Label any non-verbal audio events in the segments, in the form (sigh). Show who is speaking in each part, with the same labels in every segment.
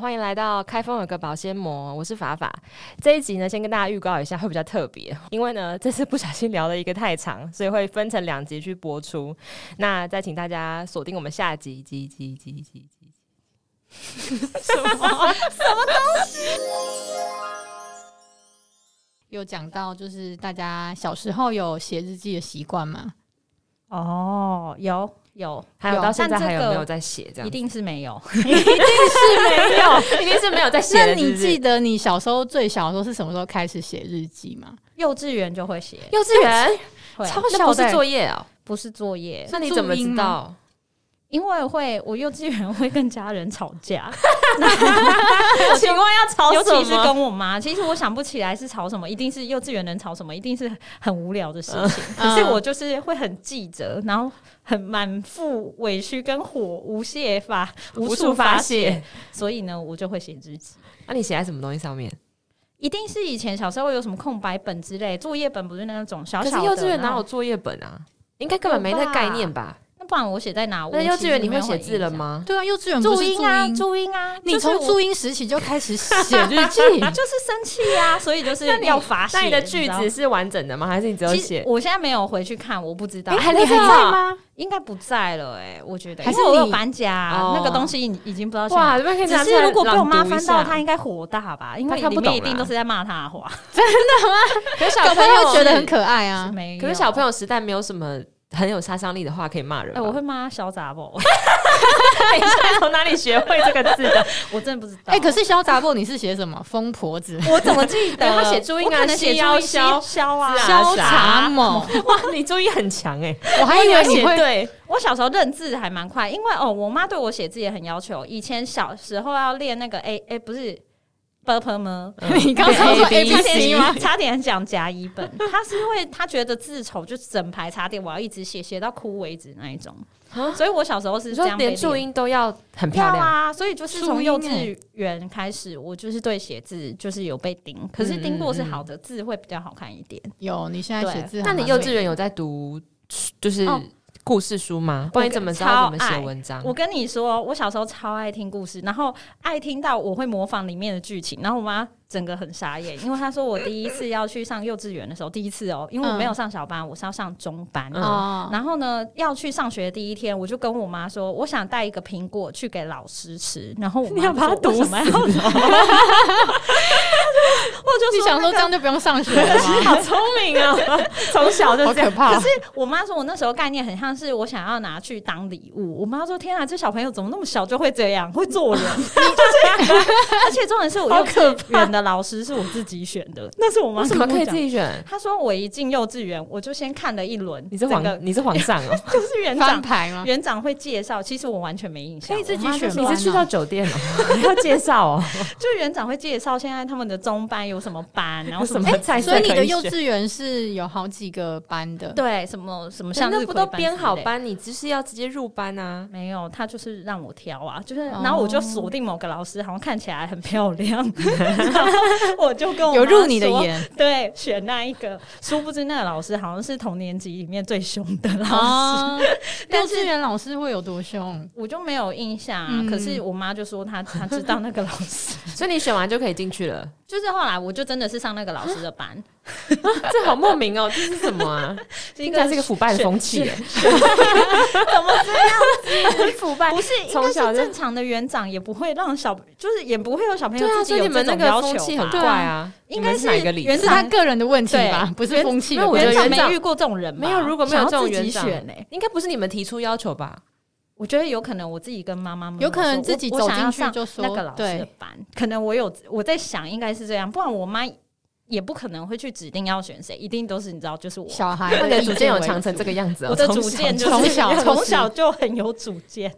Speaker 1: 欢迎来到开封有个保鲜膜，我是法法。这一集呢，先跟大家预告一下，会比较特别，因为呢，这次不小心聊了一个太长，所以会分成两集去播出。那再请大家锁定我们下集，集集集集集。
Speaker 2: 有讲到，就是大家小时候有写日记的习惯吗？
Speaker 3: 哦，有有，
Speaker 1: 还有到现在
Speaker 3: 但
Speaker 1: 还有
Speaker 3: 这个
Speaker 1: 没有在写？这样
Speaker 3: 一定是没有。 (laughs)
Speaker 1: 没有，一定是没有在写
Speaker 2: 那
Speaker 1: 的。
Speaker 2: 你记
Speaker 1: 记
Speaker 2: 得你小时候最小的时候是什么时候开始写日记吗？
Speaker 3: 幼稚园就会写，
Speaker 1: 幼稚园
Speaker 3: 会
Speaker 1: 超
Speaker 2: 那
Speaker 1: 小
Speaker 2: 不
Speaker 1: 不
Speaker 2: 是
Speaker 1: 是作
Speaker 2: 作
Speaker 1: 业哦，
Speaker 3: 不是作业，
Speaker 1: 那你怎么知道？
Speaker 3: 因为会我幼稚园会跟家人吵架，
Speaker 1: 请问要 (laughs) 吵
Speaker 3: 尤其是
Speaker 1: 么？
Speaker 3: 跟我妈。其实我想不起来是吵什么，一定是幼稚园能吵什么，一定是很无聊的事情。
Speaker 1: 嗯
Speaker 3: 可是我就是会很记着，然后很满腹委屈跟火无泄发，
Speaker 1: 无
Speaker 3: 处
Speaker 1: 处发
Speaker 3: 泄
Speaker 1: 泄。。
Speaker 3: 所以呢，我就会写日记。
Speaker 1: 那你写在什么东西上面？
Speaker 3: 一定是以前小时候有什么空白本之类，作业本不是那种小
Speaker 1: 可是
Speaker 3: 小的。
Speaker 1: 幼稚园
Speaker 3: 然
Speaker 1: 哪
Speaker 3: 后
Speaker 1: 有作业本啊？应该根本没那概念吧？
Speaker 3: 那不然我写在哪？
Speaker 1: 那
Speaker 3: 我
Speaker 1: 幼
Speaker 3: 其
Speaker 1: 稚
Speaker 3: 实
Speaker 1: 园你
Speaker 3: 没
Speaker 1: 会
Speaker 3: 有
Speaker 1: 写
Speaker 3: 很
Speaker 1: 字了
Speaker 3: 印象？
Speaker 1: 吗？
Speaker 2: 对啊，幼稚园不
Speaker 3: 注
Speaker 2: 是
Speaker 3: 音啊，注音啊，
Speaker 2: 你从
Speaker 3: (laughs) 就是我
Speaker 2: 注音时期就开始写日 (laughs) 记，
Speaker 3: 就是生气呀、所以就是要罚写。
Speaker 1: 那你的
Speaker 3: 知
Speaker 1: 句
Speaker 3: 道
Speaker 1: 子是完整的吗？还是你只有
Speaker 3: 其实
Speaker 1: 写？
Speaker 3: 我现在没有回去看，我不知道，
Speaker 1: 诶还
Speaker 3: 因为
Speaker 1: 在
Speaker 2: 啊
Speaker 1: 吗？
Speaker 3: 应该不在了哎、我觉得，
Speaker 2: 还
Speaker 3: 因
Speaker 2: 是
Speaker 3: 为我有
Speaker 2: 你
Speaker 3: 搬家、
Speaker 1: 哦
Speaker 3: 那个东西已已经不知道去哪
Speaker 1: 哇，。这边可以
Speaker 3: 只
Speaker 1: 拿出
Speaker 3: 是
Speaker 1: 来
Speaker 3: 如果被我妈
Speaker 1: 朗读一
Speaker 3: 翻到，
Speaker 1: 下
Speaker 3: 她应该火大吧，因为
Speaker 1: 她看
Speaker 3: 里
Speaker 1: 不懂
Speaker 3: 面一定
Speaker 1: 啦
Speaker 3: 都是在骂她的话。
Speaker 1: 可是小
Speaker 2: 搞不
Speaker 1: 朋
Speaker 2: 好
Speaker 1: 友
Speaker 2: 会觉得很可爱啊。
Speaker 3: 没有，
Speaker 1: 可是小朋友时代没有什么很有杀伤力的话可以骂人吧。(laughs)
Speaker 3: 哎、我会骂她小杂包，
Speaker 1: 你现在从哪里学会这个字 (laughs) 的？
Speaker 3: 我真的不知道。
Speaker 2: 哎、可是肖杂布你是写什么疯婆子？
Speaker 3: 我怎么记
Speaker 1: (laughs) 没
Speaker 3: 得？
Speaker 1: 有他写注音啊
Speaker 3: 我可能写注
Speaker 1: 西腰
Speaker 3: 音
Speaker 1: 消
Speaker 3: 消啊
Speaker 1: 是啊
Speaker 2: 肖茶某，
Speaker 1: 哇，你注意很强哎，
Speaker 2: 我还以为你
Speaker 1: 写
Speaker 2: 会
Speaker 1: 对，
Speaker 3: 我小时候认字还蛮快，因为哦，我妈对我写字也很要求。以前小时候要练那个 A A，不是 b p 吗？
Speaker 2: 你刚 (laughs) 刚说
Speaker 1: 嗯
Speaker 2: A
Speaker 1: A B
Speaker 2: B C 吗？
Speaker 3: 差点讲甲乙本，她是因为她觉得字丑，就整排差点我要一直写，写到哭为止那一种。
Speaker 1: 啊
Speaker 3: 所以我小时候是
Speaker 1: 你
Speaker 3: 这
Speaker 1: 说
Speaker 3: 样被
Speaker 1: 连注
Speaker 3: 练
Speaker 1: 音都要很
Speaker 3: 要
Speaker 1: 漂亮，
Speaker 3: 啊，所以就是
Speaker 2: 注
Speaker 3: 从
Speaker 2: 音
Speaker 3: 幼
Speaker 2: 欸
Speaker 3: 稚园开始，我就是对写字就是有被盯，可
Speaker 1: 嗯
Speaker 3: 是盯过是好的字会比较好看一点。
Speaker 2: 有，你现在写字还
Speaker 1: 那
Speaker 2: 蛮美的，
Speaker 1: 你幼稚园有在读就是
Speaker 3: 啊哦
Speaker 1: 故事书吗？不然你怎么知道
Speaker 3: 超
Speaker 1: 怎么写
Speaker 3: 爱
Speaker 1: 文章？
Speaker 3: 我跟你说，我小时候超爱听故事，然后爱听到我会模仿里面的剧情，然后我妈整个很傻眼，因为她说我第一次要去上幼稚园的时候，第一次哦、因为我没有上小班，我是要上中班。
Speaker 1: 嗯
Speaker 2: 哦，
Speaker 3: 然后呢，要去上学的第一天，我就跟我妈说，我想带一个苹果去给老师吃。然后我
Speaker 1: 你要把它
Speaker 3: 毒
Speaker 1: 毒
Speaker 3: 什
Speaker 1: 死
Speaker 3: 么 (laughs) 要？我就
Speaker 2: 你
Speaker 3: 说
Speaker 2: 想说这样就不用上学了 (laughs) 吗？
Speaker 1: 好聪明
Speaker 3: 哦
Speaker 1: 啊！ (laughs) 从小就
Speaker 2: 好
Speaker 1: 这样
Speaker 2: 可怕！哦
Speaker 3: 可是我妈说，我那时候概念很像是我想要拿去当礼物。我妈说：“天啊，这小朋友怎么那么小就会这样，会做人？”就是，而且重点是我幼稚园的老师是我自己选的，那是我妈
Speaker 1: 为什么
Speaker 3: 跟
Speaker 1: 可
Speaker 3: 我
Speaker 1: 以
Speaker 3: 讲
Speaker 1: 自己选？
Speaker 3: 她说我一进幼稚园，我就先看了一轮，
Speaker 1: 你是
Speaker 3: 整
Speaker 1: 皇
Speaker 3: 个
Speaker 1: 你是皇上哦，
Speaker 3: (laughs) 就是园
Speaker 2: 翻
Speaker 3: 长，
Speaker 2: 牌吗？
Speaker 3: 园长会介绍，其实我完全没印象。
Speaker 2: 可以自己
Speaker 3: 我妈就
Speaker 2: 选
Speaker 3: 啊说
Speaker 1: 你是去到酒店哦， (laughs) 要介绍哦，
Speaker 3: 就园长会介绍现在他们的中班有什么班，然后什
Speaker 1: 什
Speaker 3: 么。哎
Speaker 1: 么菜色
Speaker 2: 所以你
Speaker 1: 可
Speaker 2: 的幼
Speaker 1: 选
Speaker 2: 稚园是有好几个班的，
Speaker 3: 对，什么什么
Speaker 1: 可是
Speaker 3: 像
Speaker 1: 那
Speaker 3: 日
Speaker 1: 不
Speaker 3: 葵
Speaker 1: 都
Speaker 3: 班
Speaker 1: 编
Speaker 3: 之
Speaker 1: 好
Speaker 3: 类的
Speaker 1: 班，你只是要直接入班啊。
Speaker 3: 没有，他就是让我挑啊，就是，
Speaker 2: 哦
Speaker 3: 然后我就锁定某个老师，好像看起来很漂
Speaker 1: (laughs)
Speaker 3: 亮，然后我就跟我
Speaker 2: 有
Speaker 3: 妈
Speaker 2: 入你的
Speaker 3: 说，
Speaker 2: 眼
Speaker 3: 对，选那一个。殊不知那个老师好像是同年级里面最凶的老师，
Speaker 1: 哦
Speaker 2: 啊。幼
Speaker 3: 但
Speaker 2: 稚
Speaker 3: 是
Speaker 2: 园老师会有多凶？
Speaker 3: 我就没有印象、啊。
Speaker 2: 嗯
Speaker 3: 可是我妈就说她她知道那个老师，
Speaker 1: (laughs) 所以你选完 (laughs) 就可以进去了，
Speaker 3: 就是后来我就真的是上那个老师的班，
Speaker 1: (laughs) 这好莫名哦，这是什么
Speaker 3: (laughs)
Speaker 1: 啊？
Speaker 3: 应
Speaker 1: 听起来是一个腐败的风气
Speaker 3: (laughs)
Speaker 1: 耶，很腐败
Speaker 3: 不。是，应
Speaker 1: 从
Speaker 3: 该是
Speaker 1: 小就
Speaker 3: 正常的园长也不会让小，就是也不会有小朋友
Speaker 1: 对啊，
Speaker 3: 自
Speaker 1: 所
Speaker 3: 己
Speaker 1: 以你
Speaker 3: 有
Speaker 1: 们
Speaker 3: 这
Speaker 1: 那
Speaker 3: 种
Speaker 1: 个
Speaker 3: 要
Speaker 1: 风
Speaker 3: 求
Speaker 1: 气
Speaker 3: 吧
Speaker 1: 很怪啊。
Speaker 3: 应
Speaker 1: 你
Speaker 3: 该
Speaker 1: 们
Speaker 3: 是
Speaker 1: 哪一个理
Speaker 3: 原
Speaker 2: 是
Speaker 1: 由？
Speaker 2: 他个人的问题吧
Speaker 3: 对，
Speaker 2: 不是风气
Speaker 1: 没
Speaker 2: 的
Speaker 1: 有我
Speaker 2: 问
Speaker 1: 觉
Speaker 2: 题。
Speaker 1: 得
Speaker 3: 园长
Speaker 1: 园长
Speaker 3: 没遇过这种人吧，
Speaker 1: 没有如果没有这种
Speaker 3: 想要自己
Speaker 1: 园长
Speaker 3: 选欸
Speaker 1: 应该不是你们提出要求 (laughs) 吧？
Speaker 3: 我觉得有可能我自己跟妈妈们
Speaker 2: 有可能自己
Speaker 3: 说
Speaker 2: 走
Speaker 3: 我
Speaker 2: 进去
Speaker 3: 我想要
Speaker 2: 就
Speaker 3: 上
Speaker 2: 说
Speaker 3: 那个老师的
Speaker 2: 对
Speaker 3: 班，可能我有我在想应该是这样，不然我妈也不可能会去指定要选谁，一定都是你知道就是我。
Speaker 2: 小孩
Speaker 1: 啊那你的主见有
Speaker 2: 意
Speaker 1: 强
Speaker 2: 为
Speaker 1: 成
Speaker 2: 主
Speaker 1: 这个样子哦，
Speaker 3: 我的
Speaker 1: 从
Speaker 3: 主
Speaker 1: 小
Speaker 3: 见
Speaker 1: 就
Speaker 3: 就
Speaker 2: 从
Speaker 3: 是
Speaker 2: 小就是
Speaker 3: 从小就很有主见，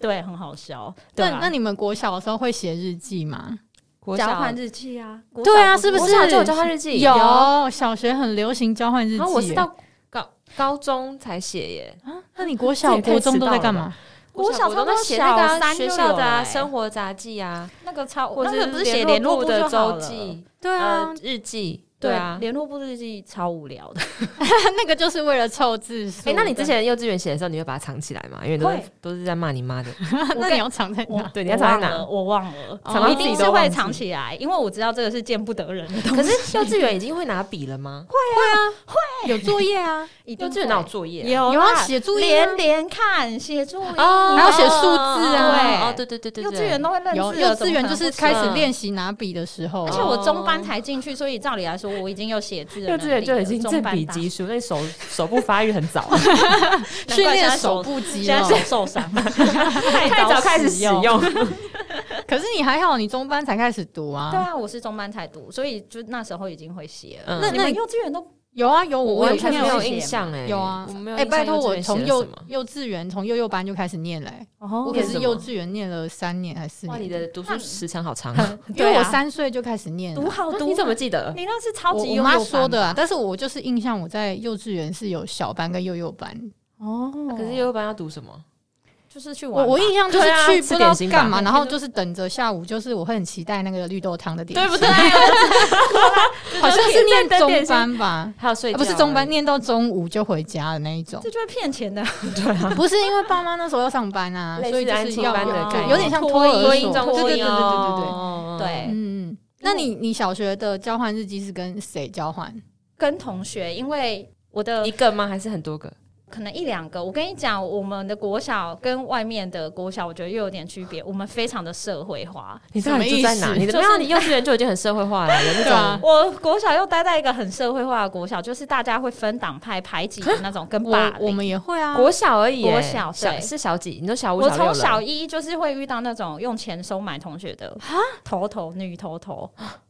Speaker 3: 对，很好笑。对
Speaker 2: 那
Speaker 3: 啊，
Speaker 2: 那你们国小的时候会写日记吗？
Speaker 1: 国
Speaker 3: 交
Speaker 1: 小
Speaker 3: 换日记啊，国
Speaker 2: 对啊
Speaker 3: 小
Speaker 2: 是不
Speaker 1: 国
Speaker 2: 是
Speaker 1: 小就有交换日记？
Speaker 2: 有，小学很流行交换日记。
Speaker 1: 然后我是到高高中才写耶，
Speaker 2: 啊，那你国小、国中都在干嘛？
Speaker 3: 国小
Speaker 1: 我都
Speaker 3: 差不多
Speaker 1: 在写那个
Speaker 3: 小
Speaker 1: 啊
Speaker 3: 三
Speaker 1: 学
Speaker 3: 就
Speaker 1: 校的
Speaker 3: 有
Speaker 1: 啊
Speaker 3: 了欸
Speaker 1: 生活杂记啊，
Speaker 3: 那个超，
Speaker 1: 或
Speaker 3: 那
Speaker 1: 者
Speaker 3: 个不是写
Speaker 1: 联
Speaker 3: 联
Speaker 1: 络
Speaker 3: 络
Speaker 1: 部
Speaker 3: 簿
Speaker 1: 的
Speaker 3: 就好
Speaker 1: 周
Speaker 3: 了，啊
Speaker 1: 记，
Speaker 2: 对
Speaker 1: 呃，日记。对啊
Speaker 3: 联络部日记超无聊的，
Speaker 2: 呃那个就是为了凑字数。
Speaker 1: 哎、那你之前幼稚园写的时候，你会把它藏起来吗？因为都是
Speaker 3: 会
Speaker 1: 都是在骂你妈的，
Speaker 2: (laughs) 那你要藏在哪？
Speaker 1: 对，你要
Speaker 3: 我
Speaker 1: 藏
Speaker 3: 忘
Speaker 1: 在哪
Speaker 3: 了，？我忘了，
Speaker 1: 藏到
Speaker 3: 我一
Speaker 1: 自己
Speaker 3: 定
Speaker 1: 都
Speaker 3: 是
Speaker 1: 忘
Speaker 3: 会
Speaker 1: 记
Speaker 3: 藏起来，因为我知道这个是见不得人的
Speaker 1: 可
Speaker 3: 东西，
Speaker 1: 是幼稚园已经会拿笔了吗？
Speaker 2: 有作业啊，
Speaker 3: 一定
Speaker 1: 幼稚
Speaker 3: 会
Speaker 1: 园哪有作业啊、
Speaker 3: 有
Speaker 2: 有
Speaker 3: 啦
Speaker 2: 啊，写作业啊
Speaker 3: 连连看，写作业，
Speaker 1: 哦，
Speaker 2: 还要写数字
Speaker 3: 啊
Speaker 1: 哦，对对对对，
Speaker 3: 幼
Speaker 1: 对
Speaker 3: 稚园都哦会认字
Speaker 2: 有
Speaker 3: 了，
Speaker 2: 幼
Speaker 3: 啊怎
Speaker 2: 稚
Speaker 3: 么
Speaker 2: 园
Speaker 3: 可
Speaker 2: 就
Speaker 3: 能
Speaker 2: 是
Speaker 3: 不
Speaker 2: 开始
Speaker 1: 嗯
Speaker 2: 练习拿笔的时候
Speaker 3: 而
Speaker 1: 而
Speaker 3: 且我中班才进去，所以照理来说我已经有写字的
Speaker 1: 幼
Speaker 3: 能
Speaker 1: 稚
Speaker 3: 力了，
Speaker 1: 园就已经
Speaker 3: 中
Speaker 1: 正
Speaker 3: 班
Speaker 1: 比
Speaker 3: 大
Speaker 1: 级数，那手手部发育很早，
Speaker 3: 难怪
Speaker 2: 训
Speaker 3: 现
Speaker 2: 练
Speaker 3: 在
Speaker 2: 手
Speaker 3: 手
Speaker 2: 部肌
Speaker 3: 现在
Speaker 2: 肉
Speaker 3: 手。受伤， (laughs) 太
Speaker 1: 太早开始使
Speaker 3: 用。
Speaker 1: 用。
Speaker 2: (laughs) 可是你还好，你中班才开始读
Speaker 3: 对
Speaker 2: 啊。
Speaker 3: 啊，我是中班才读，所以就那时候已经会写了。
Speaker 1: 嗯
Speaker 3: 那
Speaker 2: 那
Speaker 3: 你
Speaker 2: 那
Speaker 3: 们幼稚园都
Speaker 2: 有啊有，
Speaker 1: 我
Speaker 2: 我
Speaker 1: 完
Speaker 2: 有
Speaker 1: 全
Speaker 2: 开始
Speaker 1: 没有
Speaker 2: 写
Speaker 1: 印象哎，
Speaker 2: 有啊
Speaker 1: 我没有印象。
Speaker 2: 哎，拜托，
Speaker 1: 幼稚
Speaker 2: 我
Speaker 1: 园
Speaker 2: 从
Speaker 1: 写了
Speaker 2: 幼
Speaker 1: 什么
Speaker 2: 幼稚园从幼幼班就开始念嘞、欸我
Speaker 3: 哦
Speaker 2: 可
Speaker 1: 念什
Speaker 2: 是
Speaker 1: 么
Speaker 2: 幼稚园念了三年还是四
Speaker 1: 哇，你
Speaker 2: 年，
Speaker 1: 的读书时长好长啊！
Speaker 2: 因为我三岁就开始念了
Speaker 3: 读好
Speaker 1: 啊
Speaker 3: 哦读，
Speaker 1: 你怎么？记得？
Speaker 3: 你那是
Speaker 2: 我
Speaker 3: 超级
Speaker 2: 我
Speaker 3: 优
Speaker 2: 妈
Speaker 3: 秀
Speaker 2: 说
Speaker 3: 班
Speaker 2: 的啊，但是我就是印象我在幼稚园是有小班跟幼幼班，
Speaker 3: 哦，
Speaker 1: 可是幼儿班要读什么？
Speaker 3: 就是去
Speaker 2: 我
Speaker 3: 玩吧。
Speaker 2: 我印象就是
Speaker 1: 对啊
Speaker 2: 去
Speaker 1: 吃
Speaker 2: 不知道
Speaker 1: 点心吧
Speaker 2: 干嘛，然后就是等着下午，就是我会很期待那个绿豆汤的点心， (laughs)
Speaker 1: 不对？
Speaker 2: 好像是念
Speaker 1: 在等点心
Speaker 2: 中班吧，
Speaker 1: 还有睡
Speaker 2: 啊
Speaker 1: 觉
Speaker 2: 不是中班，念到中午就回家的那一种
Speaker 3: 这，就是骗钱的，
Speaker 2: (laughs) 不是因为爸妈那时候要上班 (laughs) 啊，
Speaker 1: 类似
Speaker 2: 所以就
Speaker 1: 安
Speaker 2: 是
Speaker 1: 亲
Speaker 2: 要
Speaker 1: 班的
Speaker 2: 有
Speaker 1: 概念
Speaker 2: 有点像
Speaker 3: 托
Speaker 2: 托
Speaker 3: 儿
Speaker 2: 儿
Speaker 1: 而已托婴
Speaker 2: 所，
Speaker 1: 中
Speaker 2: 对
Speaker 1: 心
Speaker 2: 对对对对对。
Speaker 1: 哦
Speaker 3: 对
Speaker 2: 嗯，嗯，那你你小学的交换日记是跟谁交换？
Speaker 3: 跟同学，因为我
Speaker 1: 一
Speaker 3: 的
Speaker 1: 个吗？还是很多个？
Speaker 3: 可能一两个，我跟你讲，我们的国小跟外面的国小，我觉得又有点区别，我们非常的社会化。
Speaker 1: 你到底住在哪？
Speaker 2: 什么意
Speaker 1: 你
Speaker 2: 思
Speaker 1: 怎么
Speaker 3: 就是
Speaker 1: 样？你幼稚园就已经很社会化了，有那
Speaker 2: 对啊
Speaker 1: 种
Speaker 3: 我国小又待在一个很社会化的国小，就是大家会分党派排挤的那种，跟霸
Speaker 2: 我
Speaker 3: 凌。
Speaker 2: 我们也会啊，
Speaker 1: 国小而已耶，
Speaker 3: 国小
Speaker 1: 小
Speaker 3: 对
Speaker 1: 是小几？你说小五
Speaker 3: 我
Speaker 1: 六了
Speaker 3: 从小一就是会遇到那种用钱收买同学的头头女头头，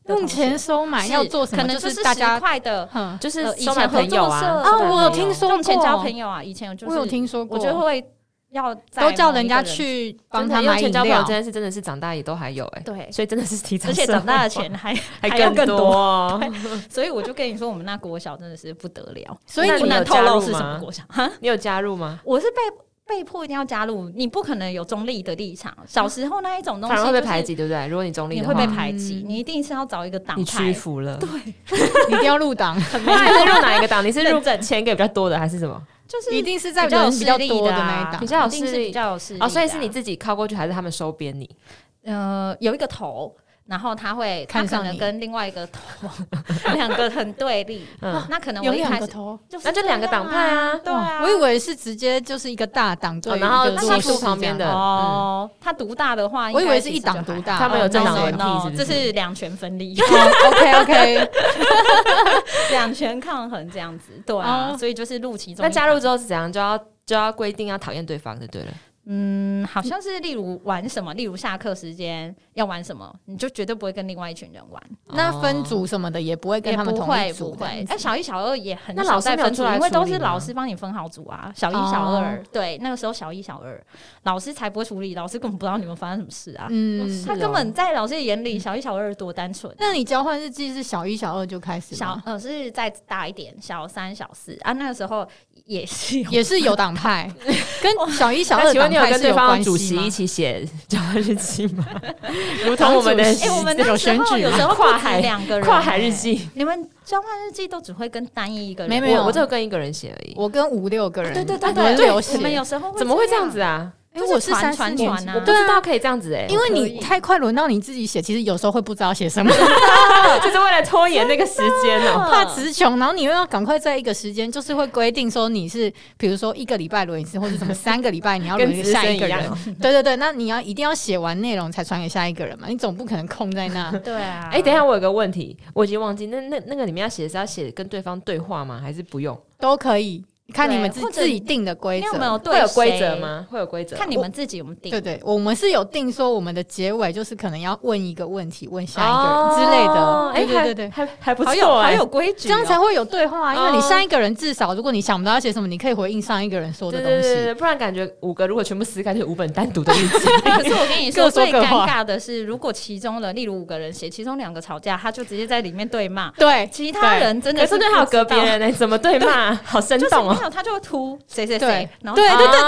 Speaker 2: 用钱收买
Speaker 3: 是
Speaker 2: 要做什么？
Speaker 3: 可能
Speaker 2: 就是大
Speaker 3: 十
Speaker 2: 家，
Speaker 3: 块的，
Speaker 2: 嗯，
Speaker 1: 就是
Speaker 3: 呃以
Speaker 1: 收买
Speaker 3: 前合
Speaker 1: 朋友啊
Speaker 3: 作社
Speaker 1: 收买
Speaker 2: 啊我有
Speaker 1: 朋友
Speaker 2: 听说
Speaker 3: 用钱交
Speaker 2: 过
Speaker 3: 朋友啊。以前就是
Speaker 2: 我有听说过，
Speaker 3: 我就会要在
Speaker 2: 都叫
Speaker 3: 某一
Speaker 2: 人
Speaker 3: 个
Speaker 2: 家去帮
Speaker 1: 真的
Speaker 2: 他买
Speaker 1: 用钱
Speaker 2: 饮
Speaker 1: 交朋友
Speaker 2: 料
Speaker 1: 这。件事真的是长大也都还有哎、
Speaker 3: 对，
Speaker 1: 所以真的是提倡
Speaker 3: 而
Speaker 1: 社
Speaker 3: 且
Speaker 1: 会化，
Speaker 3: 长大的钱还，
Speaker 1: 还
Speaker 3: 还要
Speaker 1: 更
Speaker 3: 更
Speaker 1: 多
Speaker 3: 多
Speaker 1: 哦。
Speaker 3: 所以我就跟你说，我们那国小真的是不得了，
Speaker 2: 所以
Speaker 1: 那
Speaker 2: 你
Speaker 3: 不
Speaker 1: 有
Speaker 2: (laughs)
Speaker 3: 能透
Speaker 1: 加入
Speaker 3: 露是
Speaker 1: 吗
Speaker 3: 什么国小。 (laughs) 哈
Speaker 1: (laughs) 你有加入吗？
Speaker 3: 我是被被迫一定要加入，你不可能有中立的立场。小时候那一种东西
Speaker 1: 反而会被排
Speaker 3: 就是
Speaker 1: 挤，对不对？如果你中立
Speaker 3: 你
Speaker 1: 的
Speaker 3: 会
Speaker 1: 话，
Speaker 3: 被排挤，
Speaker 2: 嗯
Speaker 3: 你一定是要找一个党
Speaker 1: 你屈
Speaker 3: 派。
Speaker 1: 服了。对，
Speaker 2: 你一定要入 (laughs) 党，
Speaker 1: (laughs) 那你是入哪一个党？你是入
Speaker 3: 认证
Speaker 1: 钱给比较多的，还是什么？
Speaker 3: 就是
Speaker 2: 一定是在
Speaker 3: 比较有
Speaker 2: 人比较
Speaker 3: 势力
Speaker 2: 多
Speaker 3: 的
Speaker 2: 那
Speaker 3: 啊
Speaker 2: 一档
Speaker 1: 比。较有
Speaker 3: 一定
Speaker 1: 势
Speaker 3: 是
Speaker 1: 力
Speaker 3: 比较有势力的
Speaker 1: 哦，
Speaker 3: 啊
Speaker 1: 所以是你自己靠过去，还是他们收编你？
Speaker 3: 呃有一个头，然后他会他
Speaker 2: 看
Speaker 3: 可
Speaker 2: 上
Speaker 3: 能
Speaker 2: 你
Speaker 3: 跟另外一个头， (laughs) 两个很对立。哦
Speaker 1: 嗯，
Speaker 3: 那可能
Speaker 2: 有
Speaker 3: 我一
Speaker 2: 两
Speaker 3: 开
Speaker 2: 个
Speaker 3: 始
Speaker 2: 头，
Speaker 3: 就是
Speaker 1: 那就两个
Speaker 3: 这样
Speaker 1: 党派啊
Speaker 3: 对
Speaker 2: 哇，
Speaker 3: 啊
Speaker 2: 我以为是直接就是一个大党对
Speaker 1: 哦
Speaker 2: 于一
Speaker 1: 然后
Speaker 2: 个弱
Speaker 1: 欺负
Speaker 2: 势
Speaker 1: 旁边
Speaker 2: 这
Speaker 1: 的嗯
Speaker 2: 样
Speaker 3: 哦，他独大的话，
Speaker 2: 我以
Speaker 3: 应该
Speaker 2: 为是
Speaker 3: 其
Speaker 2: 一
Speaker 3: 实就
Speaker 2: 党独
Speaker 3: 还
Speaker 2: 大，
Speaker 3: 好
Speaker 1: 他们有政党
Speaker 2: 哦
Speaker 1: 轮
Speaker 2: ，no，
Speaker 1: 替
Speaker 2: no
Speaker 1: 是
Speaker 3: No，
Speaker 1: 不
Speaker 3: 这
Speaker 1: 是
Speaker 3: 是两权分
Speaker 1: (laughs)
Speaker 3: 立，
Speaker 2: (laughs) OK
Speaker 3: (laughs) 哦
Speaker 2: OK，
Speaker 3: 两权抗衡这样子，对啊，
Speaker 2: 哦
Speaker 3: 所以就是录其中一
Speaker 1: 那
Speaker 3: 个。
Speaker 1: 加入之后是怎样？就要就要规定要讨厌对方就对了。
Speaker 3: 嗯，好像是例如玩什么，例如下课时间要玩什么，你就绝对不会跟另外一群人玩，
Speaker 2: 那分组什么的也不会跟
Speaker 3: 也
Speaker 2: 他们
Speaker 3: 不
Speaker 2: 同一
Speaker 3: 会
Speaker 2: 组
Speaker 3: 不
Speaker 2: 这
Speaker 3: 会
Speaker 2: 样。子
Speaker 3: 哎，小一、小二也很
Speaker 1: 那
Speaker 3: 少
Speaker 1: 老师
Speaker 3: 在
Speaker 1: 没有
Speaker 3: 分
Speaker 1: 出
Speaker 3: 组，
Speaker 1: 来
Speaker 3: 因为都
Speaker 1: 处
Speaker 3: 是
Speaker 1: 理
Speaker 3: 老
Speaker 1: 吗
Speaker 3: 师帮你分好组啊，小一、小二
Speaker 2: 哦，
Speaker 3: 对，那个时候小一、小二，老师才不会处理，老师根本不知道你们发生什么事啊。
Speaker 2: 嗯
Speaker 1: 是
Speaker 3: 他
Speaker 1: 哦嗯
Speaker 3: 根本在老师的眼里，小一、小二多单纯。
Speaker 2: 那你交换日记是小一、小二就开始吗
Speaker 3: 小呃是再大一点，小三、小四啊，那个时候也是有
Speaker 2: 也是有党
Speaker 3: (laughs)
Speaker 2: 派，
Speaker 3: 哦
Speaker 2: 跟小一、小
Speaker 1: 那
Speaker 2: 二
Speaker 1: 请问
Speaker 2: 党
Speaker 1: 你有
Speaker 2: 派
Speaker 1: 跟
Speaker 2: 是
Speaker 1: 对
Speaker 2: 有
Speaker 1: 方
Speaker 2: 关
Speaker 1: 的主席
Speaker 2: 系
Speaker 1: 一
Speaker 2: 吗？
Speaker 1: 起
Speaker 2: (laughs)
Speaker 1: 写交换日记吗？如同我们的
Speaker 2: 党主席
Speaker 3: 哎、我们
Speaker 1: 这
Speaker 3: 那
Speaker 1: 种
Speaker 3: 时
Speaker 1: 选
Speaker 3: 候
Speaker 1: 举啊
Speaker 3: 有时候不
Speaker 1: 跨
Speaker 3: 止
Speaker 1: 海
Speaker 3: 两个
Speaker 1: (laughs)
Speaker 3: 人、
Speaker 1: 跨海日
Speaker 3: 哎，
Speaker 1: 记，
Speaker 3: 你们交换日记都只会跟单一一个人，
Speaker 2: 没没有
Speaker 1: 我我只有跟一个人写而已。
Speaker 2: 我跟五六个人，
Speaker 1: (laughs)
Speaker 3: 对对对对
Speaker 2: 轮
Speaker 3: 对，
Speaker 2: 流
Speaker 3: 我们
Speaker 2: 写
Speaker 3: 有。时候
Speaker 1: 怎么会这样
Speaker 3: 啊？
Speaker 1: 子啊？
Speaker 2: 哎，
Speaker 3: 就是
Speaker 2: 我是
Speaker 3: 传
Speaker 2: 三
Speaker 3: 传
Speaker 2: 四年
Speaker 3: 传
Speaker 2: 级
Speaker 3: 啊
Speaker 1: 我不
Speaker 2: 对
Speaker 1: 知
Speaker 2: 啊，
Speaker 1: 道可以这样子哎、
Speaker 2: 因为
Speaker 3: 可
Speaker 2: 你
Speaker 3: 以
Speaker 2: 太快轮到你自己写，其实有时候会不知道写什么，
Speaker 1: 哦就是为了拖延那个时间哦、
Speaker 2: 怕词穷，然后你又要赶快在一个时间，就是会规定说你是，比如说一个礼拜轮一次，或者什么三个礼拜你要
Speaker 1: 跟
Speaker 2: 轮
Speaker 1: 资
Speaker 2: 下
Speaker 1: 深
Speaker 2: 一个
Speaker 1: 一样
Speaker 2: 人。对对对，那你要一定要写完内容才传给下一个人嘛，你总不可能空在那。
Speaker 3: 对啊，
Speaker 1: 哎、等一下，我有个问题，我已经忘记那那那个里面要写的是要写跟对方对话吗？还是不用？
Speaker 2: 都可以，看你们
Speaker 3: 对
Speaker 2: 自
Speaker 3: 或者
Speaker 2: 自己定的规
Speaker 3: 你有
Speaker 2: 则。
Speaker 3: 没有
Speaker 1: 会
Speaker 3: 对
Speaker 1: 有规则
Speaker 3: 谁？
Speaker 1: 吗？会有规则？
Speaker 3: 看你们自己有没有定。
Speaker 2: 对对，我们是有定说我们的结尾就是可能要问一个问题，问下一
Speaker 1: 哦
Speaker 2: 个人之类的。
Speaker 1: 哎、
Speaker 2: 对对对对，
Speaker 1: 还还还不
Speaker 3: 好
Speaker 1: 错、
Speaker 3: 有
Speaker 2: 欸
Speaker 1: 哎
Speaker 3: 好有规矩、
Speaker 2: 这样才。会有对话啊，因为你
Speaker 1: 哦
Speaker 2: 上一个人至少如果你想不到要写什么，你可以回应上一个人说的
Speaker 1: 对
Speaker 2: 东
Speaker 1: 对
Speaker 2: 西。
Speaker 1: 对对，不然感觉五个如果全部撕开就是五本单独的日
Speaker 3: (laughs)
Speaker 1: 记。 (laughs)
Speaker 3: 可是我跟你说，
Speaker 2: 各说
Speaker 3: 最
Speaker 2: 各
Speaker 3: 尴
Speaker 2: 话
Speaker 3: 尬的是，如果其中的，例如五个人写，其中两个吵架，他就直接在里面对骂，
Speaker 2: 对
Speaker 3: 其他人真的
Speaker 1: 可是
Speaker 3: 是
Speaker 1: 对还有
Speaker 3: 不知
Speaker 1: 隔欸
Speaker 3: 道
Speaker 1: 别人呢、怎么对骂？好生
Speaker 3: 就是
Speaker 1: 动哦、
Speaker 3: 没有，他就涂谁谁谁
Speaker 2: 对，
Speaker 3: 然后
Speaker 2: 对对对，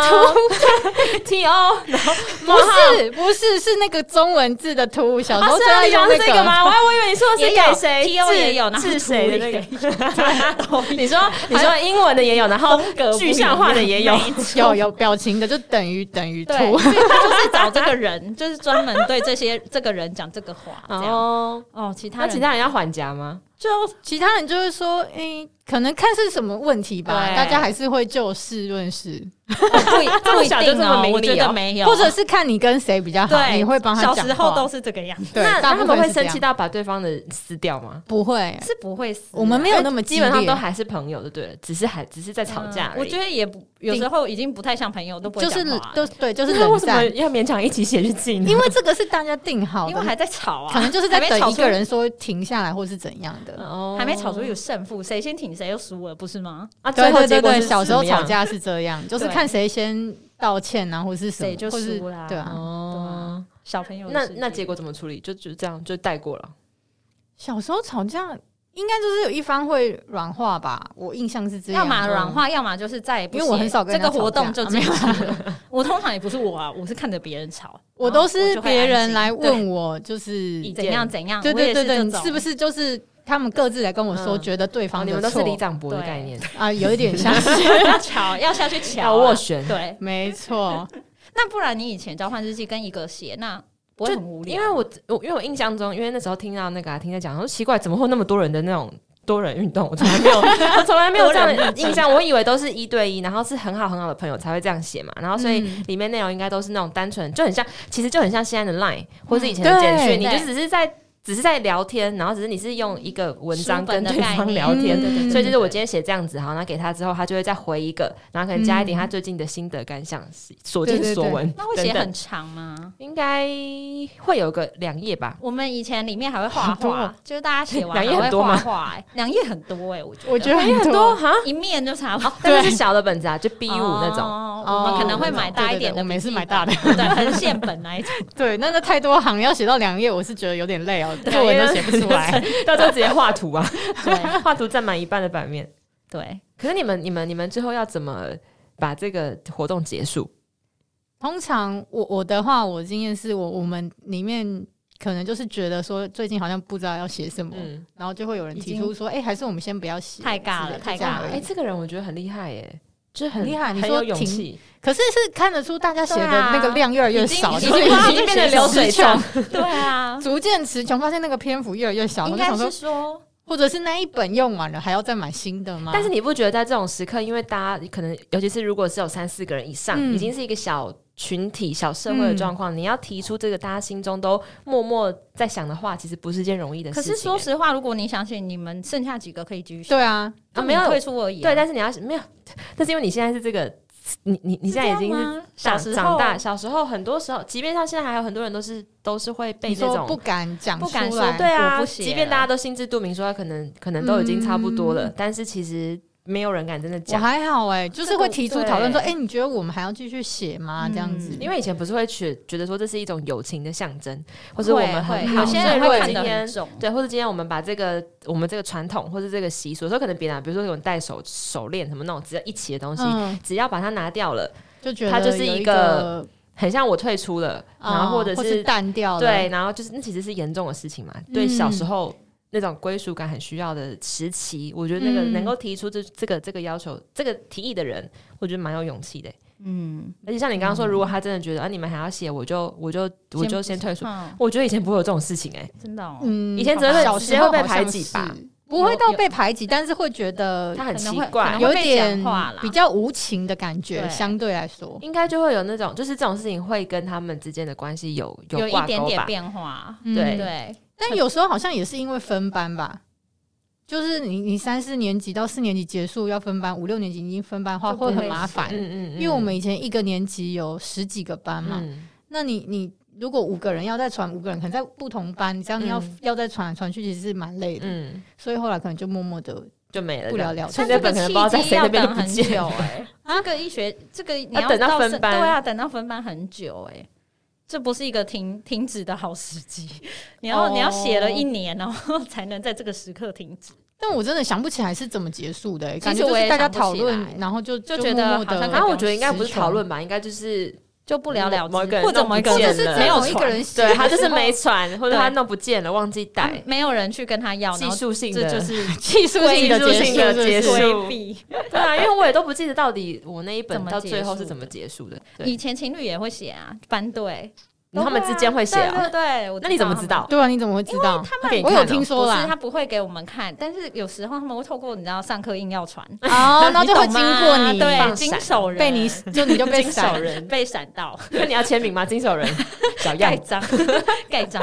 Speaker 1: 对，T O，然后
Speaker 2: 图不是不是是那个中文字的图，小时候
Speaker 3: 啊
Speaker 1: 是
Speaker 2: 最爱用
Speaker 1: 讲
Speaker 2: 那
Speaker 1: 这个
Speaker 2: 个？
Speaker 1: 吗？我还我以为你说的
Speaker 3: 也
Speaker 1: 是
Speaker 3: 有
Speaker 1: 给谁
Speaker 3: T O
Speaker 1: 治
Speaker 3: 也有，然后
Speaker 1: 治谁的那个？
Speaker 3: (laughs) 个
Speaker 1: 你说
Speaker 3: 哎
Speaker 1: 你说英文的也有，然后
Speaker 3: 风格不
Speaker 1: 具象化的也有
Speaker 3: 一样，没错
Speaker 2: (laughs) 有有表情的就等于等于
Speaker 3: 对，
Speaker 2: 图，
Speaker 3: 所以他就是找这个人， (laughs) 就是专门对这些这个人讲这个话，这样。
Speaker 1: 哦。
Speaker 3: 哦，其他
Speaker 1: 那
Speaker 3: 人
Speaker 1: 其他人要缓夹吗？
Speaker 3: 就
Speaker 2: (laughs) 其他人就会说，诶、可能看是什么问题吧，
Speaker 1: 对
Speaker 2: 大家还是会就事论事，
Speaker 3: 不一
Speaker 1: (laughs) 这么
Speaker 3: 不一
Speaker 1: 小就
Speaker 3: 定
Speaker 1: 这么
Speaker 3: 哦，
Speaker 1: 明
Speaker 3: 我
Speaker 1: 理
Speaker 3: 觉
Speaker 1: 哦
Speaker 3: 得没有，
Speaker 2: 或者是看你跟谁比较好，
Speaker 3: 对，
Speaker 2: 你会帮他
Speaker 3: 小
Speaker 2: 讲话。
Speaker 3: 时候都是这个样子，
Speaker 2: 对，
Speaker 1: 那
Speaker 2: 大
Speaker 1: 那
Speaker 2: 部
Speaker 1: 他们
Speaker 2: 分
Speaker 1: 会
Speaker 2: 是这
Speaker 1: 生
Speaker 2: 样
Speaker 1: 气到把对方的撕掉吗？
Speaker 2: 不会，
Speaker 3: 是不会死的。
Speaker 2: 我们没有那么激
Speaker 1: 基
Speaker 2: 烈
Speaker 1: 本上都还是朋友，就对了，只是还只是在吵架
Speaker 3: 嗯我
Speaker 1: 而已。
Speaker 3: 觉得也不，有时候已经不太像朋友，都不会
Speaker 2: 就
Speaker 3: 讲
Speaker 2: 是
Speaker 3: 话了
Speaker 2: 都对，就是
Speaker 1: 那为
Speaker 2: 冷
Speaker 1: 什么
Speaker 3: (laughs)
Speaker 2: 战，
Speaker 1: 要勉强一起写日记呢？
Speaker 2: 因为这个是大家定好
Speaker 3: 因为
Speaker 2: 的，
Speaker 3: 还在吵啊，
Speaker 2: 可能就是在
Speaker 3: 还没
Speaker 2: 等
Speaker 3: 吵
Speaker 2: 一
Speaker 3: 出
Speaker 2: 个人说停下来或是怎样的。
Speaker 1: (laughs) 哦
Speaker 3: 还没吵出有胜负，谁先挺谁就输了，不是吗？
Speaker 1: 啊，
Speaker 2: 对
Speaker 1: 最后
Speaker 2: 对对
Speaker 1: 结果
Speaker 2: 对，
Speaker 1: 是
Speaker 2: 小时候
Speaker 1: 怎么样
Speaker 2: 吵架是这样，就是
Speaker 3: 对
Speaker 2: 看谁先道歉啊，或是什么，
Speaker 3: 谁就
Speaker 2: 或是
Speaker 3: 输啦
Speaker 2: 对啊，
Speaker 1: 哦。
Speaker 3: 小朋友的
Speaker 1: 那
Speaker 3: 世界
Speaker 1: 那结果怎么处理？就就这样就带过了。
Speaker 2: 小时候吵架应该就是有一方会软化吧，我印象是这
Speaker 3: 要
Speaker 2: 样。
Speaker 3: 么软化，要么就是再也不
Speaker 2: 因为我
Speaker 3: 写
Speaker 2: 很少跟
Speaker 3: 这
Speaker 2: 人
Speaker 3: 个
Speaker 2: 家
Speaker 3: 活
Speaker 2: 吵架
Speaker 3: 动就
Speaker 2: 啊
Speaker 3: 结
Speaker 2: (laughs)
Speaker 3: 束了。我通常也不是我啊，我是看着别人吵，
Speaker 2: 我
Speaker 3: 然后
Speaker 2: 都是
Speaker 3: 就会
Speaker 2: 别
Speaker 3: 安
Speaker 2: 人
Speaker 3: 静
Speaker 2: 来
Speaker 3: 对
Speaker 2: 问我，就是
Speaker 3: 你怎样怎样，
Speaker 2: 对
Speaker 3: 我也
Speaker 2: 对对对，
Speaker 3: 这
Speaker 2: 你
Speaker 3: 种
Speaker 2: 是不是就是他们各自来跟我说，
Speaker 1: 嗯
Speaker 2: 觉得对
Speaker 1: 哦，
Speaker 2: 方
Speaker 1: 你
Speaker 2: 的
Speaker 1: 们都是
Speaker 2: 错
Speaker 1: 李长博的概念，
Speaker 2: 啊，有一点像
Speaker 3: (laughs)
Speaker 2: 是，
Speaker 3: 要吵要下去
Speaker 1: 要
Speaker 3: 吵啊
Speaker 1: 斡？旋。
Speaker 3: 对，
Speaker 2: 没错，
Speaker 3: 那不然你以前交换日记跟一个写，那不会
Speaker 1: 就
Speaker 3: 很无聊？
Speaker 1: 因为我我因为我印象中，因为那时候听到那个、啊、听在讲，我说奇怪，怎么会那么多人的那种多人运动？我从来
Speaker 3: (laughs)
Speaker 1: 没有，我从来没有这样的印象。我以为都是一对一，然后是很好很好的朋友才会这样写嘛。然后所以
Speaker 3: 嗯
Speaker 1: 里面内容应该都是那种单纯，就很像，其实就很像现在的 Line 或是以前的
Speaker 2: 嗯
Speaker 1: 简讯，你
Speaker 3: 对
Speaker 1: 就只是在。只是在聊天，然后只是你是用一个文章
Speaker 3: 书
Speaker 1: 跟
Speaker 3: 本的
Speaker 1: 对
Speaker 3: 概
Speaker 1: 方
Speaker 3: 念
Speaker 1: 聊天，
Speaker 2: 嗯
Speaker 1: 所以就是我今天写这样子，好，那给他之后，他就会再回一个，然后可能加一
Speaker 3: 嗯
Speaker 1: 点他最近的心得感想、所见
Speaker 2: 对对
Speaker 1: 所
Speaker 2: 对
Speaker 1: 闻
Speaker 3: 那会写
Speaker 1: 等等
Speaker 3: 很长吗？
Speaker 1: 应该会有个两页 (laughs) 吧。
Speaker 3: 我们以前里面还会画
Speaker 1: 很多
Speaker 3: 画
Speaker 1: 啊，
Speaker 3: 就是大家
Speaker 1: (laughs)
Speaker 3: 写完
Speaker 1: 两页
Speaker 3: 还会
Speaker 1: 很多
Speaker 3: 画
Speaker 1: 吗
Speaker 3: 画，哎两页很多哎，我觉得
Speaker 2: 我觉得
Speaker 1: 很
Speaker 2: 很
Speaker 1: 多哈， (laughs)
Speaker 3: 一面就差不多。
Speaker 1: 但是是小的本子啊， (laughs) 就 B 五那种。
Speaker 3: 哦
Speaker 2: 哦
Speaker 3: 我们可能会买大一点
Speaker 2: 对对对
Speaker 3: 的，
Speaker 2: 我们也是买大的，
Speaker 3: (laughs) 对，横线本那一种。
Speaker 2: 对，那那太多行要写到两页，我是觉得有点累哦，
Speaker 3: (laughs)
Speaker 2: 作文都写不出
Speaker 3: 啊
Speaker 2: 来。，
Speaker 1: 到时候直接画图啊，
Speaker 3: 对
Speaker 1: (laughs) 画图占满一半的版面。
Speaker 3: 对，
Speaker 1: 可是你们、你们、你们最后要怎么把这个活动结束？
Speaker 2: 通常我我的话，我经验是我我们里面可能就是觉得说最近好像不知道要写什么，
Speaker 1: 嗯，
Speaker 2: 然后就会有人
Speaker 3: 已
Speaker 2: 提
Speaker 3: 经
Speaker 2: 出说，哎，还是我们先不要写，
Speaker 3: 太尬了
Speaker 2: 之类的
Speaker 3: 太
Speaker 2: 就这样
Speaker 3: 尬了
Speaker 2: 而
Speaker 1: 哎，
Speaker 2: 已
Speaker 1: 这个人我觉得很厉害耶，就很
Speaker 2: 很厉害你
Speaker 1: 很
Speaker 2: 说
Speaker 1: 有勇
Speaker 2: 停
Speaker 1: 气。
Speaker 2: 可是是看得出大家写的
Speaker 3: 对啊
Speaker 2: 那个量越来越少，
Speaker 3: 已
Speaker 2: 就
Speaker 3: 经
Speaker 2: 是
Speaker 3: 已经
Speaker 2: 已经
Speaker 1: 变成流水
Speaker 2: 词
Speaker 1: 账
Speaker 2: 穷，
Speaker 3: 对啊，
Speaker 2: (laughs) 逐渐词穷，发现那个篇幅越来越小，然
Speaker 3: 应
Speaker 2: 后就
Speaker 3: 该
Speaker 2: 想
Speaker 3: 是
Speaker 2: 说，
Speaker 3: 说
Speaker 2: 或者是那一本用完了还要再买新的吗？
Speaker 1: 但是你不觉得在这种时刻，因为大家可能，尤其是如果是有三四个人以上，
Speaker 2: 嗯
Speaker 1: 已经是一个小群体、小社会的状况，你要提出这个大家心中都默默在想的话，其实不是件容易的事
Speaker 3: 可
Speaker 1: 情欸。
Speaker 3: 是说实话，如果你想写，你们剩下几个可以继续写，
Speaker 2: 对啊，
Speaker 1: 啊，
Speaker 3: 他
Speaker 1: 没
Speaker 3: 们
Speaker 1: 有
Speaker 3: 退出而已啊。
Speaker 1: 对，但是你要没有，但是因为你现在是这个，你你你
Speaker 3: 是这
Speaker 1: 现在已
Speaker 3: 样
Speaker 1: 经是
Speaker 3: 吗
Speaker 1: 长
Speaker 3: 小时候
Speaker 1: 长大，小时候很多时候，即便到现在还有很多人都是都是会被
Speaker 2: 你
Speaker 1: 这
Speaker 2: 说不
Speaker 1: 种。
Speaker 2: 敢讲
Speaker 3: 不
Speaker 2: 出
Speaker 3: 敢说
Speaker 2: 来，
Speaker 1: 对啊，
Speaker 3: 我不写
Speaker 1: 即便大家都心知肚明，说可能可能都已经差不多了，
Speaker 2: 嗯
Speaker 1: 但是其实没有人敢真的
Speaker 2: 我
Speaker 1: 讲，
Speaker 2: 还好哎、就是会提出讨论说，
Speaker 1: 这个
Speaker 2: 哎、你觉得我们还要继续写吗？
Speaker 3: 嗯
Speaker 2: 这样子，
Speaker 1: 因为以前不是会觉觉得说这是一种友情的象征，或
Speaker 3: 会
Speaker 1: 者我们很
Speaker 3: 会
Speaker 1: 好，
Speaker 3: 有些
Speaker 1: 所以
Speaker 3: 人
Speaker 1: 如果
Speaker 3: 会看
Speaker 1: 今
Speaker 3: 得很
Speaker 1: 天。
Speaker 3: 重，
Speaker 1: 对，或者今天我们把这个我们这个传统或者这个习俗，有时候可能别人啊比如说有人戴手手链什么那种只要一起的东西，
Speaker 2: 嗯，
Speaker 1: 只要把它拿掉了，
Speaker 2: 就觉得
Speaker 1: 它就是
Speaker 2: 有一
Speaker 1: 一个很像我退出了，
Speaker 3: 哦
Speaker 2: 啊
Speaker 1: 然后或
Speaker 2: 或
Speaker 1: 者
Speaker 2: 是
Speaker 1: 是
Speaker 2: 淡掉了，
Speaker 1: 对，然后就是那其实是严重的事情嘛，对
Speaker 2: 嗯
Speaker 1: 小时候那种归属感很需要的时期，我觉得那个
Speaker 2: 嗯
Speaker 1: 能够提出这这个这个要求、这个提议的人，我觉得蛮有勇气的。
Speaker 3: 嗯，
Speaker 1: 而且像你刚刚说，如果他真的觉得啊，你们还要写，我就我就我就先退出。
Speaker 3: 嗯，
Speaker 1: 我觉得以前不会有这种事情哎，
Speaker 3: 真的哦，
Speaker 2: 嗯
Speaker 1: 以前只会被
Speaker 2: 小
Speaker 1: 直接
Speaker 2: 时
Speaker 1: 会
Speaker 2: 候
Speaker 1: 被
Speaker 2: 好像
Speaker 1: 排挤吧
Speaker 2: 是，不会到
Speaker 3: 有
Speaker 2: 被排挤，但是会觉得
Speaker 1: 他很
Speaker 3: 可
Speaker 1: 奇
Speaker 3: 能会可
Speaker 1: 怪
Speaker 3: 能，
Speaker 2: 有
Speaker 3: 会被
Speaker 2: 点
Speaker 3: 讲话啦
Speaker 2: 比较无情的感觉，
Speaker 3: 对
Speaker 2: 相对来说，
Speaker 1: 应该就会有那种，就是这种事情会跟他们之间的关系有
Speaker 3: 有
Speaker 1: 挂
Speaker 3: 一点
Speaker 1: 钩
Speaker 3: 点
Speaker 1: 吧。
Speaker 3: 变化，
Speaker 2: 嗯
Speaker 1: 对
Speaker 3: 对，
Speaker 2: 但有时候好像也是因为分班吧，就是你你三四年级到四年级结束要分班，五六年级已经分班的话
Speaker 3: 就不会
Speaker 2: 会很麻烦，
Speaker 1: 嗯
Speaker 2: 因为我们以前一个年级有十几个班嘛，
Speaker 1: 嗯
Speaker 2: 那你你如果五个人要再传五个人，可能在不同班，这样要、
Speaker 1: 嗯
Speaker 2: 要再传来传去，其实是蛮累的，
Speaker 1: 嗯
Speaker 2: 所以后来可能就默默的
Speaker 1: 就没了，
Speaker 2: 不了了之
Speaker 1: 所
Speaker 3: 但
Speaker 1: 以那
Speaker 3: 这个
Speaker 1: 本可能不知道在
Speaker 3: 契机
Speaker 1: 谁
Speaker 3: 要
Speaker 1: 那边就
Speaker 3: 等
Speaker 1: 不
Speaker 3: 很
Speaker 1: 见了
Speaker 3: 久哎、这个一学这个你
Speaker 1: 要
Speaker 3: 要
Speaker 1: 等到分
Speaker 3: 是
Speaker 1: 班
Speaker 3: 对啊，等到分班很久哎、这不是一个停 (laughs)
Speaker 1: (laughs)
Speaker 3: 停止的好时机。你要、
Speaker 2: 哦
Speaker 3: 你要写了一年，然后才能在这个时刻停止。
Speaker 2: 但我真的想不起来是怎么结束的、欸，感觉
Speaker 3: 其实
Speaker 2: 就
Speaker 3: 我也
Speaker 2: 是大家
Speaker 3: 想不
Speaker 2: 讨
Speaker 3: 起来
Speaker 2: 论，然后就
Speaker 3: 就
Speaker 2: 就
Speaker 3: 觉得
Speaker 2: 默默
Speaker 3: 好
Speaker 2: 地
Speaker 3: 像刚
Speaker 1: 然
Speaker 3: 刚
Speaker 1: 啊后我觉得应该不是
Speaker 2: 失传
Speaker 1: 讨论吧，应该就是
Speaker 3: 就不了了之，
Speaker 1: 某一个人
Speaker 3: 或者
Speaker 1: 弄
Speaker 3: 某一个
Speaker 1: 不
Speaker 2: 或者
Speaker 1: 见
Speaker 3: 人
Speaker 2: 是
Speaker 1: 了
Speaker 2: 只有
Speaker 3: 没有
Speaker 2: 一个
Speaker 3: 传
Speaker 2: 人
Speaker 1: (laughs)
Speaker 2: 写
Speaker 1: 对
Speaker 2: 的
Speaker 1: 他就是
Speaker 2: 时候
Speaker 1: (laughs) 没传，或者
Speaker 3: 对
Speaker 1: 他弄不见了，忘记
Speaker 3: 啊
Speaker 1: 带，
Speaker 3: 没有人去跟他要，
Speaker 1: 嗯技
Speaker 3: 然后
Speaker 1: 术性
Speaker 3: 这
Speaker 1: 的，
Speaker 3: 就是
Speaker 1: (laughs)
Speaker 2: 技术
Speaker 1: 技
Speaker 2: 性的
Speaker 1: 术性的
Speaker 2: 结
Speaker 1: 结
Speaker 2: 束
Speaker 1: 束
Speaker 2: 是不是。
Speaker 3: 规
Speaker 1: (laughs)
Speaker 3: 避。
Speaker 1: 对啊，因为我也都不记得到底我那一本
Speaker 3: 怎么
Speaker 1: 到
Speaker 3: 结
Speaker 1: 最后是
Speaker 3: 束
Speaker 1: 怎么结束的。对
Speaker 3: 以前情侣也会写啊，班队，
Speaker 1: 然后他们之间会写
Speaker 3: 对
Speaker 1: 啊，
Speaker 3: 对对，我
Speaker 1: 那你怎么知？道？
Speaker 2: 对啊，你怎么会知道？
Speaker 1: 他给你
Speaker 2: 我
Speaker 1: 看
Speaker 2: 有
Speaker 1: 哦
Speaker 2: 听
Speaker 3: 不
Speaker 2: 说
Speaker 3: 是
Speaker 2: 啦
Speaker 3: 他，不会给我们看，但是有时候他们会透过你知道上课硬要传，
Speaker 1: (laughs)
Speaker 2: 哦，那就会
Speaker 3: 你
Speaker 2: 经
Speaker 3: 懂吗
Speaker 2: 过你，
Speaker 3: 对
Speaker 1: 放闪
Speaker 3: 经手人
Speaker 2: 被你就你就被
Speaker 1: 经
Speaker 2: 闪
Speaker 1: 手人
Speaker 3: 被闪到
Speaker 1: 那你要签名吗？经 (laughs) 手人小
Speaker 3: 盖
Speaker 1: 样，
Speaker 3: 章盖章，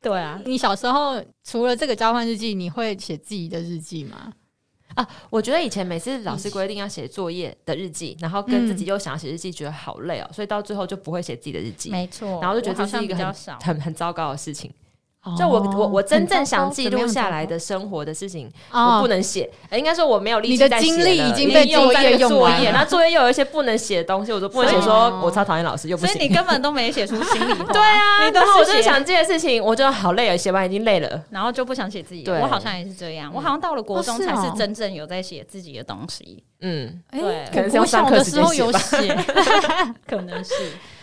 Speaker 3: 对啊，
Speaker 2: 你小时候除了这个交换日记，你会写自己的日记吗？
Speaker 1: 我觉得以前每次老师规定要写作业的日记，然后跟自己又想要写日记，觉得好累哦，所以到最后就不会写自己的日记，
Speaker 3: (laughs) 没错，
Speaker 1: 然后就觉
Speaker 3: 我
Speaker 1: 得这
Speaker 3: 好像
Speaker 1: 是一个
Speaker 3: 比较
Speaker 1: 很
Speaker 3: 少。
Speaker 1: 很很糟糕的事情。就我我我真正想记录下来的生活的事情，我不
Speaker 2: 能
Speaker 1: 能写，呃应该说我没有力
Speaker 2: 哦你
Speaker 1: 气
Speaker 2: 的
Speaker 1: 再写
Speaker 2: 精
Speaker 1: 了
Speaker 2: 力已经被
Speaker 1: 用
Speaker 2: 作
Speaker 1: 在
Speaker 2: 业
Speaker 1: 那个
Speaker 2: 用
Speaker 1: 作
Speaker 2: 完
Speaker 1: 业，
Speaker 2: 了
Speaker 1: 那作业又有一些不能写的东西，我就不能
Speaker 3: 所
Speaker 1: 写
Speaker 3: 以
Speaker 1: 说我超讨厌老师，又不
Speaker 3: 所以你
Speaker 1: 行。
Speaker 3: 根本都没写出心里话，
Speaker 1: 对啊，
Speaker 3: 你都
Speaker 1: 然后我就是
Speaker 3: 写
Speaker 1: 想这件事情，我就好累了，哦写完已经累了。
Speaker 3: 然后就不想写自己。
Speaker 1: 对
Speaker 3: 我好像也是这样，我好像到了国中
Speaker 2: 哦是
Speaker 3: 才
Speaker 2: 哦
Speaker 3: 是真正有在写自己的东西，
Speaker 1: 嗯，
Speaker 3: 对
Speaker 1: 可能是
Speaker 2: 我
Speaker 1: 用上
Speaker 2: 国小
Speaker 1: 课
Speaker 2: 的
Speaker 1: 时
Speaker 2: 时
Speaker 1: 间
Speaker 2: 候
Speaker 1: 写
Speaker 2: 有
Speaker 1: 吧 (laughs)
Speaker 2: 写， (laughs)
Speaker 3: 可能是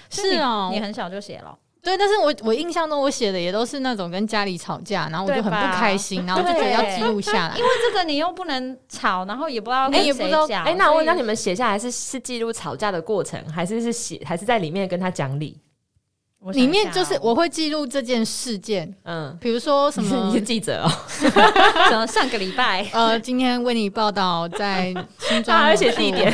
Speaker 2: 是哦
Speaker 3: 你，你很小就写了，
Speaker 2: 对，但是我我印象中我写的也都是那种跟家里吵架，然后我就
Speaker 3: 对
Speaker 2: 很
Speaker 3: 吧
Speaker 2: 不开心，然后就觉得要记录 (laughs) 下来
Speaker 3: (laughs)
Speaker 1: (laughs)
Speaker 3: 因。为这个你又不能吵，然后也不知道
Speaker 2: 哎
Speaker 3: 跟
Speaker 2: 也不
Speaker 3: 谁
Speaker 2: 知道
Speaker 3: 讲。
Speaker 1: 哎，那我问一下，
Speaker 3: 所以
Speaker 1: 你们写下来是是记录吵架的过程，还是是写，还是在里面跟他讲理？
Speaker 3: 我想一
Speaker 2: 里
Speaker 3: 下
Speaker 2: 面就是
Speaker 3: 哦
Speaker 2: 我会记录这件事件，
Speaker 1: 嗯，
Speaker 2: 比如说什
Speaker 1: 你是
Speaker 2: 么
Speaker 1: (laughs) 你是记
Speaker 2: (laughs)
Speaker 1: 者哦，
Speaker 3: 怎么 (laughs) 上个礼拜
Speaker 2: 呃，今天为你报道在
Speaker 1: (laughs)
Speaker 2: 新
Speaker 1: 他
Speaker 2: 庄，
Speaker 1: 还写地点，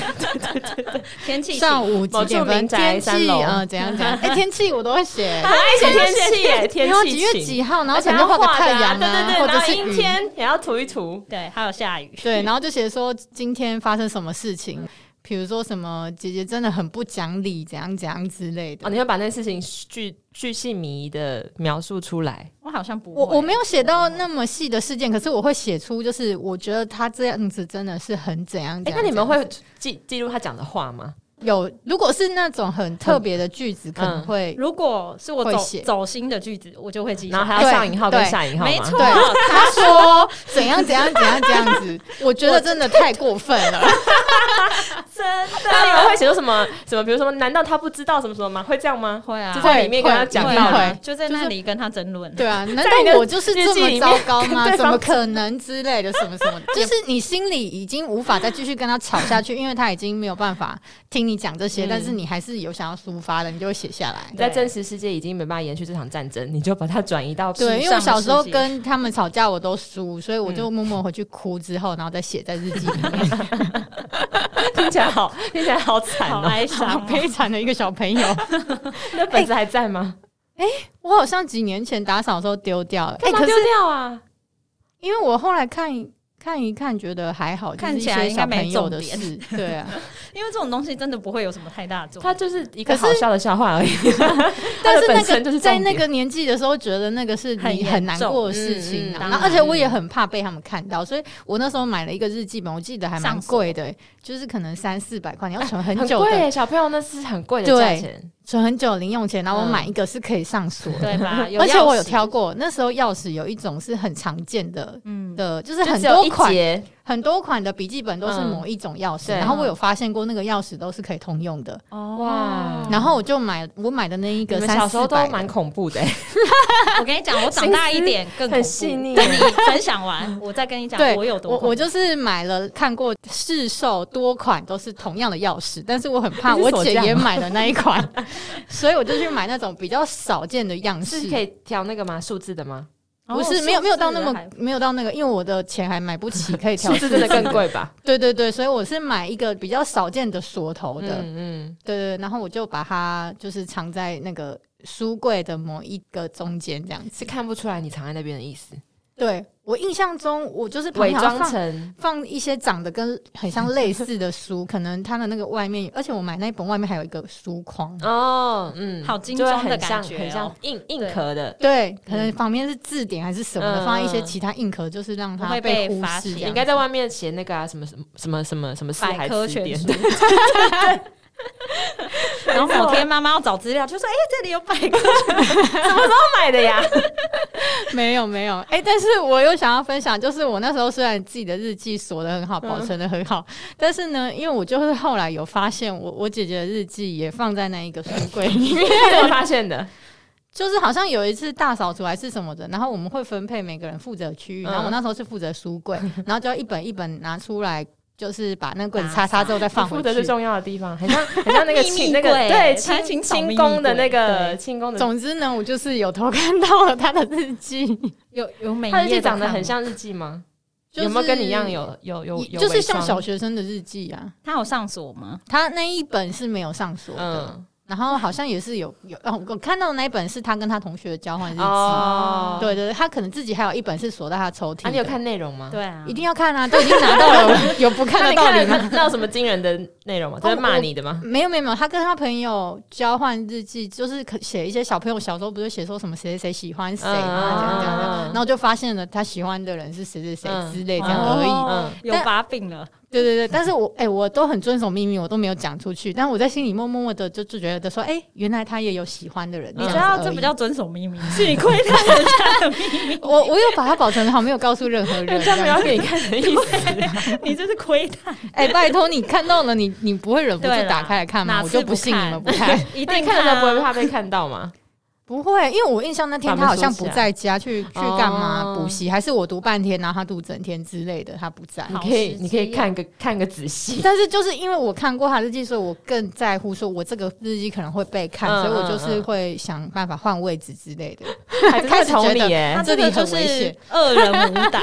Speaker 3: 天气晴
Speaker 2: 上午几点
Speaker 1: 某处民
Speaker 2: 分？
Speaker 1: 宅
Speaker 2: 天
Speaker 1: 三
Speaker 2: 气
Speaker 1: 楼啊
Speaker 2: 呃怎样
Speaker 1: (laughs)
Speaker 2: 怎样？哎，天气我都会写，
Speaker 1: 他还写天气耶，天
Speaker 2: 然后
Speaker 1: 气
Speaker 2: 几月
Speaker 1: 晴
Speaker 2: 几号，然后
Speaker 1: 而且
Speaker 2: 可能
Speaker 1: 要
Speaker 2: 画个
Speaker 1: 画
Speaker 2: 太
Speaker 1: 的啊
Speaker 2: 阳
Speaker 1: 对对对，
Speaker 2: 或者
Speaker 1: 然后
Speaker 2: 是嗯
Speaker 1: 阴
Speaker 2: 雨，
Speaker 1: 天也要涂一涂。
Speaker 3: 对，还有下雨，
Speaker 2: 对，然后就写说今天发生什么事情，比如说什么姐姐真的很不讲理，怎样怎样之类
Speaker 1: 哦，
Speaker 2: 的。
Speaker 1: 你会把那事情巨巨细靡的描述出来，
Speaker 3: 我好像不会
Speaker 2: 我我没有写到那么细的事件，可是我会写出，就是我觉得他这样子真的是很怎样
Speaker 1: 哎、
Speaker 2: 怎样。
Speaker 1: 那你们
Speaker 2: 怎样
Speaker 1: 会记记录他讲的话吗？
Speaker 2: 有？如果是那种很特别的句子，可能会
Speaker 3: 如果是我
Speaker 2: 会
Speaker 3: 走
Speaker 2: 写
Speaker 3: 走心的句子，我就会记下
Speaker 1: 然后
Speaker 3: 来。
Speaker 1: 还要
Speaker 2: 对
Speaker 1: 上引号跟
Speaker 2: 对
Speaker 1: 下引号吗？
Speaker 3: 没错，
Speaker 2: 对他说怎样怎样怎样怎样子，我觉得真的太过分了。
Speaker 3: 真
Speaker 2: (laughs)
Speaker 1: 那你
Speaker 3: 的
Speaker 1: 们会写出什么什么？比如说，难道他不知道什么什么吗？会这样吗？
Speaker 3: 会啊
Speaker 1: 就，在里面跟他讲
Speaker 3: 会
Speaker 1: 到
Speaker 2: 会
Speaker 1: 了。
Speaker 3: 啊，就在那里跟他争论。
Speaker 2: 对啊，难
Speaker 1: 在你的
Speaker 2: 道我就是这么糟糕
Speaker 1: 日记里面跟
Speaker 2: 吗？
Speaker 1: 对
Speaker 2: 怎
Speaker 1: 方
Speaker 2: 么可能之类的，什么什么的，就是你心里已经无法再继续跟他吵下去，因为他已经没有办法听你讲这些，
Speaker 1: 嗯
Speaker 2: 但是你还是有想要抒发的，你就会写下来
Speaker 1: 你。在
Speaker 3: 对
Speaker 1: 真实世界已经没办法延续这场战争，你就把它转移到
Speaker 2: 对，
Speaker 1: 纸
Speaker 2: 因为我
Speaker 1: 上
Speaker 2: 小时候
Speaker 1: 世界
Speaker 2: 跟他们吵架，我都输，所以我就默默回去哭，之后然后再写在日记里面，
Speaker 1: 听起来
Speaker 2: (laughs)
Speaker 1: 好听起来好惨
Speaker 3: 好
Speaker 1: 哦、
Speaker 2: 好
Speaker 3: 哀
Speaker 2: 哎
Speaker 3: 伤
Speaker 2: (laughs)
Speaker 3: 哦，
Speaker 2: 悲惨的一个小朋友。 (laughs)
Speaker 1: 那本子还在吗？
Speaker 2: 我好像几年前打扫的时候丢掉了，哎，
Speaker 1: 干嘛
Speaker 2: 可是
Speaker 1: 丢掉啊？
Speaker 2: 因为我后来看看一看，觉得还好，
Speaker 3: 看
Speaker 2: 就是
Speaker 3: 起来
Speaker 2: 一些
Speaker 3: 应该
Speaker 2: 小
Speaker 3: 没
Speaker 2: 朋友
Speaker 3: 重
Speaker 2: 的
Speaker 3: 点
Speaker 2: 事，对啊。
Speaker 3: 因为这种东西真的不会有什么太大作用
Speaker 1: 它。就是一个
Speaker 2: 可是
Speaker 1: 好笑的笑话而已。
Speaker 2: (laughs) 但
Speaker 1: 它的
Speaker 2: 是那
Speaker 1: 本身就
Speaker 2: 个
Speaker 1: 是
Speaker 2: 在
Speaker 1: 重
Speaker 2: 那
Speaker 1: 点
Speaker 2: 个年纪的时候，觉得那个是
Speaker 3: 很
Speaker 2: 你
Speaker 3: 严
Speaker 2: 很难
Speaker 3: 重
Speaker 2: 过的事情
Speaker 1: 嗯嗯
Speaker 2: 啊。
Speaker 1: 当
Speaker 2: 然后，
Speaker 1: 然
Speaker 2: 而且我也很怕被他们看到，所以我那时候买了一个日记本，我记得还蛮
Speaker 3: 上锁
Speaker 2: 贵的、就是可能三四百块，你要存很
Speaker 1: 很
Speaker 2: 久
Speaker 1: 贵
Speaker 2: 的，
Speaker 1: 耶，小朋友那是很贵的价
Speaker 2: 对
Speaker 1: 钱，
Speaker 2: 存很久的零用钱。然后我
Speaker 1: 嗯
Speaker 2: 买一个是可以上锁的，
Speaker 3: (laughs) 对吧？
Speaker 2: 而且我
Speaker 3: 钥
Speaker 2: 有
Speaker 3: 匙
Speaker 2: 挑，过，那时候钥匙有一种是很常见的。
Speaker 3: 嗯，
Speaker 2: 的就是
Speaker 1: 就
Speaker 2: 很
Speaker 1: 只有
Speaker 2: 多
Speaker 1: 一
Speaker 2: 款
Speaker 1: 节
Speaker 2: 很多款的笔记本都是
Speaker 1: 嗯
Speaker 2: 某一种钥匙，
Speaker 1: 对嗯
Speaker 2: 然后我有发现过那个钥匙都是可以通用的，
Speaker 3: 哦
Speaker 1: 哇
Speaker 2: 然后我就买我买的那一
Speaker 1: 嗯你
Speaker 2: 个
Speaker 1: 们
Speaker 2: 三
Speaker 1: 小时候
Speaker 2: 四
Speaker 1: 都
Speaker 2: 百
Speaker 1: 蛮
Speaker 2: 的，
Speaker 1: 恐怖
Speaker 2: (laughs)
Speaker 1: 的、
Speaker 3: 我跟你讲，我长大一点更恐怖
Speaker 1: 很细腻
Speaker 3: 等你分享
Speaker 2: (laughs)
Speaker 3: 完，我再跟你讲
Speaker 2: 对
Speaker 3: 我有多
Speaker 2: 我
Speaker 3: 恐怖。
Speaker 2: 我就是买了看过市售多款都是同样的钥匙，但是我很怕
Speaker 1: 你是
Speaker 2: 我
Speaker 1: 锁
Speaker 2: 姐
Speaker 1: 匠
Speaker 2: 也
Speaker 1: 吗
Speaker 2: 买的那一款，
Speaker 1: (laughs)
Speaker 2: 所以我就去买那种比较少见的样式
Speaker 1: 是。可以调那个吗？数字的吗？
Speaker 3: 哦
Speaker 2: 不
Speaker 3: 数
Speaker 2: 是
Speaker 3: 字
Speaker 2: 没有没有到那么
Speaker 3: 还
Speaker 2: 没有到那个，因为我的钱还买不起，可以调
Speaker 1: 数字真的更
Speaker 2: 数字。
Speaker 1: 贵 (laughs) 吧？
Speaker 2: 对对对，所以我是买一个比较少见的锁头的，
Speaker 1: 嗯
Speaker 2: 对对，对然后我就把它就是藏在那个书柜的某一个中间这样
Speaker 1: 是
Speaker 2: 子。
Speaker 1: 看不出来你藏在那边的意思，
Speaker 2: 对我印象中，我就是旁
Speaker 1: 伪
Speaker 2: 边好像
Speaker 1: 装
Speaker 2: 放
Speaker 1: 成
Speaker 2: 放一些长得跟很像类似的书，可能它的那个外面，而且我买那一本外面还有一个书框，
Speaker 1: 哦，嗯，
Speaker 3: 好精
Speaker 1: 就会
Speaker 3: 装的
Speaker 1: 很像
Speaker 3: 感觉哦
Speaker 1: 很像硬硬
Speaker 3: 对
Speaker 1: 壳的，
Speaker 2: 对，可能旁边是字典还是什么的，
Speaker 1: 嗯
Speaker 2: 放一些其他硬壳，就是让它
Speaker 3: 不会被
Speaker 2: 忽
Speaker 3: 发
Speaker 2: 视
Speaker 3: 现
Speaker 2: 这
Speaker 1: 你
Speaker 2: 样。
Speaker 1: 应该在外面写那个啊，什么什么什么什么什么四
Speaker 3: 百
Speaker 1: 海
Speaker 3: 科
Speaker 1: 词
Speaker 3: 全
Speaker 1: 典 (laughs)
Speaker 2: (laughs)
Speaker 3: 书。然后
Speaker 2: (laughs)
Speaker 3: 某天妈妈要找资料，就说：“哎、这里有百科。
Speaker 1: 买的呀，
Speaker 2: 没有没有，哎、但是我有想要分享，就是我那时候虽然自己的日记锁的很好，
Speaker 1: 嗯
Speaker 2: 保存的很好，但是呢，因为我就是后来有发现我，我姐姐的日记也放在那一个书柜里 (laughs) 面，
Speaker 1: 怎么发现的？
Speaker 2: 就是好像有一次大扫除还是什么的，然后我们会分配每个人负责区域，
Speaker 1: 嗯
Speaker 2: 然后我那时候是负责书
Speaker 1: (laughs)
Speaker 2: 柜，然后就要一本一本拿出来，就是把那个柜子擦擦之后再放
Speaker 1: 负
Speaker 2: 回
Speaker 1: 责
Speaker 2: 去
Speaker 1: 是。重要的地方，很像很
Speaker 2: (laughs)
Speaker 1: 像那个
Speaker 3: 秘密
Speaker 1: 清那个
Speaker 3: 柜
Speaker 1: 对
Speaker 3: 他
Speaker 1: 清
Speaker 3: 请扫秘
Speaker 1: 清
Speaker 3: 密
Speaker 1: 宫的
Speaker 3: 柜
Speaker 1: 那个
Speaker 2: 对
Speaker 1: 清宫的
Speaker 2: 总之呢，我就是有偷看到了她的日记，
Speaker 3: 有有每
Speaker 1: 他日
Speaker 3: 一
Speaker 1: 记
Speaker 3: 页
Speaker 1: 长得
Speaker 3: 都看
Speaker 1: 很
Speaker 3: 吗，
Speaker 1: 像日记吗？
Speaker 2: 就是
Speaker 1: 有没有跟你一样有有有有
Speaker 2: 就是
Speaker 1: 伪
Speaker 2: 像
Speaker 1: 装
Speaker 2: 小学生的日记啊。
Speaker 3: 他有上锁吗？
Speaker 2: 他那一本是没有上锁的，
Speaker 1: 嗯
Speaker 2: 然后好像也是有有哦，我看到的那一本是他跟他同学的交换日记，
Speaker 1: 哦，
Speaker 2: 对对，对他可能自己还有一本是锁在他的抽屉的。
Speaker 1: 啊，你有看内容吗？
Speaker 3: 对啊，
Speaker 2: 一定要看啊，都已经拿到了， (laughs) 有不
Speaker 1: (laughs)
Speaker 2: 看
Speaker 1: 那
Speaker 2: 的
Speaker 1: 你哦
Speaker 2: 道
Speaker 1: 看
Speaker 2: 理
Speaker 1: 了
Speaker 2: 吗？
Speaker 1: 看到什么惊人的内容吗？他在骂你的吗？
Speaker 2: 没有没有没有，他跟他朋友交换日记，就是可写一些小朋友小时候不是写说什么谁谁谁喜欢谁嘛，这样这样这样，然
Speaker 1: 嗯
Speaker 2: 后就发现了他喜欢的人是谁谁谁
Speaker 1: 嗯
Speaker 2: 之类这样而已。
Speaker 3: 哦
Speaker 1: 嗯
Speaker 3: 有
Speaker 2: 但
Speaker 3: 把柄了，
Speaker 2: 对对对，但是我哎、我都很遵守秘密，我都没有讲出去，但我在心里默默的就就觉得说，哎、原来他也有喜欢的人，
Speaker 1: 嗯
Speaker 3: 你知
Speaker 2: 样
Speaker 3: 道
Speaker 2: 子
Speaker 3: 这
Speaker 2: 而已，
Speaker 3: 不叫遵守秘密， (laughs) 是你窥探人家的秘密
Speaker 2: 我我有把它保存好，没有告诉任何人
Speaker 3: (laughs)
Speaker 1: 人。家
Speaker 2: 这
Speaker 1: 没
Speaker 2: 样
Speaker 1: 有
Speaker 2: 子
Speaker 1: 给你看的意思，
Speaker 3: 你这是窥探，
Speaker 2: 哎、拜托你看到了，你你不会忍不住
Speaker 3: 对啦
Speaker 2: 打开来看吗？
Speaker 3: 哪
Speaker 2: 我
Speaker 3: 次
Speaker 2: 就不信
Speaker 3: 不
Speaker 2: 你
Speaker 3: 看
Speaker 2: 们不看，
Speaker 3: 一
Speaker 1: 那
Speaker 3: 定
Speaker 1: 你看了
Speaker 3: 啊
Speaker 1: 不会怕被看到吗？
Speaker 2: (laughs) 不会，因为我印象那天
Speaker 1: 把
Speaker 2: 他
Speaker 1: 门
Speaker 2: 好像
Speaker 1: 锁
Speaker 2: 不
Speaker 1: 起来
Speaker 2: 在家，去去干嘛
Speaker 1: 哦
Speaker 2: 补习，还是我读半天，然后他读整天之类的，他不在
Speaker 1: 你。
Speaker 3: 好
Speaker 1: 可以
Speaker 3: 时，机
Speaker 1: 你可以
Speaker 3: 啊
Speaker 1: 看个看个仔
Speaker 2: (laughs)
Speaker 1: 细。
Speaker 2: 但是就是因为我看过他日记，所以我更在乎，说我这个日记可能会被看，
Speaker 1: 嗯
Speaker 2: 所以我就
Speaker 1: 嗯
Speaker 2: 是
Speaker 1: 嗯
Speaker 2: 会想办法换位置之类
Speaker 3: (laughs)
Speaker 2: 的。
Speaker 1: 还真
Speaker 2: 开
Speaker 1: 的
Speaker 2: 始
Speaker 1: 同
Speaker 2: 觉得
Speaker 1: 理耶
Speaker 3: 那，
Speaker 2: 这
Speaker 3: 这
Speaker 2: 里
Speaker 3: 个就
Speaker 2: 很危
Speaker 3: 是
Speaker 2: 险
Speaker 3: 恶人无
Speaker 2: (laughs)
Speaker 3: 胆，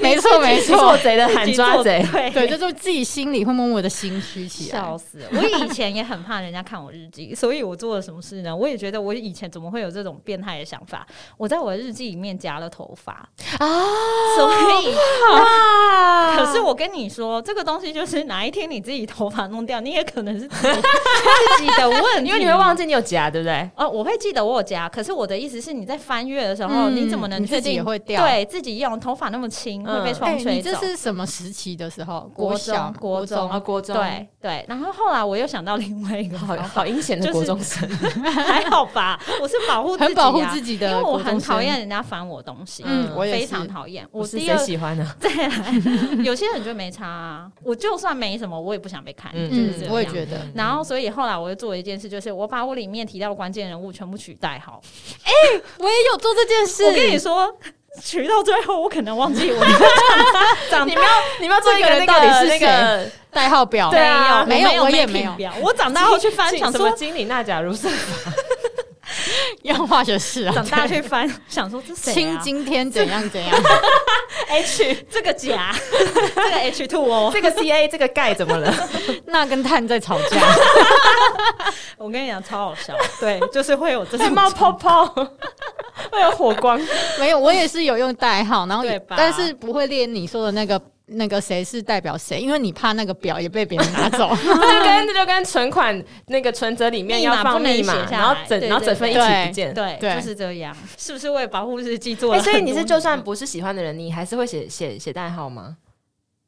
Speaker 2: 没错没错
Speaker 1: 做，贼的喊抓贼。
Speaker 3: (laughs) 对
Speaker 2: 对，就是自己心里会默默的心虚起来
Speaker 3: 笑。死了！我以前也很怕人家看我日记，所以我做了什么事呢？我也觉得我以前怎么会有这种变态的想法？我在我的日记里面夹了头发啊，所以哇！可是我跟你说，这个东西就是哪一天你自己头发弄掉，你也可能是自己自己的问题，
Speaker 1: 因为你会忘。记你有夹，对不对？
Speaker 3: 哦，我会记得我有夹，可是我的意思是，你在翻阅的时候，
Speaker 2: 嗯
Speaker 3: 你怎么能
Speaker 2: 你
Speaker 3: 确
Speaker 2: 自己也
Speaker 3: 定
Speaker 2: 会掉
Speaker 3: 对自己用头发那么轻、
Speaker 1: 嗯
Speaker 3: 会被
Speaker 2: 哎、
Speaker 3: 风
Speaker 2: 你
Speaker 3: 吹走？
Speaker 2: 这是什么时期的时候？
Speaker 3: 国中
Speaker 2: 小、
Speaker 3: 国
Speaker 2: 国
Speaker 3: 中
Speaker 1: 啊，国中，
Speaker 3: 对对。然后后来我又想到另外一个
Speaker 1: 好
Speaker 3: 方法
Speaker 1: 好阴险的
Speaker 3: 就是
Speaker 1: 国中生。
Speaker 3: 还好吧，我是保护自己、啊，
Speaker 2: 很保护自己的
Speaker 3: 因为我
Speaker 2: 国中
Speaker 3: 很讨
Speaker 2: 生
Speaker 3: 厌人家烦我东西，
Speaker 2: 嗯，我也
Speaker 3: 非
Speaker 2: 是
Speaker 3: 常讨厌。
Speaker 1: 我
Speaker 3: 我
Speaker 1: 是
Speaker 3: 第
Speaker 1: 谁
Speaker 3: 二 (laughs)
Speaker 1: 喜欢呢？
Speaker 3: 再来，有些人就没差啊，我就算没什么，我也不想被看，
Speaker 1: 嗯
Speaker 3: 就是
Speaker 2: 嗯，
Speaker 3: 这样。
Speaker 2: 我也觉得。
Speaker 3: 然后，所以后来我就做了一件事，就是我把我里面提到的关键人物全部取代好。
Speaker 2: 我也有做这件事
Speaker 3: 我
Speaker 2: (laughs)
Speaker 3: 跟你说，取到最后，我可能忘记我长
Speaker 1: 你
Speaker 3: 大
Speaker 1: 们要你们要做一个
Speaker 2: 这个人
Speaker 1: 那
Speaker 2: 到底
Speaker 1: 个
Speaker 2: 是
Speaker 1: 那个
Speaker 2: 代号表，
Speaker 1: 对啊
Speaker 2: 没
Speaker 3: 有，
Speaker 2: 有，我也没
Speaker 3: 有
Speaker 2: 有 (laughs)
Speaker 3: mapping 表。我长大后去翻，
Speaker 1: 经
Speaker 3: 想
Speaker 1: 什么
Speaker 3: 说
Speaker 1: 经理那假如是
Speaker 2: 用化学式啊
Speaker 3: 长。大去翻，想说这谁
Speaker 2: 亲
Speaker 3: 啊？
Speaker 2: 今
Speaker 3: (laughs)
Speaker 2: 天怎样怎样？
Speaker 3: H 这个甲，这个 H two 哦，
Speaker 1: 这个 C A 这个盖怎么了？
Speaker 2: 那跟碳在吵
Speaker 3: (laughs)
Speaker 2: 架，
Speaker 3: 我跟你讲超好笑，对，就是会有这
Speaker 1: 是
Speaker 3: (laughs) 种
Speaker 1: 冒泡泡，会有火光。
Speaker 2: 没有，我也是有用代号，然后也
Speaker 3: 对吧
Speaker 2: 但是不会列你说的那个那个谁是代表谁，因为你怕那个表也被别人拿
Speaker 3: (laughs)
Speaker 2: 走。
Speaker 1: 这就跟这就跟存款那个存折里面
Speaker 3: 密
Speaker 1: 要
Speaker 3: 码
Speaker 1: 放
Speaker 3: 不能
Speaker 1: 密码
Speaker 3: 写，下
Speaker 1: 然后
Speaker 3: 来
Speaker 1: 整
Speaker 3: 对
Speaker 1: 然后
Speaker 3: 对
Speaker 1: 整份一
Speaker 2: 对
Speaker 1: 起不见。
Speaker 3: 对，
Speaker 2: 对
Speaker 3: 就是这样，是不是为保护日记做
Speaker 1: 哎，
Speaker 3: 了很
Speaker 1: 所
Speaker 3: 多努力？
Speaker 1: 以你是就算不是喜欢的人，你还是会写写写代号吗？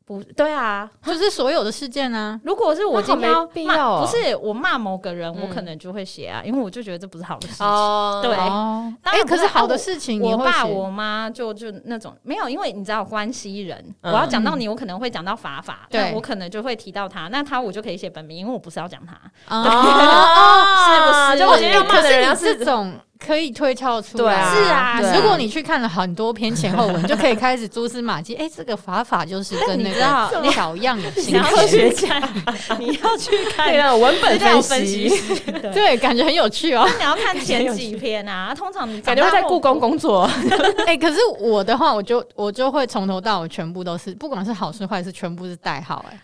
Speaker 3: 不对啊？
Speaker 2: 就是所有的事件啊，
Speaker 3: 如果是我
Speaker 1: 那好
Speaker 3: 今天要
Speaker 1: 没必
Speaker 3: 骂
Speaker 1: 要哦
Speaker 3: 不是我骂某个人，我
Speaker 1: 嗯
Speaker 3: 可能就会写啊，因为我就觉得这不是好的事
Speaker 1: (laughs)
Speaker 3: 情。
Speaker 1: 哦
Speaker 3: 对
Speaker 2: 哦，
Speaker 3: 当然
Speaker 2: 哎，
Speaker 3: 不
Speaker 2: 可
Speaker 3: 是
Speaker 2: 是好
Speaker 3: 啊
Speaker 2: 的事情你
Speaker 3: 我
Speaker 2: 会写
Speaker 3: 爸我妈就就那种没有，因为你知道关系人，
Speaker 1: 嗯
Speaker 3: 我要讲到你，我可能会讲到法法，
Speaker 2: 对
Speaker 3: 那我可能就会提到他，那他我就可以写本名，因为我不是要讲
Speaker 1: (laughs)
Speaker 3: 他， (laughs)
Speaker 1: 哦，
Speaker 3: 是不是
Speaker 1: 啊就我觉得
Speaker 2: 哎
Speaker 1: 要骂
Speaker 2: 可
Speaker 1: 的
Speaker 2: 是
Speaker 1: 人要
Speaker 2: 你
Speaker 1: 是
Speaker 2: 这种可以推敲出
Speaker 1: 对
Speaker 2: 来，
Speaker 1: 啊，
Speaker 3: 是啊
Speaker 1: 对
Speaker 2: 如果你去看了很多篇前后文，就可以开始蛛丝马迹。哎、这个法法就是跟那
Speaker 3: 你知道
Speaker 2: 个小样有
Speaker 3: (laughs) 你
Speaker 2: 新
Speaker 3: 要
Speaker 2: 鲜，
Speaker 3: 去看， (laughs) 你要去看
Speaker 1: 对啊，文本
Speaker 3: 资料
Speaker 1: 分
Speaker 3: 分析
Speaker 1: 析，
Speaker 3: 师， (laughs) 对。
Speaker 2: 对，感觉很有趣哦。 (laughs)
Speaker 3: 那你要看前几
Speaker 1: (laughs)
Speaker 3: 篇啊，通常你
Speaker 1: (laughs) 感觉会在故宫工作。
Speaker 2: 哎、可是我的话，我就我就会从头到尾全部都是，不管是好事坏事，全部是代号、哎，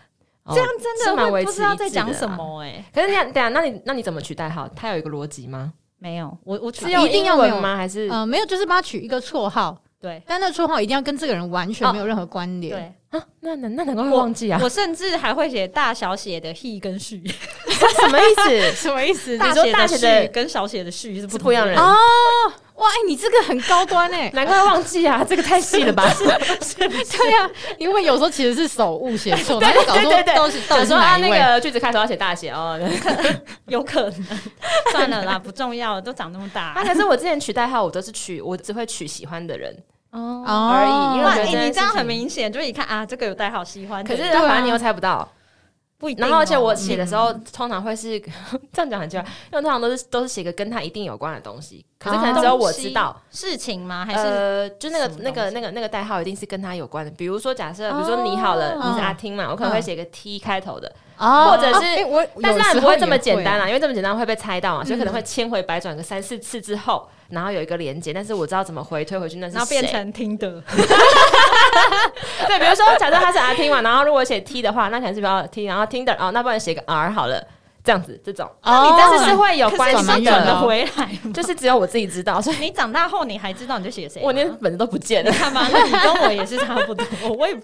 Speaker 3: 这样真
Speaker 1: 是
Speaker 3: 的
Speaker 1: 蛮
Speaker 3: 会
Speaker 1: 维
Speaker 3: 不
Speaker 1: 持
Speaker 3: 知
Speaker 1: 一
Speaker 3: 道
Speaker 1: 致
Speaker 3: 在讲
Speaker 1: 的啦啊
Speaker 3: 什。么哎、
Speaker 1: 可是你等下，那你那你怎么取代号？它有一个逻辑吗？
Speaker 3: 没有，我我
Speaker 1: 是
Speaker 3: 只
Speaker 2: 有
Speaker 3: 有
Speaker 1: 用
Speaker 2: 一定要
Speaker 1: 英文
Speaker 2: 没有
Speaker 1: 吗？还是
Speaker 2: 嗯、没有，就是帮他取一个绰号，
Speaker 3: 对
Speaker 2: 但那绰号一定要跟这个人完全没有任何关联。
Speaker 3: 对，
Speaker 1: 啊？那能那能够忘记啊？
Speaker 3: 我甚至还会写大小写的 he 跟
Speaker 1: (laughs)
Speaker 3: she，
Speaker 1: 什么意思？
Speaker 2: 什么意思
Speaker 1: 大
Speaker 3: 大
Speaker 1: 说
Speaker 3: 写的
Speaker 1: 写的
Speaker 3: she 跟小写的 she 是
Speaker 1: 是
Speaker 3: 不
Speaker 1: 不一样
Speaker 3: 的
Speaker 1: 人
Speaker 2: 哦，哇，哎、你这个很高端
Speaker 1: (laughs)
Speaker 2: 哎、
Speaker 1: 难怪忘记啊，这个太细了 (laughs) 吧？ (laughs) 啊
Speaker 2: 对呀、因为有时候其实是手误写错，然后搞
Speaker 1: 对对
Speaker 2: 说
Speaker 1: 对，
Speaker 2: 都是到
Speaker 1: 想
Speaker 2: 底是
Speaker 1: 说啊，
Speaker 2: 哪一
Speaker 1: 那
Speaker 2: 位？
Speaker 1: 个句子开头要写大写哦。
Speaker 3: (laughs) 有可能，算
Speaker 1: (laughs)
Speaker 3: 了啦，不重要，都长那么大
Speaker 1: 啊，可是我之前取代号，我都是取，我只会取喜欢的人。
Speaker 3: 哦。
Speaker 2: 哦
Speaker 1: 而已因为
Speaker 3: 哇，
Speaker 1: 我觉得这
Speaker 3: 哎、
Speaker 1: 件
Speaker 3: 你这样
Speaker 1: 事情
Speaker 3: 很明显，就是一看啊，这个有代号喜欢的，
Speaker 1: 可是
Speaker 2: 啊
Speaker 1: 反正你又猜不到。
Speaker 3: 不一定哦、嗯
Speaker 1: 然后，而且我写的时候，通常会是 (laughs) 这样讲很奇怪，因为通常都是都是写个跟他一定有关的东西，可是可能只有我知道。
Speaker 3: 事情吗？哦还是、
Speaker 1: 呃，就那
Speaker 3: 什
Speaker 1: 个
Speaker 3: 么
Speaker 1: 那个
Speaker 3: 东西
Speaker 1: 那个那个代号一定是跟他有关的，比如说假设，比如说你好了，
Speaker 2: 哦
Speaker 1: 你是阿听嘛，我可能
Speaker 3: 嗯
Speaker 1: 会写个 T 开头的，
Speaker 2: 哦
Speaker 1: 或者是
Speaker 2: 哎我
Speaker 1: 但是当然不会这么简单
Speaker 2: 了。
Speaker 3: 啊
Speaker 1: 啦，因为这么简单会被猜到嘛，所以可
Speaker 3: 嗯
Speaker 1: 能会千回百转个三四次之后，然后有一个连接，但是我知道怎么回推回去，那是
Speaker 3: 然后变
Speaker 1: 谁
Speaker 3: 成听的，
Speaker 1: (laughs) 对，比如说假设他是阿听嘛，然后如果写 T 的话，那可能是比较 T，然后 Tinder 哦，那不然写个 R 好了，这样子这种，
Speaker 2: 哦
Speaker 1: 你但是是会有
Speaker 3: 可
Speaker 1: 关
Speaker 3: 是
Speaker 1: 系
Speaker 2: 转
Speaker 3: 你转
Speaker 2: 得
Speaker 3: 得
Speaker 1: 的，
Speaker 3: 回来吗，
Speaker 1: 就是只有我自己知道，所以
Speaker 3: 你长大后你还知道你就写谁吗？
Speaker 1: 我连本子都不见了。
Speaker 3: 看吧，那你跟我也是差不多，我也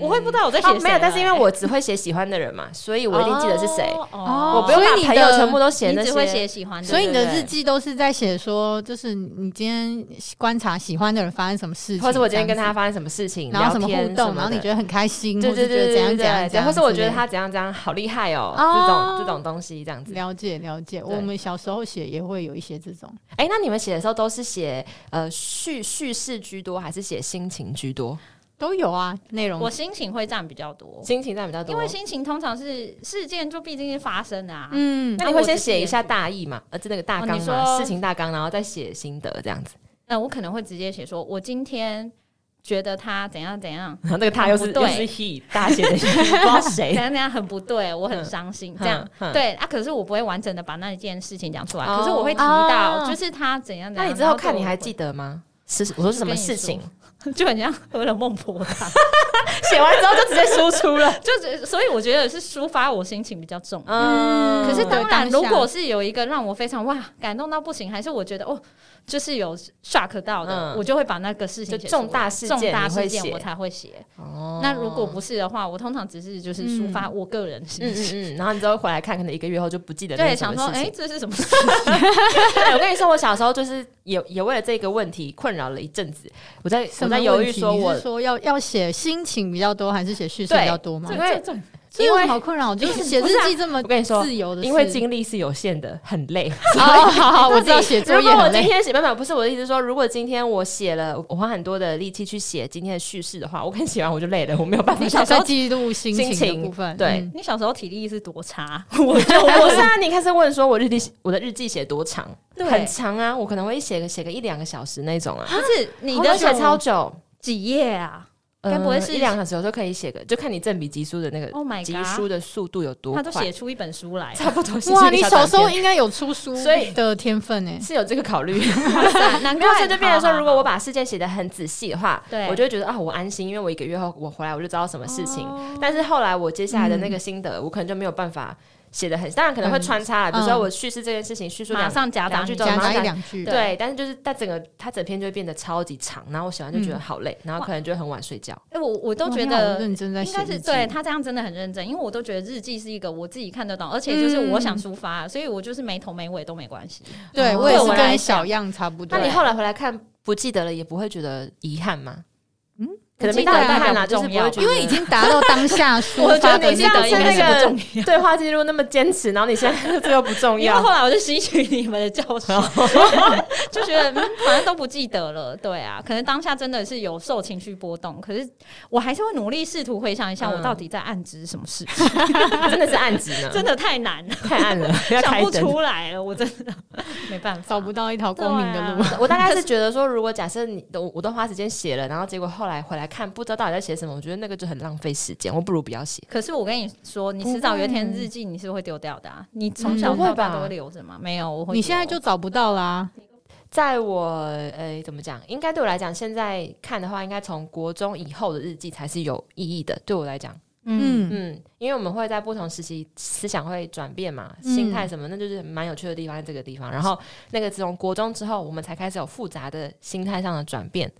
Speaker 3: 我会不知道我在写
Speaker 1: 哦
Speaker 3: 谁啊、，
Speaker 1: 没有，但是因为我只会写喜欢的人嘛，所以我一定记得是谁。
Speaker 3: 哦
Speaker 2: 哦
Speaker 1: 我不用
Speaker 2: 所
Speaker 1: 把
Speaker 2: 以你
Speaker 1: 朋友
Speaker 2: 的
Speaker 1: 全部都写那
Speaker 3: 你
Speaker 1: 些，
Speaker 3: 只会写喜欢的，
Speaker 2: 所以你
Speaker 1: 对
Speaker 2: 的
Speaker 1: 对对
Speaker 2: 日记都是在写说，就是你今天观察喜欢的人发生什么事情，
Speaker 1: 或者我今天跟
Speaker 2: 这样
Speaker 1: 他
Speaker 2: 子
Speaker 1: 发生什么事情，
Speaker 2: 然后什么
Speaker 1: 聊天
Speaker 2: 互动，然后
Speaker 1: 的
Speaker 2: 你觉得很开心，
Speaker 1: 对
Speaker 2: 或是
Speaker 1: 对
Speaker 2: 觉得
Speaker 1: 对
Speaker 2: 怎样
Speaker 1: 对
Speaker 2: 怎样
Speaker 1: 对
Speaker 2: 怎
Speaker 1: 对，
Speaker 2: 样，
Speaker 1: 或是我
Speaker 2: 之
Speaker 1: 觉得
Speaker 2: 类
Speaker 1: 他怎样怎样好厉害哦，这
Speaker 2: 哦
Speaker 1: 种这种东西这样子。
Speaker 2: 了解了解。
Speaker 1: 对
Speaker 2: 我们小时候写也会有一些这种，
Speaker 1: 哎，那你们写的时候都是写呃叙叙事居多，还是写心情居多？
Speaker 2: 都有啊，内容
Speaker 3: 我心情会占比较多，
Speaker 1: 心情占比较多，
Speaker 3: 因为心情通常是事件就毕竟是发生的啊。
Speaker 2: 嗯
Speaker 1: 那
Speaker 3: 啊
Speaker 1: 你
Speaker 3: 我
Speaker 1: 会
Speaker 3: 只
Speaker 1: 先
Speaker 3: 是
Speaker 1: 写一
Speaker 3: 也
Speaker 1: 下
Speaker 3: 是
Speaker 1: 大意嘛，呃，这那个大
Speaker 3: 哦
Speaker 1: 纲
Speaker 3: 你
Speaker 1: 嘛，
Speaker 3: 说
Speaker 1: 事情大纲，然后再写心得这样子。，
Speaker 3: 那我可能会直接写说，我今天觉得他怎样怎样
Speaker 1: 然后那个他又是
Speaker 3: 不
Speaker 1: 又
Speaker 3: 对
Speaker 1: 是 he 大写的 he，不知道
Speaker 3: 怎
Speaker 1: 谁。
Speaker 3: 样怎样很不对，我很伤心，
Speaker 1: 嗯
Speaker 3: 这样
Speaker 1: 嗯嗯
Speaker 3: 对啊。可是我不会完整的把那一件事情讲出来，
Speaker 1: 哦
Speaker 3: 可是我会提到
Speaker 2: 哦
Speaker 3: 就是他怎样怎
Speaker 1: (laughs) 那
Speaker 3: 样。
Speaker 1: 你之后
Speaker 3: 然
Speaker 1: 看
Speaker 3: 就
Speaker 1: 你还
Speaker 3: 会
Speaker 1: 记得吗？是我说什么
Speaker 3: 跟你
Speaker 1: 事情？
Speaker 3: (laughs)
Speaker 1: (laughs)
Speaker 3: 就很像 (laughs) 喝了孟婆汤，
Speaker 1: 写完之后就直接输出了。
Speaker 3: (laughs) 就是所以我觉得是抒发我心情比较重。
Speaker 1: 嗯，
Speaker 3: 可是
Speaker 2: 对
Speaker 3: 当
Speaker 2: 当
Speaker 3: 然，如
Speaker 2: 下
Speaker 3: 果是有一个让我非常哇感动到不行，还是我觉得哦，就是有 shock 到的，
Speaker 1: 嗯
Speaker 3: 我就会把那个事情
Speaker 1: 就
Speaker 3: 写
Speaker 1: 重
Speaker 3: 出来
Speaker 1: 大事件
Speaker 3: 重大
Speaker 1: 你会
Speaker 3: 事件
Speaker 1: 写
Speaker 3: 我才会写。
Speaker 1: 哦
Speaker 3: 那如果不是的话，我通常只是就是抒发我个人
Speaker 1: (laughs) 嗯
Speaker 3: 心
Speaker 1: 嗯
Speaker 3: 情。
Speaker 1: 嗯，然后你之后回来看，可能一个月后就不记得那
Speaker 3: 对，
Speaker 1: 是什
Speaker 3: 想
Speaker 1: 么
Speaker 3: 说，
Speaker 1: 事
Speaker 3: 哎、
Speaker 1: 情。
Speaker 3: 这是什么？
Speaker 1: (laughs) 哎，我跟你说，我小时候就是也也为了这个问题困扰了一阵子。我在我
Speaker 2: 什么
Speaker 1: 在犹
Speaker 2: 问
Speaker 1: 豫
Speaker 2: 题
Speaker 1: 说
Speaker 2: 你是
Speaker 1: 我
Speaker 2: 说要要写心情比较多，还是写叙事比
Speaker 1: 对
Speaker 2: 较多吗？
Speaker 1: 因为
Speaker 2: 这有什么困扰？就是写日
Speaker 1: (laughs) 不是啊
Speaker 2: 记这么
Speaker 1: 我跟你说
Speaker 2: 自由的事，
Speaker 1: 因为精力是有限的，很累。
Speaker 2: 哦，好好，我
Speaker 1: 到
Speaker 2: 知道
Speaker 1: 底
Speaker 2: 写作
Speaker 1: (laughs) 如
Speaker 2: 业
Speaker 1: 果我
Speaker 2: 很
Speaker 1: 今
Speaker 2: 累。
Speaker 1: 天写办法，不是我的意思是说，如果今天我写了，我花很多的力气去写今天的叙事的话，我可能写完我就累了，我没有办法
Speaker 2: 你
Speaker 1: 想
Speaker 2: (laughs) 小时
Speaker 1: 象
Speaker 2: 候。记录心
Speaker 1: 心
Speaker 2: 情
Speaker 1: 情
Speaker 2: 的部分，
Speaker 1: 对
Speaker 2: 嗯
Speaker 3: 你小时候体力是多差？
Speaker 1: 我就我
Speaker 3: (laughs)
Speaker 1: 是啊，你开始问说我日记我的日记写多长，
Speaker 3: 对
Speaker 1: 很长啊，我可能会写个写个一两个小时那种
Speaker 3: (laughs)
Speaker 1: 啊，
Speaker 3: 不是你
Speaker 1: 我
Speaker 3: 的
Speaker 1: 能写超久。
Speaker 3: 几页啊？
Speaker 1: 呃
Speaker 3: 该不会是
Speaker 1: 一两个小时有时候可以写个，就看你正比级书的那个
Speaker 3: Oh my
Speaker 1: 级
Speaker 3: god
Speaker 1: 书的速度有多
Speaker 3: 他
Speaker 1: 快，
Speaker 3: 都写出一本书
Speaker 1: (laughs)
Speaker 3: 来，
Speaker 1: 差不多写
Speaker 2: 哇，
Speaker 1: 出一
Speaker 2: 你
Speaker 1: 个小
Speaker 2: 小
Speaker 1: 短
Speaker 2: 时候
Speaker 1: 篇
Speaker 2: 应该有出书
Speaker 1: 所以
Speaker 2: 的天分欸呢。
Speaker 1: 是有这个考 (laughs) 虑，
Speaker 3: (laughs) 哇塞难
Speaker 1: 没有，
Speaker 3: 怪。
Speaker 1: 这就变成说，
Speaker 3: 好
Speaker 1: 如果我把事件写得很仔细的话，
Speaker 3: 对
Speaker 1: 我就会觉得啊，我安心，因为我一个月后我回来我就知道什么事情。但是后来我接下来的那个心得，我可能就没有办法写得很，当然可能会穿插啦，比如说
Speaker 2: 嗯
Speaker 1: 我叙事这件事情，叙述
Speaker 3: 马
Speaker 1: 两
Speaker 3: 上夹杂
Speaker 1: 两句
Speaker 3: 你
Speaker 1: 之后，
Speaker 2: 夹
Speaker 1: 嗯马
Speaker 2: 杂
Speaker 1: 上
Speaker 2: 一
Speaker 1: 讲
Speaker 2: 两句，
Speaker 1: 对，但是就是它整个它整篇就会变得超级长，然后我写完就觉得好累，然后可能就会很晚睡觉。
Speaker 3: 哎、我我都
Speaker 2: 哇
Speaker 3: 觉
Speaker 2: 你好
Speaker 3: 得
Speaker 1: 哦
Speaker 2: 认真在
Speaker 3: 应
Speaker 2: 写
Speaker 3: 该
Speaker 2: 日
Speaker 3: 是
Speaker 2: 记
Speaker 3: 对他这样真的很认真，因为我都觉得日记是一个我自己看得懂，而且就是我
Speaker 2: 嗯
Speaker 3: 想抒发，所以我就是没头没尾都没关系。
Speaker 2: 对
Speaker 1: 哦
Speaker 2: 我也是
Speaker 3: 对我来
Speaker 2: 跟
Speaker 3: 讲
Speaker 2: 小样差不多。
Speaker 1: 那你后来回来看不记得了，也不会觉得遗憾吗？嗯
Speaker 2: 嗯，
Speaker 1: 可能没
Speaker 3: 不记得
Speaker 1: 到遗憾啦，
Speaker 3: 不
Speaker 1: 就是
Speaker 3: 重
Speaker 1: 不
Speaker 3: 要
Speaker 1: 会觉得，
Speaker 2: 因为已经达到当下
Speaker 1: (laughs)
Speaker 2: 抒
Speaker 1: 我觉
Speaker 2: 发
Speaker 1: 得
Speaker 2: 的
Speaker 1: 你
Speaker 2: 那
Speaker 1: 上
Speaker 2: 个
Speaker 1: 次
Speaker 2: 应
Speaker 1: 那
Speaker 2: 该是不重
Speaker 1: 个对话记录那么坚持，然后你现在 (laughs) 这又不重
Speaker 3: 因为
Speaker 1: 要
Speaker 3: 后。来我就吸取你们
Speaker 2: (laughs)
Speaker 3: 的教训， (laughs) 就觉得、嗯、反正都不记得了。对啊，可能当下真的是有受情绪波动，可是我还是会努力试图回想一下
Speaker 1: 嗯
Speaker 3: 我到底在暗指什么
Speaker 2: (laughs)
Speaker 3: 事，
Speaker 1: 真的是暗指呢，
Speaker 3: 真的太难了，
Speaker 1: 太暗
Speaker 2: (laughs)
Speaker 1: 了，要
Speaker 3: 想
Speaker 1: 开
Speaker 3: 不
Speaker 1: 灯。
Speaker 3: 出来了，我真的 (laughs) 没办法
Speaker 2: 找。不到一条光明的路
Speaker 3: 对。啊
Speaker 1: 我大
Speaker 2: (laughs)
Speaker 1: 概是觉得说，如果假设你我我都花时间写了，然后结果后来回来看，不知道到底在写什么，我觉得那个就很浪费时间，我不如不要写。
Speaker 3: 可是我跟你说，你迟早有一天日记你是会丢掉的啊！你从
Speaker 1: 嗯
Speaker 3: 小
Speaker 1: 不会
Speaker 3: 到大
Speaker 1: 吧
Speaker 3: 都会留着吗？没有，我
Speaker 1: 啊
Speaker 3: 会留。
Speaker 2: (laughs) 你现在就找不到啦，
Speaker 1: 在我呃怎么讲，应该对我来讲，现在看的话，应该从国中以后的日记才是有意义的，对我来讲。
Speaker 3: 嗯，
Speaker 2: 嗯，
Speaker 1: 嗯，因为我们会在不同时期思想会转变嘛，
Speaker 2: 嗯
Speaker 1: 心态什么，那就是蛮有趣的地方，在这个地方。然后那个从国中之后，我们才开始有复杂的心态上的转变，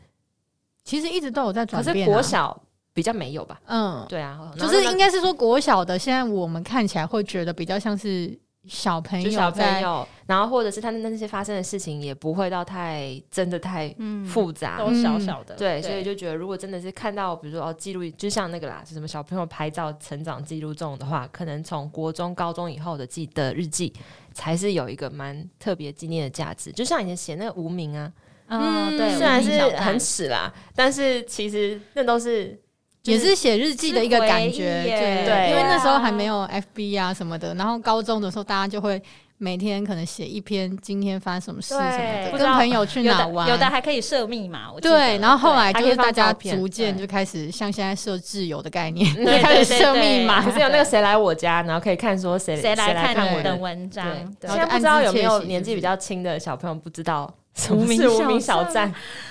Speaker 2: 其实一直都有在转
Speaker 1: 可是
Speaker 2: 变啊。
Speaker 1: 国小比较没有吧？
Speaker 2: 嗯，
Speaker 1: 对啊，然
Speaker 2: 就
Speaker 1: 后
Speaker 2: 是
Speaker 1: 那个
Speaker 2: 应该是说国小的，现在我们看起来会觉得比较像是小
Speaker 3: 哎
Speaker 2: 朋
Speaker 1: 就
Speaker 2: 友
Speaker 1: 小朋
Speaker 2: 在
Speaker 1: 友，然后或者是他那那些发生的事情也不会到太真的太
Speaker 3: 嗯
Speaker 1: 复杂，嗯
Speaker 3: 都小小的，
Speaker 1: 对，所以就觉得如果真的是看到，比如说哦记录，就像那个啦，就什么小朋友拍照成长记录这种的话，可能从国中、高中以后的记的日记，才是有一个蛮特别纪念的价值。就像以前写那个无名啊，
Speaker 3: 嗯，
Speaker 2: 嗯
Speaker 3: 对，
Speaker 2: 无
Speaker 1: 虽然
Speaker 3: 无名
Speaker 1: 是
Speaker 3: 小
Speaker 1: 很
Speaker 3: 站
Speaker 1: 耻啦，但是其实那都
Speaker 3: (laughs)
Speaker 1: 是
Speaker 2: 也是写日记的一个感
Speaker 3: 是回
Speaker 2: 觉，
Speaker 3: 忆耶
Speaker 1: 对
Speaker 2: 因为那时候
Speaker 3: 对啊
Speaker 2: 还没有 FB 啊什么的，然后高中的时候大家就会每天可能写一篇今天发生什么事什么
Speaker 1: 对
Speaker 2: 的，
Speaker 3: 不知
Speaker 2: 跟
Speaker 3: 道
Speaker 2: 朋友
Speaker 1: 啊
Speaker 2: 去
Speaker 3: 有
Speaker 2: 哪
Speaker 3: 的
Speaker 2: 玩，
Speaker 3: 有的还可以设密码，我记
Speaker 2: 对，
Speaker 3: 得
Speaker 2: 然后后
Speaker 3: 对
Speaker 1: 还
Speaker 2: 来就
Speaker 1: 可以
Speaker 2: 是大
Speaker 1: 放照
Speaker 2: 家
Speaker 1: 片
Speaker 2: 逐渐
Speaker 1: 对
Speaker 2: 就开始像现在设置友的概念，
Speaker 1: 对 (laughs)
Speaker 2: 就 (laughs) 开始设密
Speaker 1: 可
Speaker 3: 嗯对
Speaker 2: 码
Speaker 1: 是有那个谁来我家，然后可以看说谁
Speaker 3: 谁来
Speaker 1: 来
Speaker 3: 看
Speaker 1: 我
Speaker 3: 我
Speaker 1: 的
Speaker 3: 的
Speaker 2: 对
Speaker 3: 文章？
Speaker 1: 对，
Speaker 2: 然后
Speaker 1: 现
Speaker 2: 就
Speaker 1: 在不知道
Speaker 2: 暗自
Speaker 1: 有没
Speaker 2: 窃
Speaker 1: 有
Speaker 2: 喜
Speaker 1: 年
Speaker 2: 是
Speaker 1: 纪
Speaker 2: 不
Speaker 1: 比
Speaker 2: 是
Speaker 1: 较轻的小朋友不知道什么
Speaker 3: 无名
Speaker 1: 是无
Speaker 3: 小
Speaker 1: 名小
Speaker 3: 站
Speaker 1: 站， (laughs)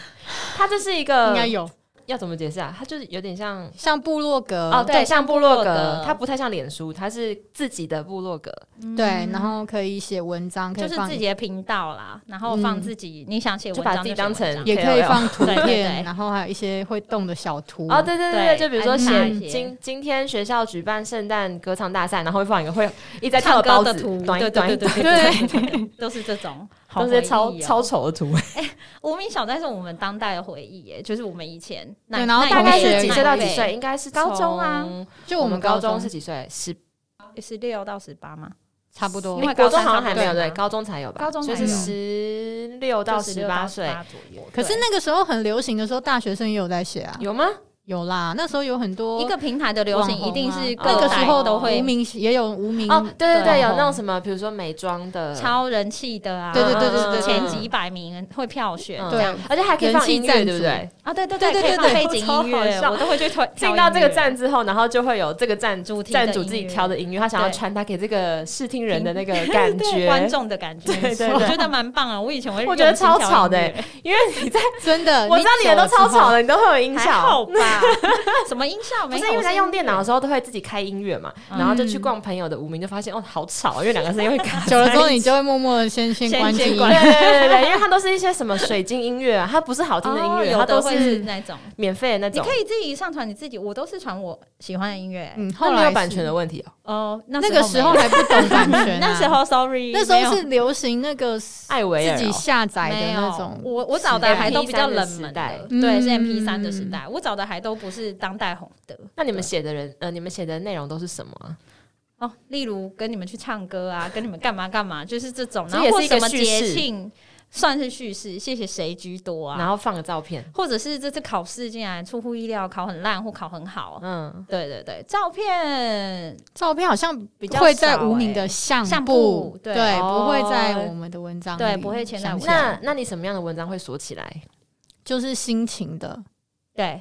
Speaker 1: 它就是一个
Speaker 2: 应
Speaker 3: 嗯
Speaker 2: 该有
Speaker 1: 要怎么解释啊？它就是有点像
Speaker 2: 像部落格
Speaker 1: 哦，对，像部落
Speaker 3: 部落
Speaker 1: 格
Speaker 3: 格，
Speaker 1: 它不太像脸书，它是自己的部落格，
Speaker 2: 对，然后可以写文章，可
Speaker 3: 嗯就
Speaker 2: 以
Speaker 3: 是
Speaker 2: 放
Speaker 3: 自己的频道啦，然后放
Speaker 2: 嗯
Speaker 3: 自己你想写
Speaker 1: 就
Speaker 3: 文
Speaker 1: 把
Speaker 3: 章
Speaker 1: 自己
Speaker 3: 写
Speaker 1: 当成
Speaker 3: 文章
Speaker 2: 也可以
Speaker 1: KOL
Speaker 2: 放图
Speaker 3: 对对对
Speaker 2: 片，然后还有一些会动的小图
Speaker 1: 哦，对对对，
Speaker 3: 对
Speaker 1: 就比如说
Speaker 3: 安
Speaker 1: 写
Speaker 3: 插一些
Speaker 1: 今今天学校举办圣诞歌唱大赛，然后会放一个会一直在跳
Speaker 3: 唱
Speaker 1: 包
Speaker 3: 歌
Speaker 1: 子
Speaker 3: 的图，
Speaker 1: 短一
Speaker 3: 对
Speaker 1: 短一
Speaker 3: 对对
Speaker 1: 短一，
Speaker 3: 对对，都是这种，
Speaker 1: (laughs)
Speaker 3: 好
Speaker 1: 都是
Speaker 3: 回忆
Speaker 1: 超
Speaker 3: 哦
Speaker 1: 超丑的图。
Speaker 3: 无名小站是我们当代的回忆耶，就是我们以前那
Speaker 2: 对然后
Speaker 3: 那一
Speaker 1: 大概是
Speaker 3: 辈
Speaker 1: 几岁到几岁？？应该是
Speaker 3: 高中啊
Speaker 1: 从，
Speaker 2: 就
Speaker 1: 我
Speaker 2: 我
Speaker 1: 们
Speaker 2: 们
Speaker 1: 高
Speaker 2: 高
Speaker 1: 中
Speaker 2: 中
Speaker 1: 是
Speaker 2: 是
Speaker 1: 几岁？十，
Speaker 3: 十六到十八嘛，
Speaker 2: 差不多
Speaker 3: 因为
Speaker 1: 国中
Speaker 3: 高三
Speaker 1: 好像
Speaker 3: 差
Speaker 1: 还
Speaker 3: 不
Speaker 1: 没
Speaker 3: 多
Speaker 1: 有，对，
Speaker 3: 嘛
Speaker 1: 高中才有吧？
Speaker 3: 高中
Speaker 1: 就
Speaker 3: 才
Speaker 1: 是
Speaker 2: 有
Speaker 1: 十六到十
Speaker 3: 十
Speaker 1: 八
Speaker 3: 八
Speaker 1: 岁，
Speaker 3: 左右。
Speaker 2: 可是那个时候很流行的时候，大学生也有在写啊，
Speaker 1: 有吗？
Speaker 2: 有啦，那时候有很多
Speaker 3: 一个平台的流行一定是
Speaker 1: 网红啊
Speaker 3: 各
Speaker 2: 哦
Speaker 3: 哦
Speaker 2: 那个时
Speaker 3: 代
Speaker 2: 候
Speaker 3: 都
Speaker 2: 无
Speaker 3: 会
Speaker 2: 名也有无名
Speaker 1: 哦，对对对，
Speaker 3: 嗯对
Speaker 1: 有那种什么，比如说美妆的，
Speaker 3: 超人气的啊，
Speaker 2: 对对对对对对
Speaker 3: 前几百名会票选
Speaker 1: 嗯
Speaker 3: 这样
Speaker 1: 而且还可以放
Speaker 2: 人气
Speaker 1: 音乐，
Speaker 2: 赞
Speaker 1: 对不
Speaker 2: 助
Speaker 1: 对？
Speaker 3: 啊，对对
Speaker 2: 对
Speaker 3: 可以
Speaker 2: 对
Speaker 3: 放
Speaker 2: 对
Speaker 3: 背景音
Speaker 1: 超好
Speaker 3: 乐，
Speaker 1: 笑
Speaker 3: 我都会去推
Speaker 1: (laughs) 进到这个站
Speaker 3: 子，
Speaker 1: 之后，然后就会有这个站
Speaker 3: 主题的
Speaker 1: 站主自己挑的音乐，他想要传达给这个视听人的那个感
Speaker 3: 对
Speaker 1: 觉。
Speaker 3: 观，众的感觉，
Speaker 1: 对对对
Speaker 3: 我觉得蛮棒啊！我以前会，
Speaker 1: 我觉得超吵的欸，因为你在
Speaker 2: 真的，
Speaker 1: 我知道你的都超吵
Speaker 2: 的，
Speaker 1: 的，你都会有音
Speaker 3: 呃还
Speaker 1: 效。
Speaker 3: 好吧？ (laughs) 什么音效
Speaker 1: 不
Speaker 3: 没有？
Speaker 1: 是因为在用电脑
Speaker 3: 我
Speaker 1: 的时候都会自己开音乐嘛，然后就
Speaker 3: 嗯
Speaker 1: 去逛朋友的无名，就发现哦好吵，因为两个声音会卡
Speaker 2: (laughs)
Speaker 3: (laughs)
Speaker 2: 久了之后你就会默默的先先
Speaker 3: 先
Speaker 2: 关
Speaker 3: 先
Speaker 2: 机，
Speaker 1: 对对对对，因为它都是一些什么水晶音乐啊，它不是好
Speaker 3: 是
Speaker 1: 听的音乐，
Speaker 3: 哦有
Speaker 1: 它
Speaker 3: 的
Speaker 1: 都
Speaker 3: 会
Speaker 1: 是
Speaker 3: 是那种，
Speaker 1: 免费的那
Speaker 3: 你
Speaker 1: 种
Speaker 3: 可。以自己上传你自己，我都是传我喜欢的音乐。
Speaker 2: 嗯，
Speaker 1: 那
Speaker 2: 后
Speaker 1: 没
Speaker 2: 来
Speaker 1: 有
Speaker 2: 是
Speaker 1: 版权的问题哦，
Speaker 3: 哦，那
Speaker 2: 那个时候
Speaker 3: 没有
Speaker 2: 还不懂版权啊，
Speaker 3: (laughs) 那时候 sorry，
Speaker 2: 那时候
Speaker 3: 没有
Speaker 2: 是流行那个自
Speaker 1: 艾维尔
Speaker 2: 己
Speaker 1: 哦
Speaker 2: 下载
Speaker 3: 没
Speaker 2: 的
Speaker 3: 有
Speaker 2: 那种，
Speaker 3: 我我找的还都比较冷门的
Speaker 1: MP3
Speaker 3: 对，是
Speaker 2: 嗯
Speaker 3: MP 三的时代，我找的还都不是当代红的
Speaker 1: 那你们写的人，呃，你们写的内容都是什么啊？
Speaker 3: 哦。例如跟你们去唱歌啊，跟你们干嘛干嘛，就是这种，
Speaker 1: 这
Speaker 3: 然
Speaker 1: 也
Speaker 3: 后或
Speaker 1: 是一个
Speaker 3: 什么
Speaker 1: 叙事
Speaker 3: 节庆算是叙事，谢谢谁居多
Speaker 1: 然
Speaker 3: 啊，
Speaker 1: 后放个照片，
Speaker 3: 或者是这次考试竟然出乎意料，考很烂或考很好。
Speaker 1: 嗯，
Speaker 3: 对对对，照片
Speaker 2: 照片好像
Speaker 3: 比较
Speaker 2: 会在
Speaker 3: 少
Speaker 2: 无名
Speaker 3: 欸
Speaker 2: 的相
Speaker 3: 相簿对
Speaker 2: 对，
Speaker 1: 哦
Speaker 2: 不会在我们的文章里，
Speaker 3: 对不会签在
Speaker 2: 想
Speaker 3: 我
Speaker 2: 起
Speaker 3: 们
Speaker 2: 来
Speaker 1: 那那你什么样的文章会锁起来？
Speaker 2: 就是心情的，
Speaker 3: 对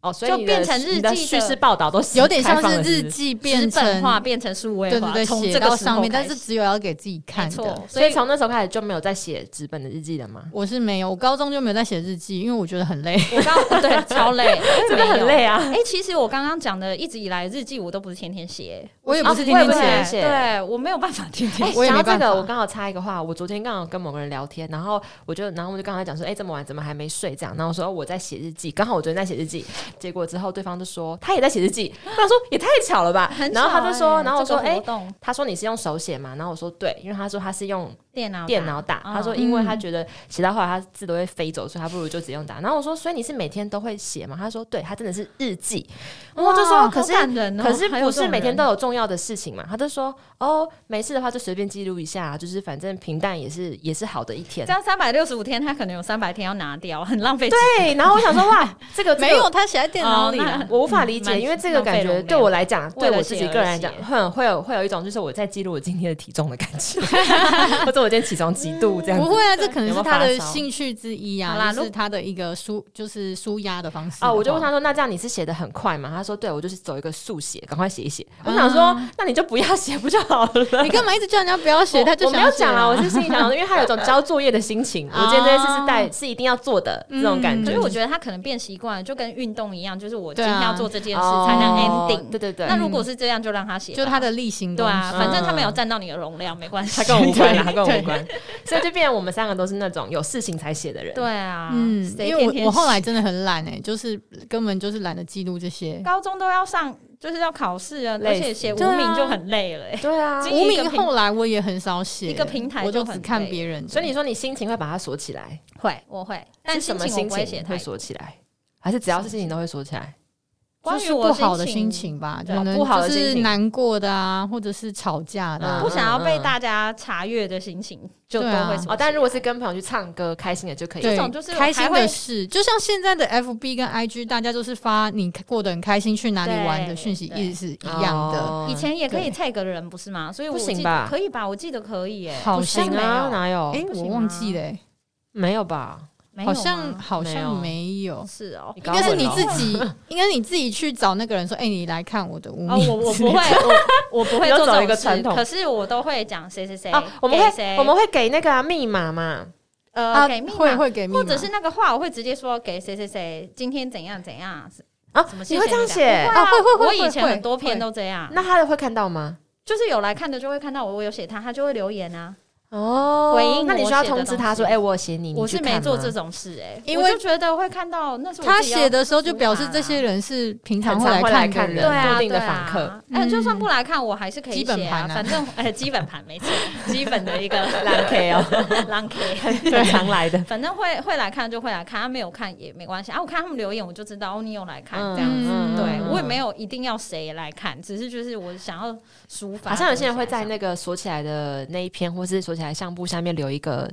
Speaker 1: 哦，所以
Speaker 3: 就
Speaker 1: 你的
Speaker 3: 变成日记的
Speaker 1: 你的叙事报道都是
Speaker 2: 有点像
Speaker 1: 开放的
Speaker 2: 是
Speaker 1: 是
Speaker 2: 日
Speaker 1: 不是，
Speaker 2: 记
Speaker 3: 纸
Speaker 2: 变
Speaker 3: 本
Speaker 2: 成
Speaker 3: 化变成数位
Speaker 2: 对
Speaker 3: 化，
Speaker 2: 对对，
Speaker 3: 从
Speaker 2: 写
Speaker 3: 这个
Speaker 2: 到
Speaker 3: 时
Speaker 2: 上
Speaker 3: 候
Speaker 2: 面，但
Speaker 3: 开
Speaker 2: 是
Speaker 3: 始
Speaker 2: 只有要给自己
Speaker 3: 没
Speaker 2: 看的
Speaker 3: 错。，
Speaker 1: 所以从那时候开始就没有再写纸本的日记了嘛？
Speaker 2: 我是没有，我高中就没有在写日记，因为我觉得很累。
Speaker 3: 我刚 (laughs) 对超累，
Speaker 1: (laughs) 真的很累啊！
Speaker 3: (laughs) 哎、其实我刚刚讲的，一直以来日记我都不是天天写，哦
Speaker 2: 我也不是天
Speaker 1: 我也不
Speaker 2: 天
Speaker 1: 是
Speaker 2: 写，
Speaker 1: 写
Speaker 3: 对我没有办法天天
Speaker 1: 哎，
Speaker 3: (laughs) 写。
Speaker 2: 我也
Speaker 1: 讲到
Speaker 2: 没
Speaker 1: 这
Speaker 2: 办法
Speaker 1: 个，我刚好插一个话，我昨天刚好跟某个人聊天，然后我就，然后我就刚才讲说，哎，这么晚怎么还没睡？这样，然后我说哦我在写日记，刚好我昨天在写日记，结果之后对方就说他也在写日记，我想说也太巧了吧，
Speaker 3: 很
Speaker 1: 然后
Speaker 3: 巧
Speaker 1: 他就说，
Speaker 3: 哎
Speaker 1: 然后我说，
Speaker 3: 这个
Speaker 1: 哎
Speaker 3: 活，动
Speaker 1: 他说你是用手写嘛？然后我说对，因为他说他是用
Speaker 3: 电脑
Speaker 1: 电脑打。
Speaker 3: 嗯
Speaker 1: 他说因为他觉得写到后来他字都会飞走，所以他不如就直接用打。然后我说所以你是每天都会写吗？他说对，他真的是日记。然后我就说
Speaker 3: 哇
Speaker 1: 可是
Speaker 3: 好。感人哦
Speaker 1: 可是
Speaker 3: 还有
Speaker 1: 不
Speaker 3: 这
Speaker 1: 是
Speaker 3: 种
Speaker 1: 每天
Speaker 3: 人
Speaker 1: 都有重要的事情嘛？他就说哦，没事的话就随便记录一下，啊就是反正平淡也是也是好的一天
Speaker 3: 这。样三百六十五天，他可能有三百天要拿掉，很浪费。
Speaker 1: 对，然后我想说哇，这个
Speaker 2: 没 (laughs) 有，他写在电脑里
Speaker 3: 哦
Speaker 2: 啊
Speaker 3: 那。
Speaker 1: 我无法理解，
Speaker 3: 蛮
Speaker 1: 因为这个感
Speaker 3: 浪费
Speaker 1: 觉
Speaker 3: 容
Speaker 1: 对我来讲，
Speaker 3: 为
Speaker 1: 对
Speaker 3: 了
Speaker 1: 我
Speaker 3: 写
Speaker 1: 自己个人来
Speaker 3: 而写
Speaker 1: 讲，很会有会有一种就是我在记录我今天的体重的感 (laughs) 觉，或者我今天体重几 (laughs) 度这样
Speaker 2: 不
Speaker 1: 子。
Speaker 2: 会啊，这可能
Speaker 1: 有没
Speaker 2: 是
Speaker 1: 有
Speaker 2: 他的
Speaker 1: 发烧
Speaker 2: 兴趣之一
Speaker 3: 好啦
Speaker 2: 啊，就
Speaker 3: 如
Speaker 2: 是他的一个舒，就是舒压的方式的
Speaker 1: 哦，
Speaker 2: 话。
Speaker 1: 我就问他说：“那这样你是写的很快吗？”他说：“对，我就是走一个速写，赶快写一写。”我想说：“那你就不要写不就好了
Speaker 2: (laughs) 你干嘛一直叫人家不要？”写？
Speaker 1: 我
Speaker 2: 他就
Speaker 1: 我没有
Speaker 2: 想写
Speaker 1: 讲
Speaker 2: 啊，
Speaker 1: 啊，哦我是
Speaker 2: (laughs)
Speaker 1: 心里想说，因为 (laughs) 他有一种交作业的心情，我今天这件事是带是一定要做的这种感觉。
Speaker 2: 嗯
Speaker 3: 可是
Speaker 1: 就
Speaker 3: 我觉得他可能变习惯了，就跟运动一样，就是我今
Speaker 2: 对啊
Speaker 3: 天要做这件事
Speaker 1: 哦
Speaker 3: 才能 ending。
Speaker 1: 对嗯对对，
Speaker 3: 那如果是这样，就让他写吧。
Speaker 2: 就他的嗯例行
Speaker 3: 对
Speaker 2: 公
Speaker 3: 啊，
Speaker 2: 事
Speaker 3: 反正他没有占到你的容量，没关系。
Speaker 1: 他跟我无关 (laughs) 啦，他
Speaker 2: 对
Speaker 1: 跟我无关，所以就变成我们三个都是那种有事情才写的人。
Speaker 3: 对啊，
Speaker 2: 嗯，
Speaker 3: 谁
Speaker 2: 因
Speaker 3: 天
Speaker 2: 为
Speaker 3: 天
Speaker 2: 我我后
Speaker 3: 写
Speaker 2: 欸来真的很懒哎，就是根本就是懒得记录这些。
Speaker 3: 高中都要上，就是要考试啊，而
Speaker 1: 累
Speaker 3: 且写无
Speaker 2: 对啊
Speaker 3: 名就很累了、欸
Speaker 1: 对啊
Speaker 3: 这
Speaker 2: 无
Speaker 3: 一个
Speaker 2: 名
Speaker 3: 平
Speaker 2: 后来我也很少写
Speaker 3: 一个平台
Speaker 2: 我
Speaker 3: 就
Speaker 2: 就只
Speaker 3: 很
Speaker 2: 看
Speaker 3: 累
Speaker 2: 别人的。
Speaker 1: 所以你说你心情会把它锁起来，
Speaker 3: 会，我会，但
Speaker 1: 是什么
Speaker 3: 情我
Speaker 1: 心
Speaker 3: 不会写
Speaker 1: 情
Speaker 3: 太
Speaker 1: 会
Speaker 3: 多。
Speaker 1: 锁起来？还是只要是心情都会锁起来？
Speaker 3: 关
Speaker 2: 就
Speaker 3: 于
Speaker 2: 是
Speaker 3: 我
Speaker 2: 不好的
Speaker 3: 心
Speaker 2: 心
Speaker 3: 情
Speaker 2: 情吧，
Speaker 3: 对
Speaker 2: 可能
Speaker 1: 不好的
Speaker 2: 就
Speaker 1: 心
Speaker 2: 是
Speaker 1: 情
Speaker 2: 难过的啊，或者是吵架的啊
Speaker 1: 嗯
Speaker 3: 不想要被大家查阅的心情，就都
Speaker 2: 对啊
Speaker 3: 会锁起来
Speaker 1: 哦，但如果是跟朋友去唱歌，开心的就可以。哦
Speaker 2: 对，
Speaker 3: 种就是
Speaker 2: 开心
Speaker 3: 还会
Speaker 2: 的事，就像现在的 FB 跟 IG，大家就是发你过得很开心去哪里玩的讯息，
Speaker 3: 对
Speaker 2: 意思是一样的。
Speaker 1: 哦
Speaker 3: 以前也可以
Speaker 2: 对
Speaker 3: tag 的人不是吗？所以我
Speaker 1: 不
Speaker 3: 记
Speaker 1: 行
Speaker 3: 得
Speaker 1: 吧
Speaker 3: 可以吧？我记得可以耶，
Speaker 2: 好
Speaker 1: 不行
Speaker 2: 像
Speaker 1: 啊，哪有？
Speaker 2: 哎，
Speaker 3: 不
Speaker 2: 我
Speaker 3: 行
Speaker 2: 忘
Speaker 3: 吗
Speaker 2: 记了欸，
Speaker 1: 没有吧？
Speaker 3: 没有啊
Speaker 2: 好
Speaker 3: 吗
Speaker 2: 像好
Speaker 1: 没有
Speaker 2: 像没有。
Speaker 3: 是
Speaker 1: (laughs)
Speaker 3: 哦。
Speaker 1: 你
Speaker 2: 应
Speaker 1: 搞
Speaker 2: 该是
Speaker 1: 混
Speaker 2: 你
Speaker 1: 了
Speaker 2: 自己， (laughs) 应该是你自己去找那个人说：“哎，你来看我的无
Speaker 3: 哦，
Speaker 2: 名。
Speaker 3: 我我不会，我我不会
Speaker 1: 你要
Speaker 3: 做
Speaker 1: 走
Speaker 3: 这
Speaker 1: 一个
Speaker 3: 种事
Speaker 1: 传，统
Speaker 3: 可是我都会讲谁谁谁
Speaker 1: 哦，我们
Speaker 3: 给
Speaker 1: 会
Speaker 3: 谁
Speaker 1: 我们会给那个啊密码嘛，
Speaker 3: 呃
Speaker 2: 啊
Speaker 3: 给密，
Speaker 2: 会
Speaker 3: 码，
Speaker 2: 会给密码，
Speaker 3: 或者是那个话，我会直接说给谁谁谁今天怎样怎样，
Speaker 1: 啊
Speaker 3: 什么，谢
Speaker 1: 你
Speaker 3: 谢
Speaker 1: 会
Speaker 3: 你
Speaker 1: 这样
Speaker 3: 的
Speaker 1: 写？
Speaker 2: 啊会会会
Speaker 3: 我
Speaker 2: 会
Speaker 3: 以前
Speaker 2: 会
Speaker 3: 很多篇
Speaker 2: 会
Speaker 3: 都这样，
Speaker 1: 那他的会看到吗？
Speaker 3: 就是有来看的就会看到我，我有写他，他就会留言啊。
Speaker 1: 哦
Speaker 3: 回应
Speaker 1: 那你
Speaker 3: 我
Speaker 1: 需要
Speaker 3: 写的
Speaker 1: 通知
Speaker 3: 东
Speaker 1: 他说，
Speaker 3: 西
Speaker 1: 哎，我有写你，
Speaker 3: 我是没做这
Speaker 1: 种。
Speaker 3: 种事哎、
Speaker 2: 因
Speaker 3: 我
Speaker 2: 为
Speaker 3: 就觉得会看到那是我
Speaker 2: 啊他
Speaker 3: 自己要
Speaker 2: 写的时候就
Speaker 3: 出
Speaker 2: 表示
Speaker 3: 纳
Speaker 2: 这些人是平
Speaker 1: 很
Speaker 2: 常
Speaker 1: 常会来
Speaker 2: 来
Speaker 1: 看
Speaker 2: 看的
Speaker 1: 人
Speaker 3: 对
Speaker 2: 人，
Speaker 3: 啊
Speaker 1: 固定的
Speaker 3: 对啊
Speaker 1: 访客
Speaker 3: 哎、就算
Speaker 2: 嗯
Speaker 3: 不来看我还是可以
Speaker 2: 基本
Speaker 3: 写
Speaker 2: 盘啊
Speaker 3: 反正呃基本
Speaker 2: (laughs)
Speaker 3: 盘没错，基本的一个
Speaker 1: 烂 K 哦，
Speaker 3: (laughs)
Speaker 2: (laughs)
Speaker 3: 浪 K，
Speaker 1: 很
Speaker 2: 啊
Speaker 1: 常来的。
Speaker 3: 反正会会来看就会来看，他、没有看也没关系啊。我看他们留言我就知道哦，你有来 (laughs) 看、这样。
Speaker 2: 嗯
Speaker 3: 对
Speaker 2: 嗯
Speaker 3: 我也没有一定要谁来看，只是就是我想要抒发。
Speaker 1: 好像有些人会在那个锁起来的那一篇，或是锁起来相簿下面留一个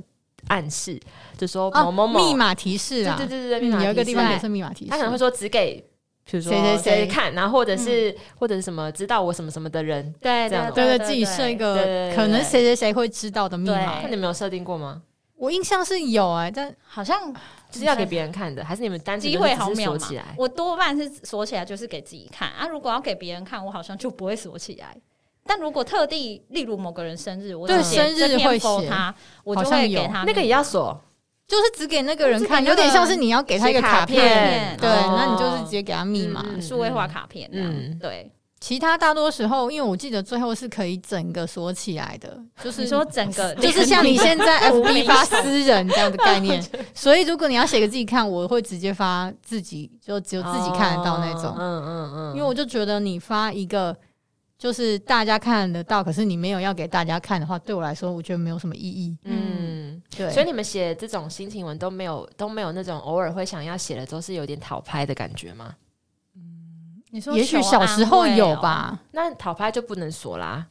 Speaker 1: 暗示，就说
Speaker 2: 哦
Speaker 1: 某某某
Speaker 2: 密，码提示
Speaker 1: 对
Speaker 2: 啊，
Speaker 1: 对对对，密
Speaker 2: 嗯
Speaker 1: 码
Speaker 2: 有一个
Speaker 1: 提
Speaker 2: 地
Speaker 1: 示
Speaker 2: 方也是密码提示，
Speaker 1: 他可能会说只给，比如说
Speaker 2: 谁谁谁
Speaker 1: 看，然后或者是或者是什么知道我什么什么的人，
Speaker 3: 对
Speaker 1: 这
Speaker 3: 对
Speaker 1: 样
Speaker 3: 对
Speaker 1: 子
Speaker 2: 对对，自己设一
Speaker 1: 对对
Speaker 2: 个
Speaker 1: 对
Speaker 2: 可能谁谁谁会知道的密码欸
Speaker 1: 那。你们有设定过吗？
Speaker 2: 我印象是有哎，但
Speaker 3: 好像
Speaker 1: 就是要给别人看的，还是你们单纯
Speaker 3: 机
Speaker 1: 就是
Speaker 3: 会好
Speaker 1: 只是
Speaker 3: 渺
Speaker 1: 锁
Speaker 3: 茫
Speaker 1: 起来，？
Speaker 3: 我多半是锁起来，就是给自己看啊。如果要给别人看，我好像就不会锁起来。但如果特地，例如某个人生日，我
Speaker 2: 对
Speaker 3: 就写
Speaker 2: 生日
Speaker 3: 这天
Speaker 2: 会
Speaker 3: for
Speaker 2: 写
Speaker 3: 他，我就
Speaker 2: 好像
Speaker 3: 会
Speaker 2: 有
Speaker 3: 给他
Speaker 1: 那个也要锁，
Speaker 2: 就是只给那个人看，
Speaker 3: 只给那
Speaker 2: 有
Speaker 3: 个
Speaker 2: 点像是你要给他一个
Speaker 1: 写
Speaker 2: 卡片，
Speaker 1: 片
Speaker 2: 对，
Speaker 1: 哦
Speaker 2: 那你就是直接给他密码。
Speaker 1: 嗯
Speaker 3: 数位化卡片这样。
Speaker 1: 嗯
Speaker 3: 对，
Speaker 2: 其他大多时候，因为我记得最后是可以整个锁起来的，就是
Speaker 3: 你说整个
Speaker 2: 嗯就是像你
Speaker 1: (laughs)
Speaker 2: 现在
Speaker 3: 我没
Speaker 2: FB 发私人这样的概念，所以如果你要写给自己看，我会直接发自己，就只有自己看得到那
Speaker 1: 哦
Speaker 2: 种，
Speaker 1: 嗯嗯嗯，
Speaker 2: 因为我就觉得你发一个就是大家看得到，可是你没有要给大家看的话，对我来说我觉得没有什么意义。
Speaker 1: 嗯，
Speaker 2: 对，
Speaker 1: 所以你们写这种心情文都没有都没有那种偶尔会想要写的，都是有点讨拍的感觉吗？
Speaker 3: 你说
Speaker 2: 也许小时候
Speaker 3: 哦
Speaker 2: 有，吧。
Speaker 1: 那讨拍就不能锁啦。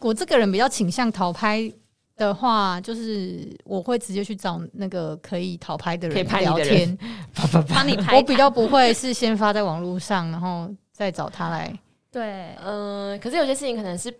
Speaker 2: 我这个人比较倾向讨拍的话，就是我会直接去找那个可以讨拍的
Speaker 1: 可以
Speaker 2: 人
Speaker 1: 拍你
Speaker 2: 聊
Speaker 1: 的人 (laughs)
Speaker 2: 天。(laughs)
Speaker 3: 帮你拍
Speaker 2: 我比较不会是先发在网络上，然后再找他来。
Speaker 3: 对。
Speaker 1: 嗯、可是有些事情可能是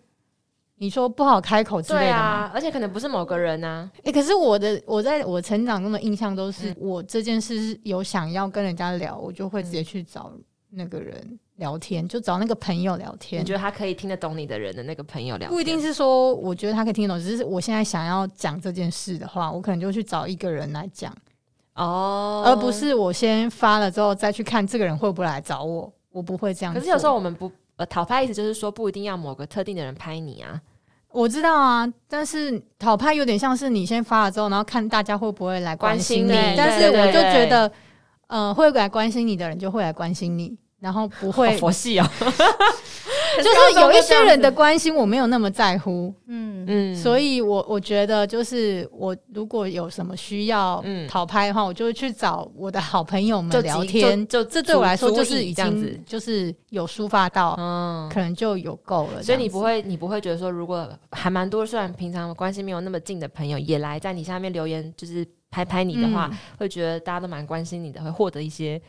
Speaker 2: 你说不好开口之类
Speaker 1: 对
Speaker 2: 的吗？
Speaker 1: 啊，而且可能不是某个人啊。
Speaker 2: 哎、可是我的我在我成长中的印象都是，
Speaker 1: 嗯
Speaker 2: 我这件事是有想要跟人家聊，我就会直接
Speaker 1: 嗯
Speaker 2: 去找那个人聊天，就找那个朋友聊
Speaker 1: 你
Speaker 2: 天
Speaker 1: 觉。得他可以听得懂你的人的那个朋友聊天，
Speaker 2: 不一定是说我觉得他可以听懂，只是我现在想要讲这件事的话，我可能就去找一个人来讲。
Speaker 1: 哦，
Speaker 2: 而不。是我先发了之后再去看这个人会不会来找我，我不会这样
Speaker 1: 可
Speaker 2: 做。
Speaker 1: 是有时候我们不呃讨拍，意思就是说不一定要某个特定的人拍你啊。
Speaker 2: 我知道啊，但是讨拍有点像是你先发了之后，然后看大家会不会来关心你。
Speaker 1: 关心你
Speaker 2: 但是
Speaker 1: 对对
Speaker 2: 我就
Speaker 1: 对
Speaker 2: 觉得，呃，会来关心你的人就会来关心你，然后
Speaker 1: (laughs)
Speaker 2: 不
Speaker 1: 好
Speaker 2: 会，
Speaker 1: 佛系哦，
Speaker 2: 就是有一些人的关心我没有那么在乎，
Speaker 3: 嗯，
Speaker 1: 嗯，
Speaker 2: 所以我我觉得就是我如果有什么需要
Speaker 1: 嗯
Speaker 2: 讨拍的话，我就会去找我的好朋友
Speaker 1: 就
Speaker 2: 们
Speaker 1: 即
Speaker 2: 聊天。
Speaker 1: 就就
Speaker 2: 这对我来说
Speaker 1: 足
Speaker 2: 就是
Speaker 1: 以
Speaker 2: 已
Speaker 1: 这样子
Speaker 2: 经就是有抒发到，
Speaker 1: 嗯，
Speaker 2: 可能就有够了。
Speaker 1: 所以你
Speaker 2: 这样子
Speaker 1: 不会，你不会觉得说，如果还蛮多，虽然平常关系没有那么近的朋友也来在你下面留言，就是拍拍你的话，会觉得大家都蛮关心你的，会获得一些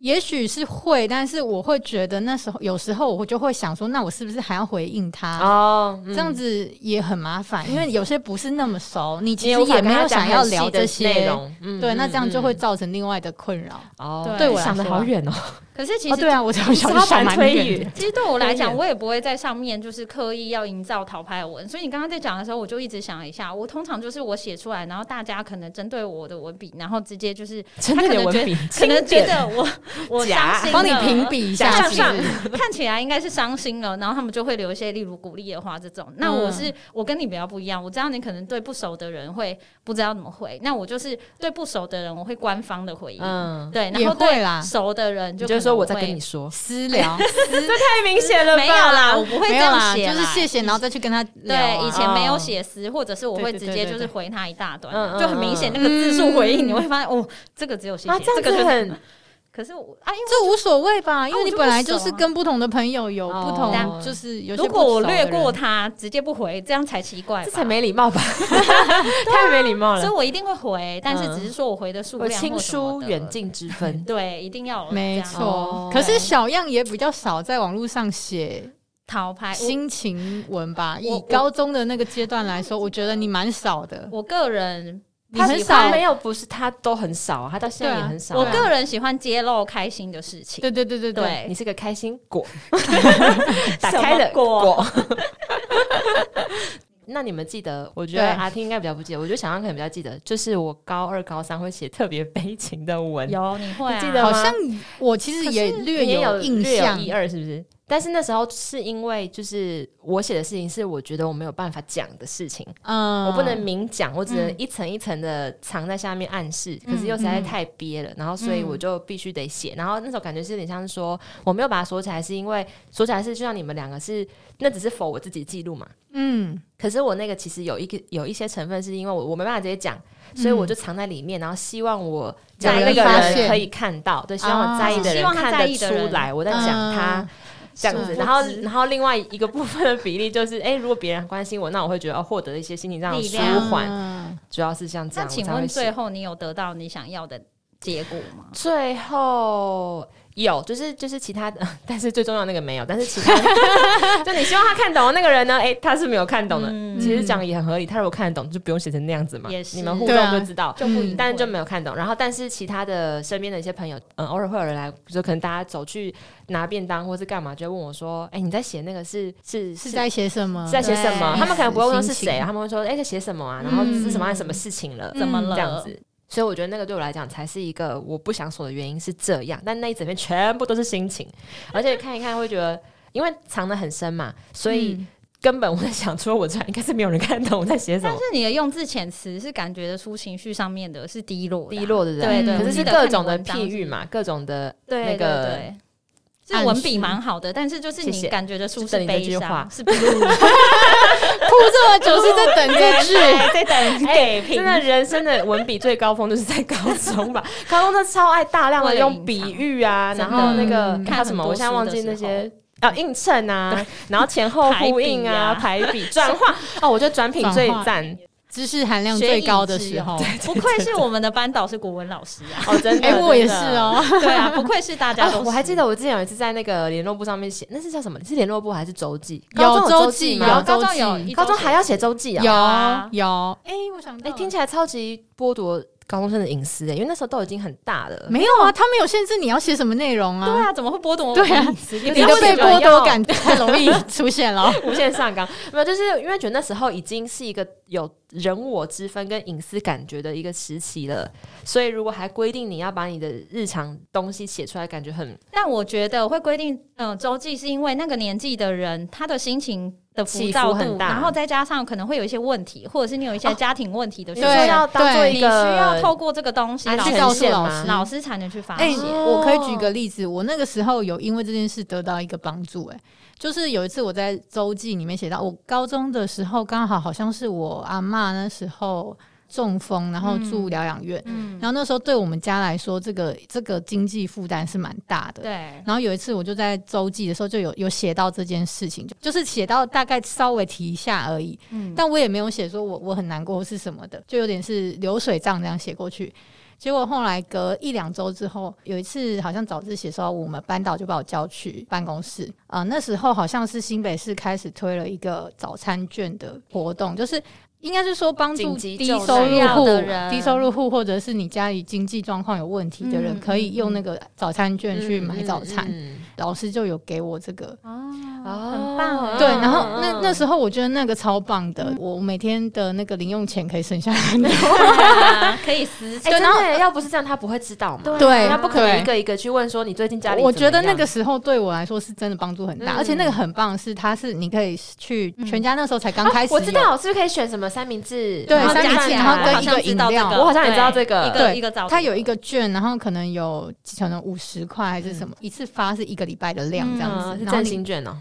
Speaker 2: 也许是会，但是我会觉得那时候有时候我就会想说，那我是不是还要回应他？
Speaker 1: 哦，嗯
Speaker 2: 这样子也很麻烦，因为有些不是那么熟，你
Speaker 1: 你
Speaker 2: 其
Speaker 1: 也
Speaker 2: 实
Speaker 1: 无法
Speaker 2: 也
Speaker 1: 跟
Speaker 2: 没
Speaker 1: 他
Speaker 2: 有
Speaker 1: 讲
Speaker 2: 想要
Speaker 1: 很细
Speaker 2: 聊
Speaker 1: 的
Speaker 2: 这些
Speaker 1: 内容，嗯
Speaker 2: 对，那这样就会
Speaker 1: 嗯
Speaker 2: 造成另外的困扰。
Speaker 1: 哦，
Speaker 3: 对
Speaker 1: 你
Speaker 2: 我来
Speaker 1: 想的
Speaker 2: 说
Speaker 1: 好
Speaker 2: 啊
Speaker 1: 远哦，
Speaker 3: 可是其
Speaker 2: 哦，
Speaker 3: 实
Speaker 2: 对啊，我从小就
Speaker 1: 沙
Speaker 2: 想
Speaker 1: 盘
Speaker 2: 蛮
Speaker 1: 推
Speaker 2: 远的
Speaker 1: 语，
Speaker 3: 其实对我来讲，我也不会在上面就是刻意要营造淘拍文，所以你刚刚在讲的时候，我就一直想一下，我通常就是我写出来，然后大家可能针对我的文笔，然后直接就是
Speaker 1: 真
Speaker 3: 他
Speaker 1: 的
Speaker 3: 可
Speaker 1: 有
Speaker 3: 能
Speaker 1: 文
Speaker 3: 觉
Speaker 1: 笔，
Speaker 3: 可能
Speaker 1: 经
Speaker 3: 觉
Speaker 1: 典
Speaker 3: 得我我
Speaker 1: 假
Speaker 3: 伤心了，
Speaker 2: 帮你评比一
Speaker 1: 假
Speaker 2: 下，
Speaker 1: 象
Speaker 2: 是不
Speaker 1: 上
Speaker 2: 是
Speaker 3: 看起来应该是伤心了，然后他们就会留一些例如鼓励的话这种。那我是、我跟你比较不一样，我知道你可能对不熟的人会不知道怎么回，那我就是对不熟的人我会官方的回应，
Speaker 1: 嗯，
Speaker 3: 对，然
Speaker 2: 也
Speaker 3: 后对
Speaker 2: 会啦。啊
Speaker 3: 熟的人就可
Speaker 1: 说我
Speaker 3: 在
Speaker 1: 在跟你说，(laughs)
Speaker 2: 私聊，
Speaker 1: 太明显了吧？
Speaker 3: 没有啦，我不会这
Speaker 2: 没有啦，就
Speaker 3: 样写啦，
Speaker 2: 是谢谢，然后再去跟他聊啊
Speaker 3: 对，以前
Speaker 1: 嗯
Speaker 3: 没有写诗，或者是我会直接就是回他一大段
Speaker 1: 嗯嗯，
Speaker 3: 啊
Speaker 1: 嗯
Speaker 3: 就很明显那个字数回应，你会发现哦，这个只有谢
Speaker 1: 啊，
Speaker 3: 谢，
Speaker 1: 这样
Speaker 3: 个就
Speaker 1: 子
Speaker 3: 是。
Speaker 1: 很
Speaker 3: 可是我啊，因为
Speaker 2: 这无所谓吧，因为
Speaker 3: 我
Speaker 2: 你
Speaker 3: 就
Speaker 2: 本
Speaker 3: 不
Speaker 2: 来就是
Speaker 3: 熟啊
Speaker 2: 跟不同的朋友有
Speaker 1: 哦
Speaker 2: 不
Speaker 1: 但
Speaker 2: 同，就是有些
Speaker 3: 如果我
Speaker 2: 不熟的
Speaker 3: 略
Speaker 2: 人
Speaker 3: 过他，直接不回，这样才奇怪吧，
Speaker 1: 这才没礼貌吧？太没礼貌
Speaker 3: 所以
Speaker 1: 了。
Speaker 3: 我一定会回，但是
Speaker 1: 嗯
Speaker 3: 只是说我回的数
Speaker 1: 我
Speaker 3: 量
Speaker 1: 亲
Speaker 3: 或什么
Speaker 1: 疏
Speaker 3: 的，
Speaker 1: 远，近之分
Speaker 3: (laughs) 对，一定要有
Speaker 2: 没
Speaker 3: 这样
Speaker 2: 错
Speaker 1: 哦，
Speaker 2: 可是小样也比较少在网络上写
Speaker 3: 讨
Speaker 1: 哎
Speaker 3: 拍。我
Speaker 2: 心情文吧。
Speaker 3: 我
Speaker 2: 以高中的那个阶段来说，我觉得你蛮少的。
Speaker 3: 我个人
Speaker 2: 你很
Speaker 3: 喜
Speaker 2: 少
Speaker 3: 欢
Speaker 1: 没有，不是他都很少啊，他到现在
Speaker 2: 对
Speaker 1: 也
Speaker 2: 啊
Speaker 1: 很少啊。
Speaker 3: 我个人喜欢揭露开心的事情，
Speaker 2: 对对对对对，
Speaker 3: 对
Speaker 1: 你，是个开心果，打
Speaker 3: 打
Speaker 1: 开
Speaker 3: 开
Speaker 1: 的
Speaker 3: 的
Speaker 1: 果
Speaker 3: 果。
Speaker 1: (laughs) 那你们记得？我觉得
Speaker 2: 对
Speaker 1: 阿听应该比较不记得，我觉得小杨可能比较记得，就是我高二、高三会写特别悲情的文，
Speaker 3: 有你会啊
Speaker 1: 你记得
Speaker 2: 好
Speaker 1: 吗
Speaker 2: 像我其实也略
Speaker 1: 你也有
Speaker 2: 印
Speaker 1: 略有
Speaker 2: 象
Speaker 1: 一。二，是不是？但是那时候是因为就是我写的事情是我觉得我没有办法讲的事情，
Speaker 2: 嗯
Speaker 1: 我不能明讲，我只能
Speaker 2: 嗯
Speaker 1: 一层一层的藏在下面暗示，
Speaker 2: 嗯
Speaker 1: 可是又实在太憋了，然后所以我就必须得写。然后那时候感觉是有点像是说我没有把它锁起来，是因为锁起来是就像你们两个是那只是否我自己记录嘛。
Speaker 2: 嗯，
Speaker 1: 可是我那个其实有一个有一些成分是因为我我没办法直接讲，
Speaker 3: 嗯
Speaker 1: 所以我就藏在里面，然后希望我讲的那个
Speaker 2: 有人发
Speaker 1: 人
Speaker 2: 现
Speaker 1: 可以看到，对，希望我在意的
Speaker 3: 哦希
Speaker 1: 人
Speaker 3: 望他
Speaker 1: 看
Speaker 3: 在
Speaker 1: 得
Speaker 3: 意的
Speaker 1: 出
Speaker 3: 人
Speaker 1: 来我在讲他。
Speaker 2: 嗯
Speaker 1: 这样子，
Speaker 2: 殊不
Speaker 1: 然后然后另外一个部分的比例就是，哎、如果别人关心我，那我会觉得哦，获得一些心情上的
Speaker 3: 力
Speaker 1: 舒
Speaker 3: 量
Speaker 1: 缓，
Speaker 2: 嗯
Speaker 1: 主要是像这
Speaker 3: 那
Speaker 1: 样。
Speaker 3: 请
Speaker 1: 我才
Speaker 3: 问
Speaker 1: 会
Speaker 3: 最
Speaker 1: 写
Speaker 3: 后你有得到你想要的结果吗？
Speaker 1: 最后有，就是就是其他的， (laughs) 但是最重要那个没有，但是其他的 (laughs) 就你希望他看懂的那个人呢，哎、他是没有看懂的。
Speaker 3: 嗯
Speaker 1: 其实讲也很合理，他如果看得懂，就不用写成那样子嘛
Speaker 3: 也。是
Speaker 1: 你们互
Speaker 2: 对
Speaker 1: 动
Speaker 2: 啊
Speaker 1: 就知道，
Speaker 3: 就不一定，
Speaker 1: 嗯但是就没有看懂。然后，但是其他的身边的一些朋友，嗯，偶尔会有人来，比如说可能大家走去拿便当或是干嘛，就会问我说：“哎、你在写那个是是
Speaker 2: 是在写什么？
Speaker 1: 是在写什么？”
Speaker 3: 嗯对
Speaker 1: 他们可能不会问说是
Speaker 2: 心
Speaker 1: 谁啊，
Speaker 2: 情
Speaker 1: 他们会说：“哎、在写什么啊？然后是什么、
Speaker 2: 嗯
Speaker 1: 什么事情了？
Speaker 3: 怎么
Speaker 2: 嗯
Speaker 3: 了？
Speaker 1: 这样子。所以我觉得那个对我来讲才是一个我不想锁的原因是这样，但那一整篇全部都是心
Speaker 3: (laughs)
Speaker 1: 情，而且看一看会觉得，因为藏得很深嘛，所以
Speaker 2: 嗯
Speaker 1: 根本我在想，除了我之外，应该是没有人看懂我在写什
Speaker 3: 但
Speaker 1: 么
Speaker 3: 是。你的用字遣词是感觉得出情绪上面的是低落的啊，
Speaker 1: 低落的人，
Speaker 3: 对对，
Speaker 2: 嗯
Speaker 1: 可
Speaker 3: 我
Speaker 1: 是
Speaker 3: 记
Speaker 1: 是
Speaker 3: 得
Speaker 1: 各
Speaker 3: 看你
Speaker 1: 种的
Speaker 3: 文章
Speaker 1: 譬
Speaker 3: 是
Speaker 1: 喻，嘛，各种的
Speaker 3: 对
Speaker 1: 那个
Speaker 3: 对对，是文笔蛮好的，但是就是
Speaker 1: 谢
Speaker 3: 你
Speaker 1: 谢
Speaker 3: 感觉得出
Speaker 1: 等
Speaker 3: 是
Speaker 1: 你这
Speaker 3: 悲
Speaker 1: 句话
Speaker 3: 伤，
Speaker 1: (laughs)
Speaker 3: 是 blue，
Speaker 2: 铺这么久是在等
Speaker 1: (laughs)
Speaker 2: 这句，
Speaker 3: 在等给
Speaker 1: 哎真
Speaker 3: 评，
Speaker 1: 的人生的文笔最高峰就是在高中吧， (laughs) 高中真的超爱大量的
Speaker 3: 为了
Speaker 1: 用
Speaker 3: 隐
Speaker 1: 比
Speaker 3: 藏
Speaker 1: 喻啊，
Speaker 3: 真
Speaker 1: 然
Speaker 3: 的
Speaker 1: 后那个
Speaker 2: 嗯
Speaker 1: 还有什么，
Speaker 3: 看很多
Speaker 1: 我现在忘
Speaker 3: 书的
Speaker 1: 记那
Speaker 3: 时
Speaker 1: 些。啊，映衬啊，然后前后呼应啊，排 (laughs) 比转化哦，我觉得转品
Speaker 2: 转
Speaker 1: 最
Speaker 2: 化
Speaker 1: 赞
Speaker 2: 知识含量最高的时候。
Speaker 3: (laughs) 不愧是我们的班导是国文老师啊， (laughs)
Speaker 1: 哦，真的，
Speaker 2: 哎，我也
Speaker 1: 真
Speaker 2: 是
Speaker 1: 的。
Speaker 2: 哦，
Speaker 3: 对啊，不愧是大家都
Speaker 1: 啊，
Speaker 3: 是，
Speaker 1: 我还记得我之前有一次在那个联络簿上面写，那是叫什么？是联络簿还是周记？
Speaker 2: 有
Speaker 1: 高中
Speaker 2: 周
Speaker 1: 周
Speaker 2: 记
Speaker 1: 吗？
Speaker 3: 高中
Speaker 2: 周记
Speaker 3: 有一
Speaker 1: 高中
Speaker 3: 写
Speaker 1: 还要写周记啊？
Speaker 2: 有
Speaker 3: 啊
Speaker 2: 有。哎，我想
Speaker 1: 哎、听起来超级剥夺高中生的隐私哎、因为那时候都已经很大了。
Speaker 2: 没有啊，他们有限制你要写什么内容
Speaker 3: 对
Speaker 2: 啊。
Speaker 3: 啊，怎么会剥夺我
Speaker 2: 对啊
Speaker 3: 的隐私？你
Speaker 2: 你
Speaker 3: 不要
Speaker 2: 的被
Speaker 3: 写吧
Speaker 2: 剥夺感太容 (laughs) 易出现了。哦
Speaker 1: 无限上纲，没有，就是因为觉得那时候已经是一个有人我之分跟隐私感觉的一个时期了，所以如果还规定你要把你的日常东西写出来，感觉很
Speaker 3: 但我觉得我会规定，嗯、周记是因为那个年纪的人，他的心情的浮躁
Speaker 1: 起伏很
Speaker 3: 度，
Speaker 1: 大哦
Speaker 3: 然后再加上可能会有一些问题，或者是你有一些家庭问题的
Speaker 1: 你
Speaker 3: 时
Speaker 1: 说
Speaker 3: 候，
Speaker 2: 对
Speaker 1: 要当做
Speaker 2: 对
Speaker 1: 一
Speaker 3: 你需要
Speaker 1: 个
Speaker 3: 透过这个东西，
Speaker 1: 安
Speaker 3: 老
Speaker 2: 去
Speaker 3: 师
Speaker 2: 告
Speaker 1: 全
Speaker 2: 诉
Speaker 1: 线
Speaker 2: 老
Speaker 1: 吗
Speaker 2: 师？
Speaker 3: 老师才能去发
Speaker 2: 啊哎、
Speaker 3: 现。
Speaker 2: 我可以举个例子，我那个时候有因为这件事得到一个帮助、哎，就是有一次我在周记里面写到，我高中的时候刚好好像是我阿嬷那时候中风，然后住疗养院，
Speaker 3: 嗯，
Speaker 2: 然后那时候对我们家来说，这个这个经济负担是蛮大的。
Speaker 3: 对，
Speaker 2: 然后有一次，我就在周记的时候就有有写到这件事情，就就是写到大概稍微提一下而已，
Speaker 3: 嗯，
Speaker 2: 但我也没有写说我我很难过是什么的，就有点是流水账这样写过去。结果后来隔一两周之后，有一次好像早自习的时候，我们班导就把我叫去办公室啊、那时候好像是新北市开始推了一个早餐券的活动，就是应该是说帮
Speaker 1: 紧
Speaker 2: 助
Speaker 1: 急
Speaker 2: 低
Speaker 1: 救
Speaker 2: 收
Speaker 1: 难
Speaker 2: 入
Speaker 3: 要
Speaker 2: 户
Speaker 3: 的人、
Speaker 2: 低收入户或者是你家里经济状况有问题的人，
Speaker 3: 嗯
Speaker 2: 可以用那个早餐券去买
Speaker 1: 嗯
Speaker 2: 早餐。
Speaker 1: 嗯
Speaker 2: 老师就有给我这个
Speaker 3: 啊，
Speaker 1: 哦
Speaker 3: 很棒啊
Speaker 2: 对，然
Speaker 1: 嗯
Speaker 2: 后那那时
Speaker 1: 候
Speaker 2: 候我觉得那个超棒的，我每天的那个零用钱可以省下来很多。
Speaker 3: (laughs) 可以私
Speaker 1: 哎、
Speaker 2: 对然
Speaker 1: 真
Speaker 2: 后
Speaker 1: 的耶要不是这样，他不会知道嘛。
Speaker 2: 对
Speaker 1: 他不可能
Speaker 2: 对
Speaker 1: 一个一个去问说你最近家里
Speaker 2: 我
Speaker 1: 怎
Speaker 2: 觉得
Speaker 1: 么
Speaker 2: 那
Speaker 1: 样
Speaker 2: 个时候对我来说是真的帮助很大，
Speaker 1: 嗯
Speaker 2: 而且那个很棒的是，它是你可以去全家那时候才刚开始有、
Speaker 1: 啊我知道是不是可以选什么三明治，
Speaker 2: 对
Speaker 1: 然后
Speaker 2: 三明
Speaker 1: 加
Speaker 2: 治
Speaker 1: 起来
Speaker 2: 然后跟
Speaker 1: 好
Speaker 2: 一
Speaker 1: 像
Speaker 2: 个饮料
Speaker 1: 我好像也知道这
Speaker 3: 个
Speaker 1: 个
Speaker 3: 一个
Speaker 2: 对
Speaker 3: 一个早，
Speaker 2: 它有一个券，然后可能有可能五十块还是什么，一次发是一个礼拜的量这样子，
Speaker 1: 嗯是
Speaker 2: 然后
Speaker 1: 振
Speaker 2: (laughs) 你
Speaker 1: 兴券哦，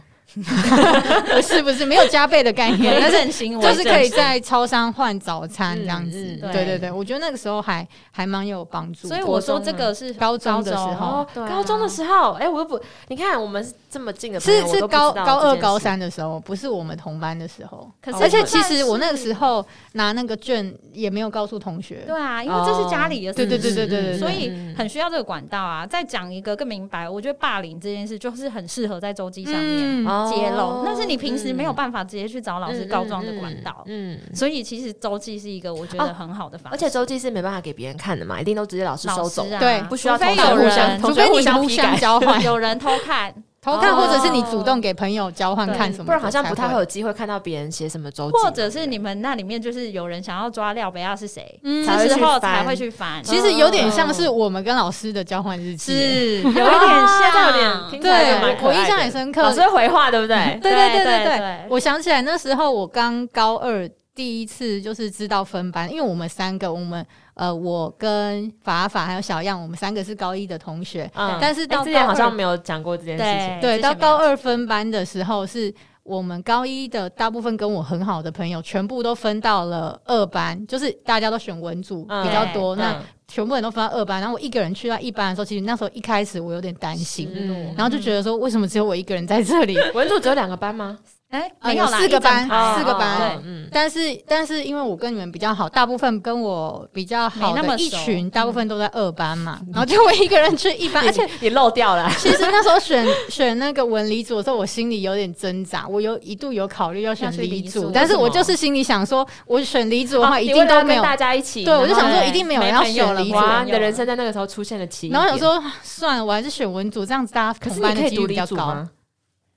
Speaker 2: 不是不是没有加倍的概
Speaker 1: (laughs)
Speaker 2: 念，但
Speaker 3: 但
Speaker 2: 是
Speaker 3: 是行为
Speaker 2: 就是可以
Speaker 3: 正
Speaker 2: 在超商换早餐这样子
Speaker 1: 嗯嗯。
Speaker 2: 对
Speaker 3: 对
Speaker 2: 对对，我觉得那个时候还还蛮有帮助
Speaker 3: 常，
Speaker 2: 的。
Speaker 3: 所以我说
Speaker 1: 国中
Speaker 3: 这个是
Speaker 2: 高中的时候
Speaker 1: 哦，
Speaker 2: 对啊
Speaker 1: 高中的时候，哎，我又不，你看我们是这么近的朋友，
Speaker 2: 是
Speaker 1: 我
Speaker 2: 是
Speaker 1: 都不知
Speaker 2: 高
Speaker 1: 道
Speaker 2: 高
Speaker 1: 这
Speaker 2: 二
Speaker 1: 件
Speaker 2: 高
Speaker 1: 事，哦
Speaker 2: 三的时候，不是我们同班的时候。
Speaker 3: 可是
Speaker 2: 而且
Speaker 3: 我
Speaker 2: 其
Speaker 3: 们
Speaker 2: 实我那个时候拿那个券也没有告诉同学。
Speaker 3: 对啊，因为这是家里的事
Speaker 2: 哦对
Speaker 3: 情，
Speaker 2: 对对对对对，
Speaker 3: 所以
Speaker 1: 嗯
Speaker 3: 很需要这个管道啊。再讲一个更明白，我觉得霸凌这件事就是很适合在周记上面
Speaker 2: 嗯，
Speaker 1: 哦
Speaker 3: 揭露，那是你平时没有
Speaker 1: 嗯
Speaker 3: 办法直接去找老师
Speaker 1: 嗯
Speaker 3: 告
Speaker 1: 嗯
Speaker 3: 状的管
Speaker 1: 嗯
Speaker 3: 道。
Speaker 1: 嗯。
Speaker 3: 所以其实周记是一个我觉得
Speaker 1: 哦
Speaker 3: 很好的方式，
Speaker 1: 而且周记是没办法给别人看的嘛，一定都直接老师
Speaker 3: 老
Speaker 1: 收
Speaker 3: 师
Speaker 1: 走，
Speaker 3: 啊，
Speaker 2: 对
Speaker 1: 不需要
Speaker 3: 除非
Speaker 1: 同学
Speaker 3: 有
Speaker 1: 互
Speaker 3: 人
Speaker 1: 相，
Speaker 2: 除
Speaker 1: 同学
Speaker 2: 非
Speaker 1: 互
Speaker 2: 你
Speaker 1: 相
Speaker 2: 互
Speaker 1: 批
Speaker 2: 相
Speaker 1: 改 (laughs)
Speaker 2: 交换 (laughs)
Speaker 3: 有人偷看，
Speaker 2: 偷看，
Speaker 1: 哦
Speaker 2: 或者是你主动给朋友交换
Speaker 3: 对
Speaker 2: 看什么的，
Speaker 1: 不然好像不太
Speaker 2: 才
Speaker 1: 会有机会看到别人写什么周记，
Speaker 3: 或者是你们那里面就是有人想要抓廖北亚是谁，
Speaker 2: 嗯
Speaker 1: 才会
Speaker 3: 这时
Speaker 1: 去
Speaker 3: 候
Speaker 1: 翻
Speaker 3: 才会去翻，
Speaker 2: 其实有点
Speaker 1: 嗯
Speaker 2: 像是我们跟老师的交换日记。
Speaker 3: 是有一点
Speaker 1: 啊这
Speaker 3: 像，
Speaker 1: 有点听起
Speaker 2: (laughs) 对
Speaker 1: 来就蛮，可
Speaker 2: 我
Speaker 1: 爱
Speaker 2: 印象
Speaker 1: 的
Speaker 2: 很深刻。
Speaker 1: 老师会回话，对不对？
Speaker 2: 嗯对
Speaker 3: 对
Speaker 2: 对
Speaker 3: 对
Speaker 2: 对
Speaker 3: 对
Speaker 2: 对，我想起来那时候我刚高二第一次就是知道分班，因为我们三个，我们呃，我跟法法还有小样，我们三个是高一的同学，
Speaker 1: 嗯
Speaker 2: 但是
Speaker 1: 哎
Speaker 2: 到
Speaker 1: 之前
Speaker 2: 高
Speaker 1: 好像
Speaker 2: 二
Speaker 1: 没有讲过这件事情
Speaker 2: 对
Speaker 3: 对，之前
Speaker 2: 到
Speaker 3: 没
Speaker 2: 高
Speaker 3: 有
Speaker 2: 二分班的时候是。我们高一的大部分跟我很好的朋友，全部都分到了二班，就是大家都选文组
Speaker 1: 嗯
Speaker 2: 比较多，
Speaker 1: 嗯
Speaker 2: 那全部人都分到二班，然后我一个人去到一班的时候，其实那时候一开始我有点担心，
Speaker 1: 嗯
Speaker 2: 然后就觉得说为什么只有我一个人在这里？
Speaker 1: 文组只有两个班吗？
Speaker 3: 哎
Speaker 2: 呃
Speaker 3: 没有
Speaker 2: 有 (laughs)
Speaker 3: 啦，
Speaker 2: 四个
Speaker 3: 一整
Speaker 2: 班
Speaker 3: 排
Speaker 2: 四个班
Speaker 3: 对
Speaker 1: 哦，嗯，
Speaker 2: 但是但是因为我跟你们比较好，大部分跟我比较好
Speaker 3: 没那么
Speaker 2: 的一
Speaker 3: 熟
Speaker 2: 群，大部分都在二班嘛，然后就我一个人去一班，而且。
Speaker 1: 你漏掉
Speaker 2: (laughs)
Speaker 1: 了，
Speaker 2: 其实那时候选选那个文理组的时候，我心里有点挣扎，我有一度有考虑要选
Speaker 3: 要去
Speaker 2: 理
Speaker 3: 理组
Speaker 2: 组，但是
Speaker 3: 为什么
Speaker 2: 我就是心里想说，我选理组的
Speaker 1: 哦
Speaker 2: 话一
Speaker 1: 你为
Speaker 2: 定
Speaker 1: 了要
Speaker 2: 都没
Speaker 1: 跟
Speaker 2: 有，
Speaker 1: 大家一起，
Speaker 2: 对我
Speaker 1: 然
Speaker 2: 就
Speaker 1: 后
Speaker 2: 想说
Speaker 3: 对
Speaker 2: 一定没有
Speaker 3: 没
Speaker 2: 人要
Speaker 3: 朋友
Speaker 2: 选
Speaker 3: 了
Speaker 2: 理组，
Speaker 1: 哇，
Speaker 3: 左
Speaker 1: 你的
Speaker 3: 右
Speaker 1: 人生在那个时候出现了奇异点，
Speaker 2: 然后想说算了，我还是选文组，这样子大家
Speaker 1: 可
Speaker 2: 同
Speaker 1: 是
Speaker 2: 班
Speaker 1: 你可
Speaker 2: 的
Speaker 1: 以
Speaker 2: 几
Speaker 1: 读
Speaker 2: 率比
Speaker 1: 理
Speaker 2: 较
Speaker 1: 组
Speaker 2: 高
Speaker 1: 吗，？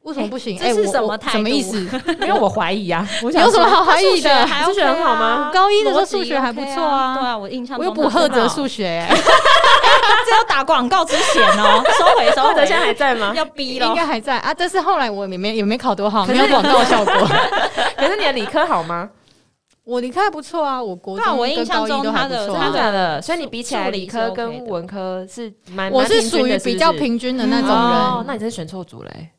Speaker 2: 为什么不行？
Speaker 3: 哎
Speaker 2: 哎，
Speaker 3: 这是
Speaker 2: 我
Speaker 3: 什么
Speaker 2: 我
Speaker 3: 态
Speaker 2: 什么意
Speaker 3: 度
Speaker 2: 思？ (laughs)
Speaker 1: 因为我怀疑啊，我想
Speaker 2: 有什么好怀疑
Speaker 3: 数学
Speaker 2: 的？
Speaker 3: 还
Speaker 1: 数学很
Speaker 3: OK
Speaker 1: 好吗
Speaker 3: 啊
Speaker 2: 我高一的时候
Speaker 3: 逻辑
Speaker 2: 数学还不
Speaker 3: OK
Speaker 2: 错啊
Speaker 3: 对啊，我印象
Speaker 2: 我又
Speaker 3: 中
Speaker 2: 不
Speaker 3: 赫
Speaker 2: 赫哲数学、哎
Speaker 3: 他只有打广告之嫌哦，收回收
Speaker 1: 或
Speaker 3: 回，
Speaker 1: 者现在还在吗？
Speaker 3: 要
Speaker 2: (laughs)
Speaker 3: 逼
Speaker 2: 应
Speaker 3: 了。
Speaker 2: 该还在啊，但是后来我也没也没考多好，
Speaker 1: 可
Speaker 2: 没
Speaker 1: 是
Speaker 2: 有广告效果。
Speaker 1: 可是你的理科好吗？
Speaker 2: 我离开不错啊，我国
Speaker 3: 对啊
Speaker 2: 中
Speaker 3: 我
Speaker 2: 跟
Speaker 3: 印象
Speaker 2: 高一都
Speaker 3: 中
Speaker 2: 还
Speaker 3: 他
Speaker 2: 不
Speaker 3: 的
Speaker 2: 错
Speaker 1: 真
Speaker 2: 啊、
Speaker 1: 的假的？ (laughs) 所以你比起来，
Speaker 3: 数理
Speaker 1: 理科
Speaker 3: 是 OK
Speaker 1: 跟
Speaker 3: 的
Speaker 1: 文科是蛮，
Speaker 2: 我
Speaker 1: 蛮平
Speaker 2: 是
Speaker 1: 均
Speaker 2: 属于
Speaker 1: 的是
Speaker 2: 比
Speaker 1: 不
Speaker 2: 较
Speaker 1: 是
Speaker 2: 平均的那种
Speaker 1: 哦，
Speaker 2: 人，
Speaker 1: 那你真是选错组欸嘞，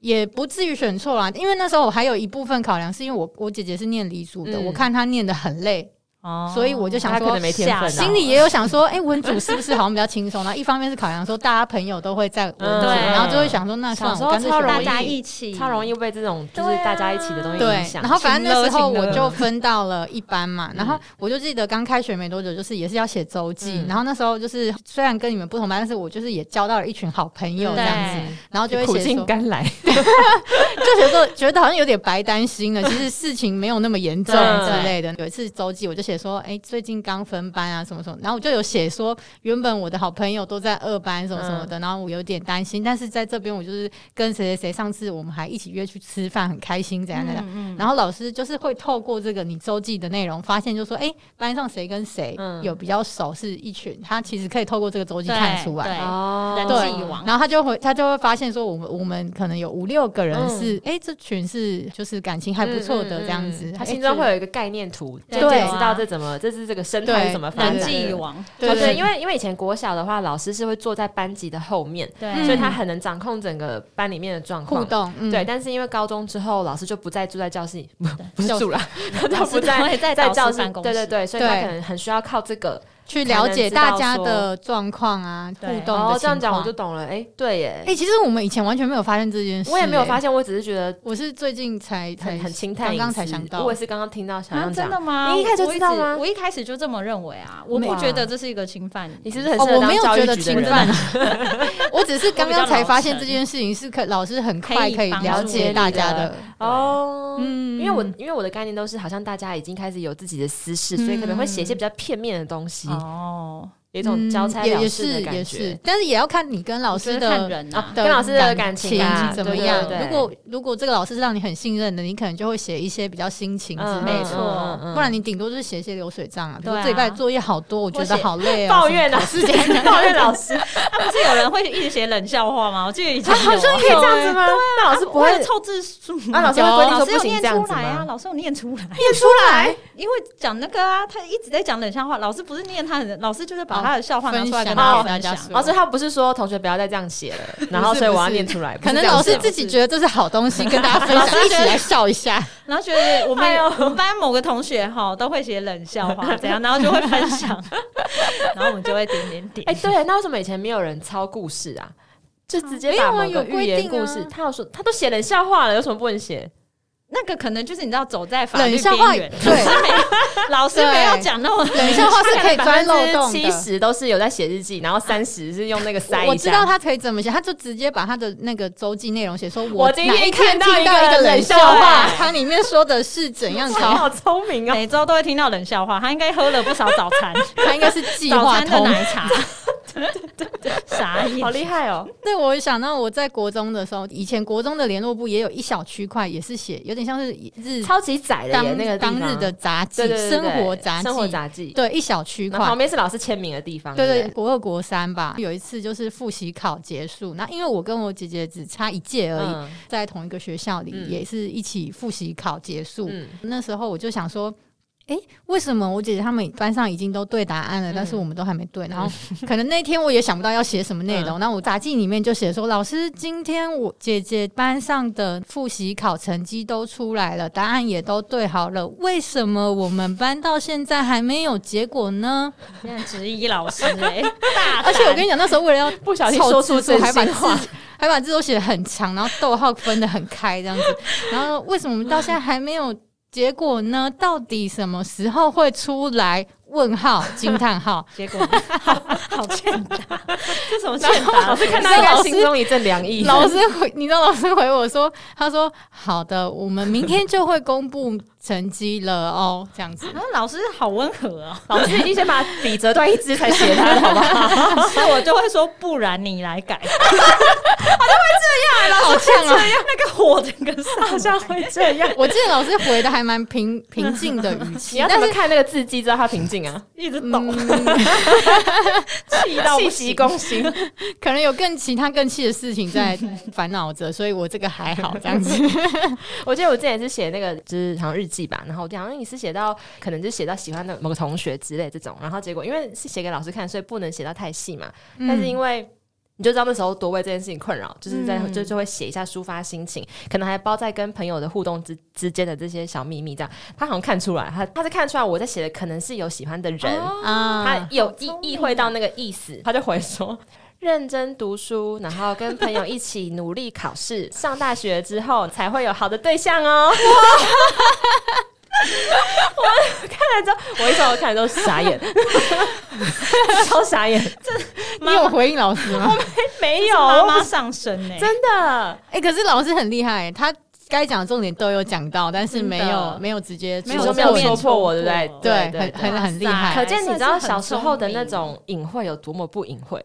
Speaker 2: 也不至于选错啦。因为那时候我还有一部分考量，是因为我我姐姐是念理组的，
Speaker 1: 嗯
Speaker 2: 我看她念的很累，
Speaker 3: 哦
Speaker 2: 所以我就想
Speaker 1: 他可
Speaker 2: 说
Speaker 1: 能。没天分啊，
Speaker 3: 吓到
Speaker 2: 心里也有想说，哎、文组是不是好像比较轻松？然后一方面是考量说大家朋友都会在文组，
Speaker 1: 嗯
Speaker 3: 对
Speaker 2: 然后就会想说，那算了，
Speaker 1: 小时
Speaker 2: 我
Speaker 1: 候
Speaker 2: 干脆
Speaker 1: 超
Speaker 2: 选
Speaker 1: 容
Speaker 3: 大
Speaker 1: 易
Speaker 2: 文组
Speaker 3: 家一起，
Speaker 1: 超容易被这种就是
Speaker 3: 对啊
Speaker 1: 大家一起的东西影
Speaker 2: 对，
Speaker 1: 响。
Speaker 2: 然后反正那时候
Speaker 3: 情勒
Speaker 2: 我
Speaker 3: 情
Speaker 1: (laughs)
Speaker 3: 勒
Speaker 2: 就分到了一班
Speaker 1: 嗯
Speaker 2: 嘛，然后我就记得刚开学没多久，就是也是要写周记，
Speaker 1: 嗯
Speaker 2: 然后那时候就是虽然跟你们不同班，但是我就是也交到了一群好朋友这
Speaker 3: 对
Speaker 2: 样子，然后就会
Speaker 1: 苦
Speaker 2: 写
Speaker 1: 尽
Speaker 2: 说，
Speaker 1: 甘来，
Speaker 2: 就写说觉得好像有点白担心了，其实事情没有那么严重
Speaker 1: 对
Speaker 2: 之类的。有一次周记我就写说，哎，最近刚分班啊什么什么，然后我就有写说原本我的好朋友都在二班什么什么
Speaker 1: 嗯
Speaker 2: 的，然后我有点担心，但是在这边我就是跟谁谁谁，上次我们还一起约去吃饭，很开心怎样怎样。
Speaker 3: 嗯
Speaker 2: 然后老师就是会透过这个你周记的内容，发现就说，哎、班上谁跟谁
Speaker 1: 嗯
Speaker 2: 有比较熟是一群，他其实可以透过这个周记看得出来。
Speaker 3: 对
Speaker 1: 哦
Speaker 3: 人
Speaker 2: 对
Speaker 3: 际网
Speaker 2: 然后他就会，他就会发现说，我们我们可能有五六个人
Speaker 1: 嗯
Speaker 2: 是，哎、这群是就是感情还不错的这样子。
Speaker 1: 他
Speaker 2: 诶
Speaker 1: 心中会
Speaker 2: 就
Speaker 1: 有一个概念图，
Speaker 3: 对
Speaker 1: 就
Speaker 2: 对
Speaker 1: 知道这怎么，这是这个生态
Speaker 2: 对
Speaker 1: 是怎么发展
Speaker 3: 人
Speaker 1: 的。
Speaker 3: 际网，
Speaker 2: 对
Speaker 1: 哦
Speaker 2: 对
Speaker 1: 对，
Speaker 2: 对
Speaker 1: 因为因为以前国小的话，老师是会坐在班级的后面，
Speaker 3: 对，
Speaker 1: 所以他很能掌控整个班里面的状
Speaker 2: 嗯互
Speaker 1: 况。
Speaker 2: 动，嗯、
Speaker 1: 对，但是因为高中之后，老师就不再住在教室里，不不是
Speaker 2: 教室
Speaker 1: 住了， (laughs) 他就
Speaker 3: 老师
Speaker 1: 不在
Speaker 3: 会在
Speaker 1: 在
Speaker 3: 导
Speaker 1: 教
Speaker 3: 师
Speaker 1: 室
Speaker 3: 办。公
Speaker 1: 对对
Speaker 3: 室
Speaker 1: 对，所以他
Speaker 2: 对哎
Speaker 1: 可能很需要靠这个。
Speaker 2: 去了解
Speaker 1: 才能知道
Speaker 2: 大家的状况啊，互
Speaker 3: 对
Speaker 2: 动的
Speaker 1: 哦，这样
Speaker 2: 情
Speaker 1: 讲我
Speaker 2: 况
Speaker 1: 就懂了。哎，对耶
Speaker 2: 哎、，其实我们以前完全没有发现这件事、
Speaker 1: 我也没有发
Speaker 2: 现，
Speaker 1: 现，我只是觉得
Speaker 2: 我是最近才才
Speaker 1: 很很清淡。
Speaker 2: 刚刚才想到，
Speaker 1: 我也是刚刚听到想
Speaker 3: 啊
Speaker 1: 要
Speaker 3: 真
Speaker 1: 讲
Speaker 3: 的。吗？
Speaker 1: 你一开始就
Speaker 3: 我
Speaker 1: 知道
Speaker 3: 直
Speaker 1: 吗
Speaker 3: 我一开始就这么认为啊，我
Speaker 1: 没有
Speaker 3: 不
Speaker 1: 啊
Speaker 3: 觉得这是一个侵犯。
Speaker 1: 你是不是很
Speaker 2: 哦
Speaker 1: 适合
Speaker 2: 我
Speaker 1: 当
Speaker 2: 没有
Speaker 1: 教育
Speaker 2: 觉
Speaker 1: 局的
Speaker 2: 得
Speaker 1: 人？啊
Speaker 2: 侵犯， (laughs) 我只是刚刚才发现
Speaker 3: 我
Speaker 2: 这
Speaker 3: 比较老成
Speaker 2: 件事情是可老师很快可以了解大家的，
Speaker 1: 哦，
Speaker 2: 嗯
Speaker 1: 因为我因为我的概念都是好像大家已经开始有自己的私事，所以可能会写一些比较片面的东西。
Speaker 3: 哦，
Speaker 1: 有一种交差
Speaker 2: 嗯也
Speaker 1: 了
Speaker 2: 也
Speaker 1: 事
Speaker 2: 是
Speaker 1: 的感
Speaker 2: 也
Speaker 1: 觉
Speaker 2: 是，。但是也要看你跟老师
Speaker 3: 就是看
Speaker 2: 的
Speaker 3: 人啊，
Speaker 1: 跟老师的感情
Speaker 2: 情
Speaker 1: 啊
Speaker 2: 怎么
Speaker 1: 对对
Speaker 2: 样。
Speaker 1: 对
Speaker 2: 如果如果这个老师是让你很信任的，你可能就会写一些比较心情之
Speaker 1: 嗯
Speaker 2: 类
Speaker 3: 没
Speaker 2: 的。
Speaker 3: 错
Speaker 1: 嗯嗯嗯
Speaker 2: 不然你顶多就是写一些流水账啊，比如
Speaker 3: 对啊
Speaker 2: 这礼拜作业好多，我觉
Speaker 3: 或
Speaker 2: 得
Speaker 3: 写
Speaker 2: 好累哦，
Speaker 1: 抱怨老师， (laughs) 抱怨老师，
Speaker 3: 不是有人会一直写冷笑话吗？我记得以前啊好
Speaker 1: 可以这样子吗？那老师不会
Speaker 3: 为了凑字数
Speaker 1: 啊老师会
Speaker 3: 有
Speaker 1: 规定说
Speaker 3: 老师有
Speaker 1: 不行
Speaker 3: 念
Speaker 1: 这样
Speaker 3: 出
Speaker 1: 子
Speaker 3: 来
Speaker 1: 吗
Speaker 3: 啊，老师有念出来，
Speaker 1: 念出来？
Speaker 3: 因为讲那个啊，他一直在讲冷笑话，老师不是念他的，老师就是把他的笑话拿出来跟大
Speaker 2: 哦
Speaker 3: 家
Speaker 2: 分
Speaker 3: 分
Speaker 2: 享
Speaker 3: 享
Speaker 2: 哦。
Speaker 1: 老师他不是说同学不要再这样写了，然后所以我要念出来。
Speaker 2: 可
Speaker 1: 不
Speaker 2: 能
Speaker 1: 是这样
Speaker 2: 老
Speaker 1: 子
Speaker 2: 师
Speaker 1: 吗
Speaker 2: 自己觉得这是好东西，跟大家
Speaker 1: (laughs)
Speaker 2: 分享，一起来笑一下。
Speaker 3: 然后觉得我们、
Speaker 1: 哎呦
Speaker 3: 我们班某个同学哈都会写冷笑话，怎样，然后就会分享，然后我们就会点点点。
Speaker 1: 哎，对，那为什么以前没有人抄故事啊？就直接
Speaker 2: 没有
Speaker 1: 把
Speaker 2: 啊
Speaker 1: 某个
Speaker 2: 有
Speaker 1: 寓
Speaker 2: 规
Speaker 1: 言
Speaker 2: 定
Speaker 1: 故
Speaker 2: 啊
Speaker 1: 事，他有说他都写冷笑话了，有什么不能写？
Speaker 3: 那个可能就是你知道走在法律
Speaker 2: 冷笑
Speaker 3: 边
Speaker 2: 话，
Speaker 3: 缘，
Speaker 2: 对，
Speaker 3: 老师没有讲那么
Speaker 2: 冷笑话是可以钻漏
Speaker 1: 百分
Speaker 2: 洞
Speaker 1: 之七
Speaker 2: 的。
Speaker 1: 十都是有在写日记，然后三十是用那个塞一下。
Speaker 2: 我知道他可以怎么写，他就直接把他的那个周记内容写说，
Speaker 1: 我今天
Speaker 2: 哪一
Speaker 1: 看到
Speaker 2: 听
Speaker 1: 一
Speaker 2: 到
Speaker 1: 个
Speaker 2: 一个
Speaker 1: 冷
Speaker 2: 冷
Speaker 1: 笑
Speaker 2: 笑
Speaker 1: 话
Speaker 2: 话，它里面说的是怎
Speaker 1: (laughs)
Speaker 2: 样
Speaker 1: 哇你
Speaker 2: 抄，
Speaker 1: 好聪明哦！
Speaker 3: 每周都会听到冷笑话，他应该喝了不少早餐，
Speaker 2: 他应该是计
Speaker 3: 早
Speaker 2: 划
Speaker 3: 餐的
Speaker 2: 通。
Speaker 3: 奶茶，傻眼，
Speaker 1: 好厉害哦！
Speaker 2: 对，我想到我在国中的时候，以前国中的联络部也有一小区块，也是写有点像是日
Speaker 1: 超级窄的耶，
Speaker 2: 当
Speaker 1: 那个地
Speaker 2: 当
Speaker 1: 方
Speaker 2: 日的杂技
Speaker 1: 对对对对
Speaker 2: 生
Speaker 1: 对
Speaker 2: 活杂技
Speaker 1: 生活杂技，
Speaker 2: 对一小区
Speaker 1: 然后
Speaker 2: 块
Speaker 1: 旁。边是老师签名的地方，
Speaker 2: 对
Speaker 1: 对
Speaker 2: 对，
Speaker 1: 不
Speaker 2: 国二国三吧，有一次就是复习考结束，那因为我跟我姐姐只差一届而已，
Speaker 1: 嗯
Speaker 2: 在同一个学校里，
Speaker 1: 嗯
Speaker 2: 也是一起复习考结束。
Speaker 1: 嗯
Speaker 2: 那时候我就想说。诶，为什么我姐姐她们班上已经都对答案了，
Speaker 1: 嗯
Speaker 2: 但是我们都还没对？然后可能那天我也想不到要写什么内容，那、我杂记里面就写说，老师今天我姐姐班上的复习考成绩都出来了，答案也都对好了，为什么我们班到现在还没有结果呢？
Speaker 3: 现在质疑老师哎、
Speaker 1: (laughs)
Speaker 3: 大胆
Speaker 2: 而且我跟你讲，那时候为了要
Speaker 1: 不小心
Speaker 2: 凑
Speaker 1: 说出
Speaker 2: 字数
Speaker 1: 真
Speaker 2: 还把
Speaker 1: 心话
Speaker 2: 字，还把字都写的很长，然后逗号分的很开这样子。然后为什么我们到现在还没有结果呢？到底什么时候会出来？问号惊
Speaker 1: (laughs)
Speaker 2: 叹号！
Speaker 3: 结果呢好好欠打，这什么欠
Speaker 1: 然后
Speaker 3: 打？
Speaker 1: 老师 (laughs) 看到
Speaker 2: 你
Speaker 1: 应
Speaker 2: 知道
Speaker 1: 该
Speaker 2: 老师
Speaker 1: 心中一阵凉意， (laughs)
Speaker 2: 老师回，你知道老师回我说，他说好的，我们明天就会公布成绩了哦，这
Speaker 1: (laughs)
Speaker 2: 样子。
Speaker 3: 然后啊老师好温和哦，
Speaker 1: 老师已经先把笔折断一支才写他的， (laughs) 好不好？
Speaker 3: 那我就会说，不然你来
Speaker 1: (laughs)
Speaker 3: 改，
Speaker 2: 好呛啊！
Speaker 3: 那个火整个
Speaker 1: (laughs)
Speaker 3: 上
Speaker 1: 好像
Speaker 3: 来。
Speaker 1: 会这样。
Speaker 2: 我记得老师回的还蛮平平静的语
Speaker 1: (laughs) 你
Speaker 2: 气，
Speaker 1: 要
Speaker 2: 但
Speaker 1: 怎么
Speaker 2: 是
Speaker 1: 看那个字迹知道他平静啊？
Speaker 3: 一直抖，
Speaker 2: 嗯，
Speaker 3: 气到不
Speaker 1: 气
Speaker 3: 行
Speaker 1: 急攻心， (laughs)
Speaker 2: 可能有更其他更气的事情在烦恼着，所以我这个还好这样子。
Speaker 1: 我记得我之前是写那个就是好像日记吧，然后我就好像你是写到可能就写到喜欢的某个同学之类这种，然后结果因为是写给老师看，所以不能写到太细嘛。 (laughs)
Speaker 2: 嗯
Speaker 1: 但是因为你就知道那时候多为这件事情困扰，就是在
Speaker 2: 嗯
Speaker 1: 就就会写一下抒发心情，可能还包在跟朋友的互动之之间的这些小秘密这样。他好像看出来，他他是看出来我在写的可能是有喜欢的人，
Speaker 2: 啊
Speaker 1: 他有意
Speaker 3: 聪明
Speaker 1: 意会到那个意思，他就回说。
Speaker 3: (laughs)
Speaker 1: 认真读书，然后跟朋友一起努力考试，上大学之后才会有好的对象哦。我看了之后，我一手看了都傻眼， (laughs) 超傻眼，
Speaker 2: 你有回应老师吗？
Speaker 1: 没有，
Speaker 3: 妈妈上身呢、
Speaker 1: 真的
Speaker 2: 哎、可是老师很厉害，他该讲的重点都有讲到，但是没
Speaker 3: 真
Speaker 2: 有
Speaker 3: 的
Speaker 2: 没有直接
Speaker 1: 没
Speaker 3: 没
Speaker 1: 有
Speaker 2: 戳
Speaker 3: 有
Speaker 1: 说没
Speaker 2: 破
Speaker 1: 有
Speaker 2: 你
Speaker 1: 戳
Speaker 3: 戳
Speaker 1: 破我，
Speaker 3: 破
Speaker 1: 对不对？
Speaker 2: 对，
Speaker 1: 对
Speaker 2: 很很很厉
Speaker 3: 哇
Speaker 1: 可
Speaker 2: 害
Speaker 3: 塞。
Speaker 1: 见你知道
Speaker 3: 算是很
Speaker 1: 小时候的
Speaker 3: 聪明
Speaker 1: 那种隐晦有多么不隐晦，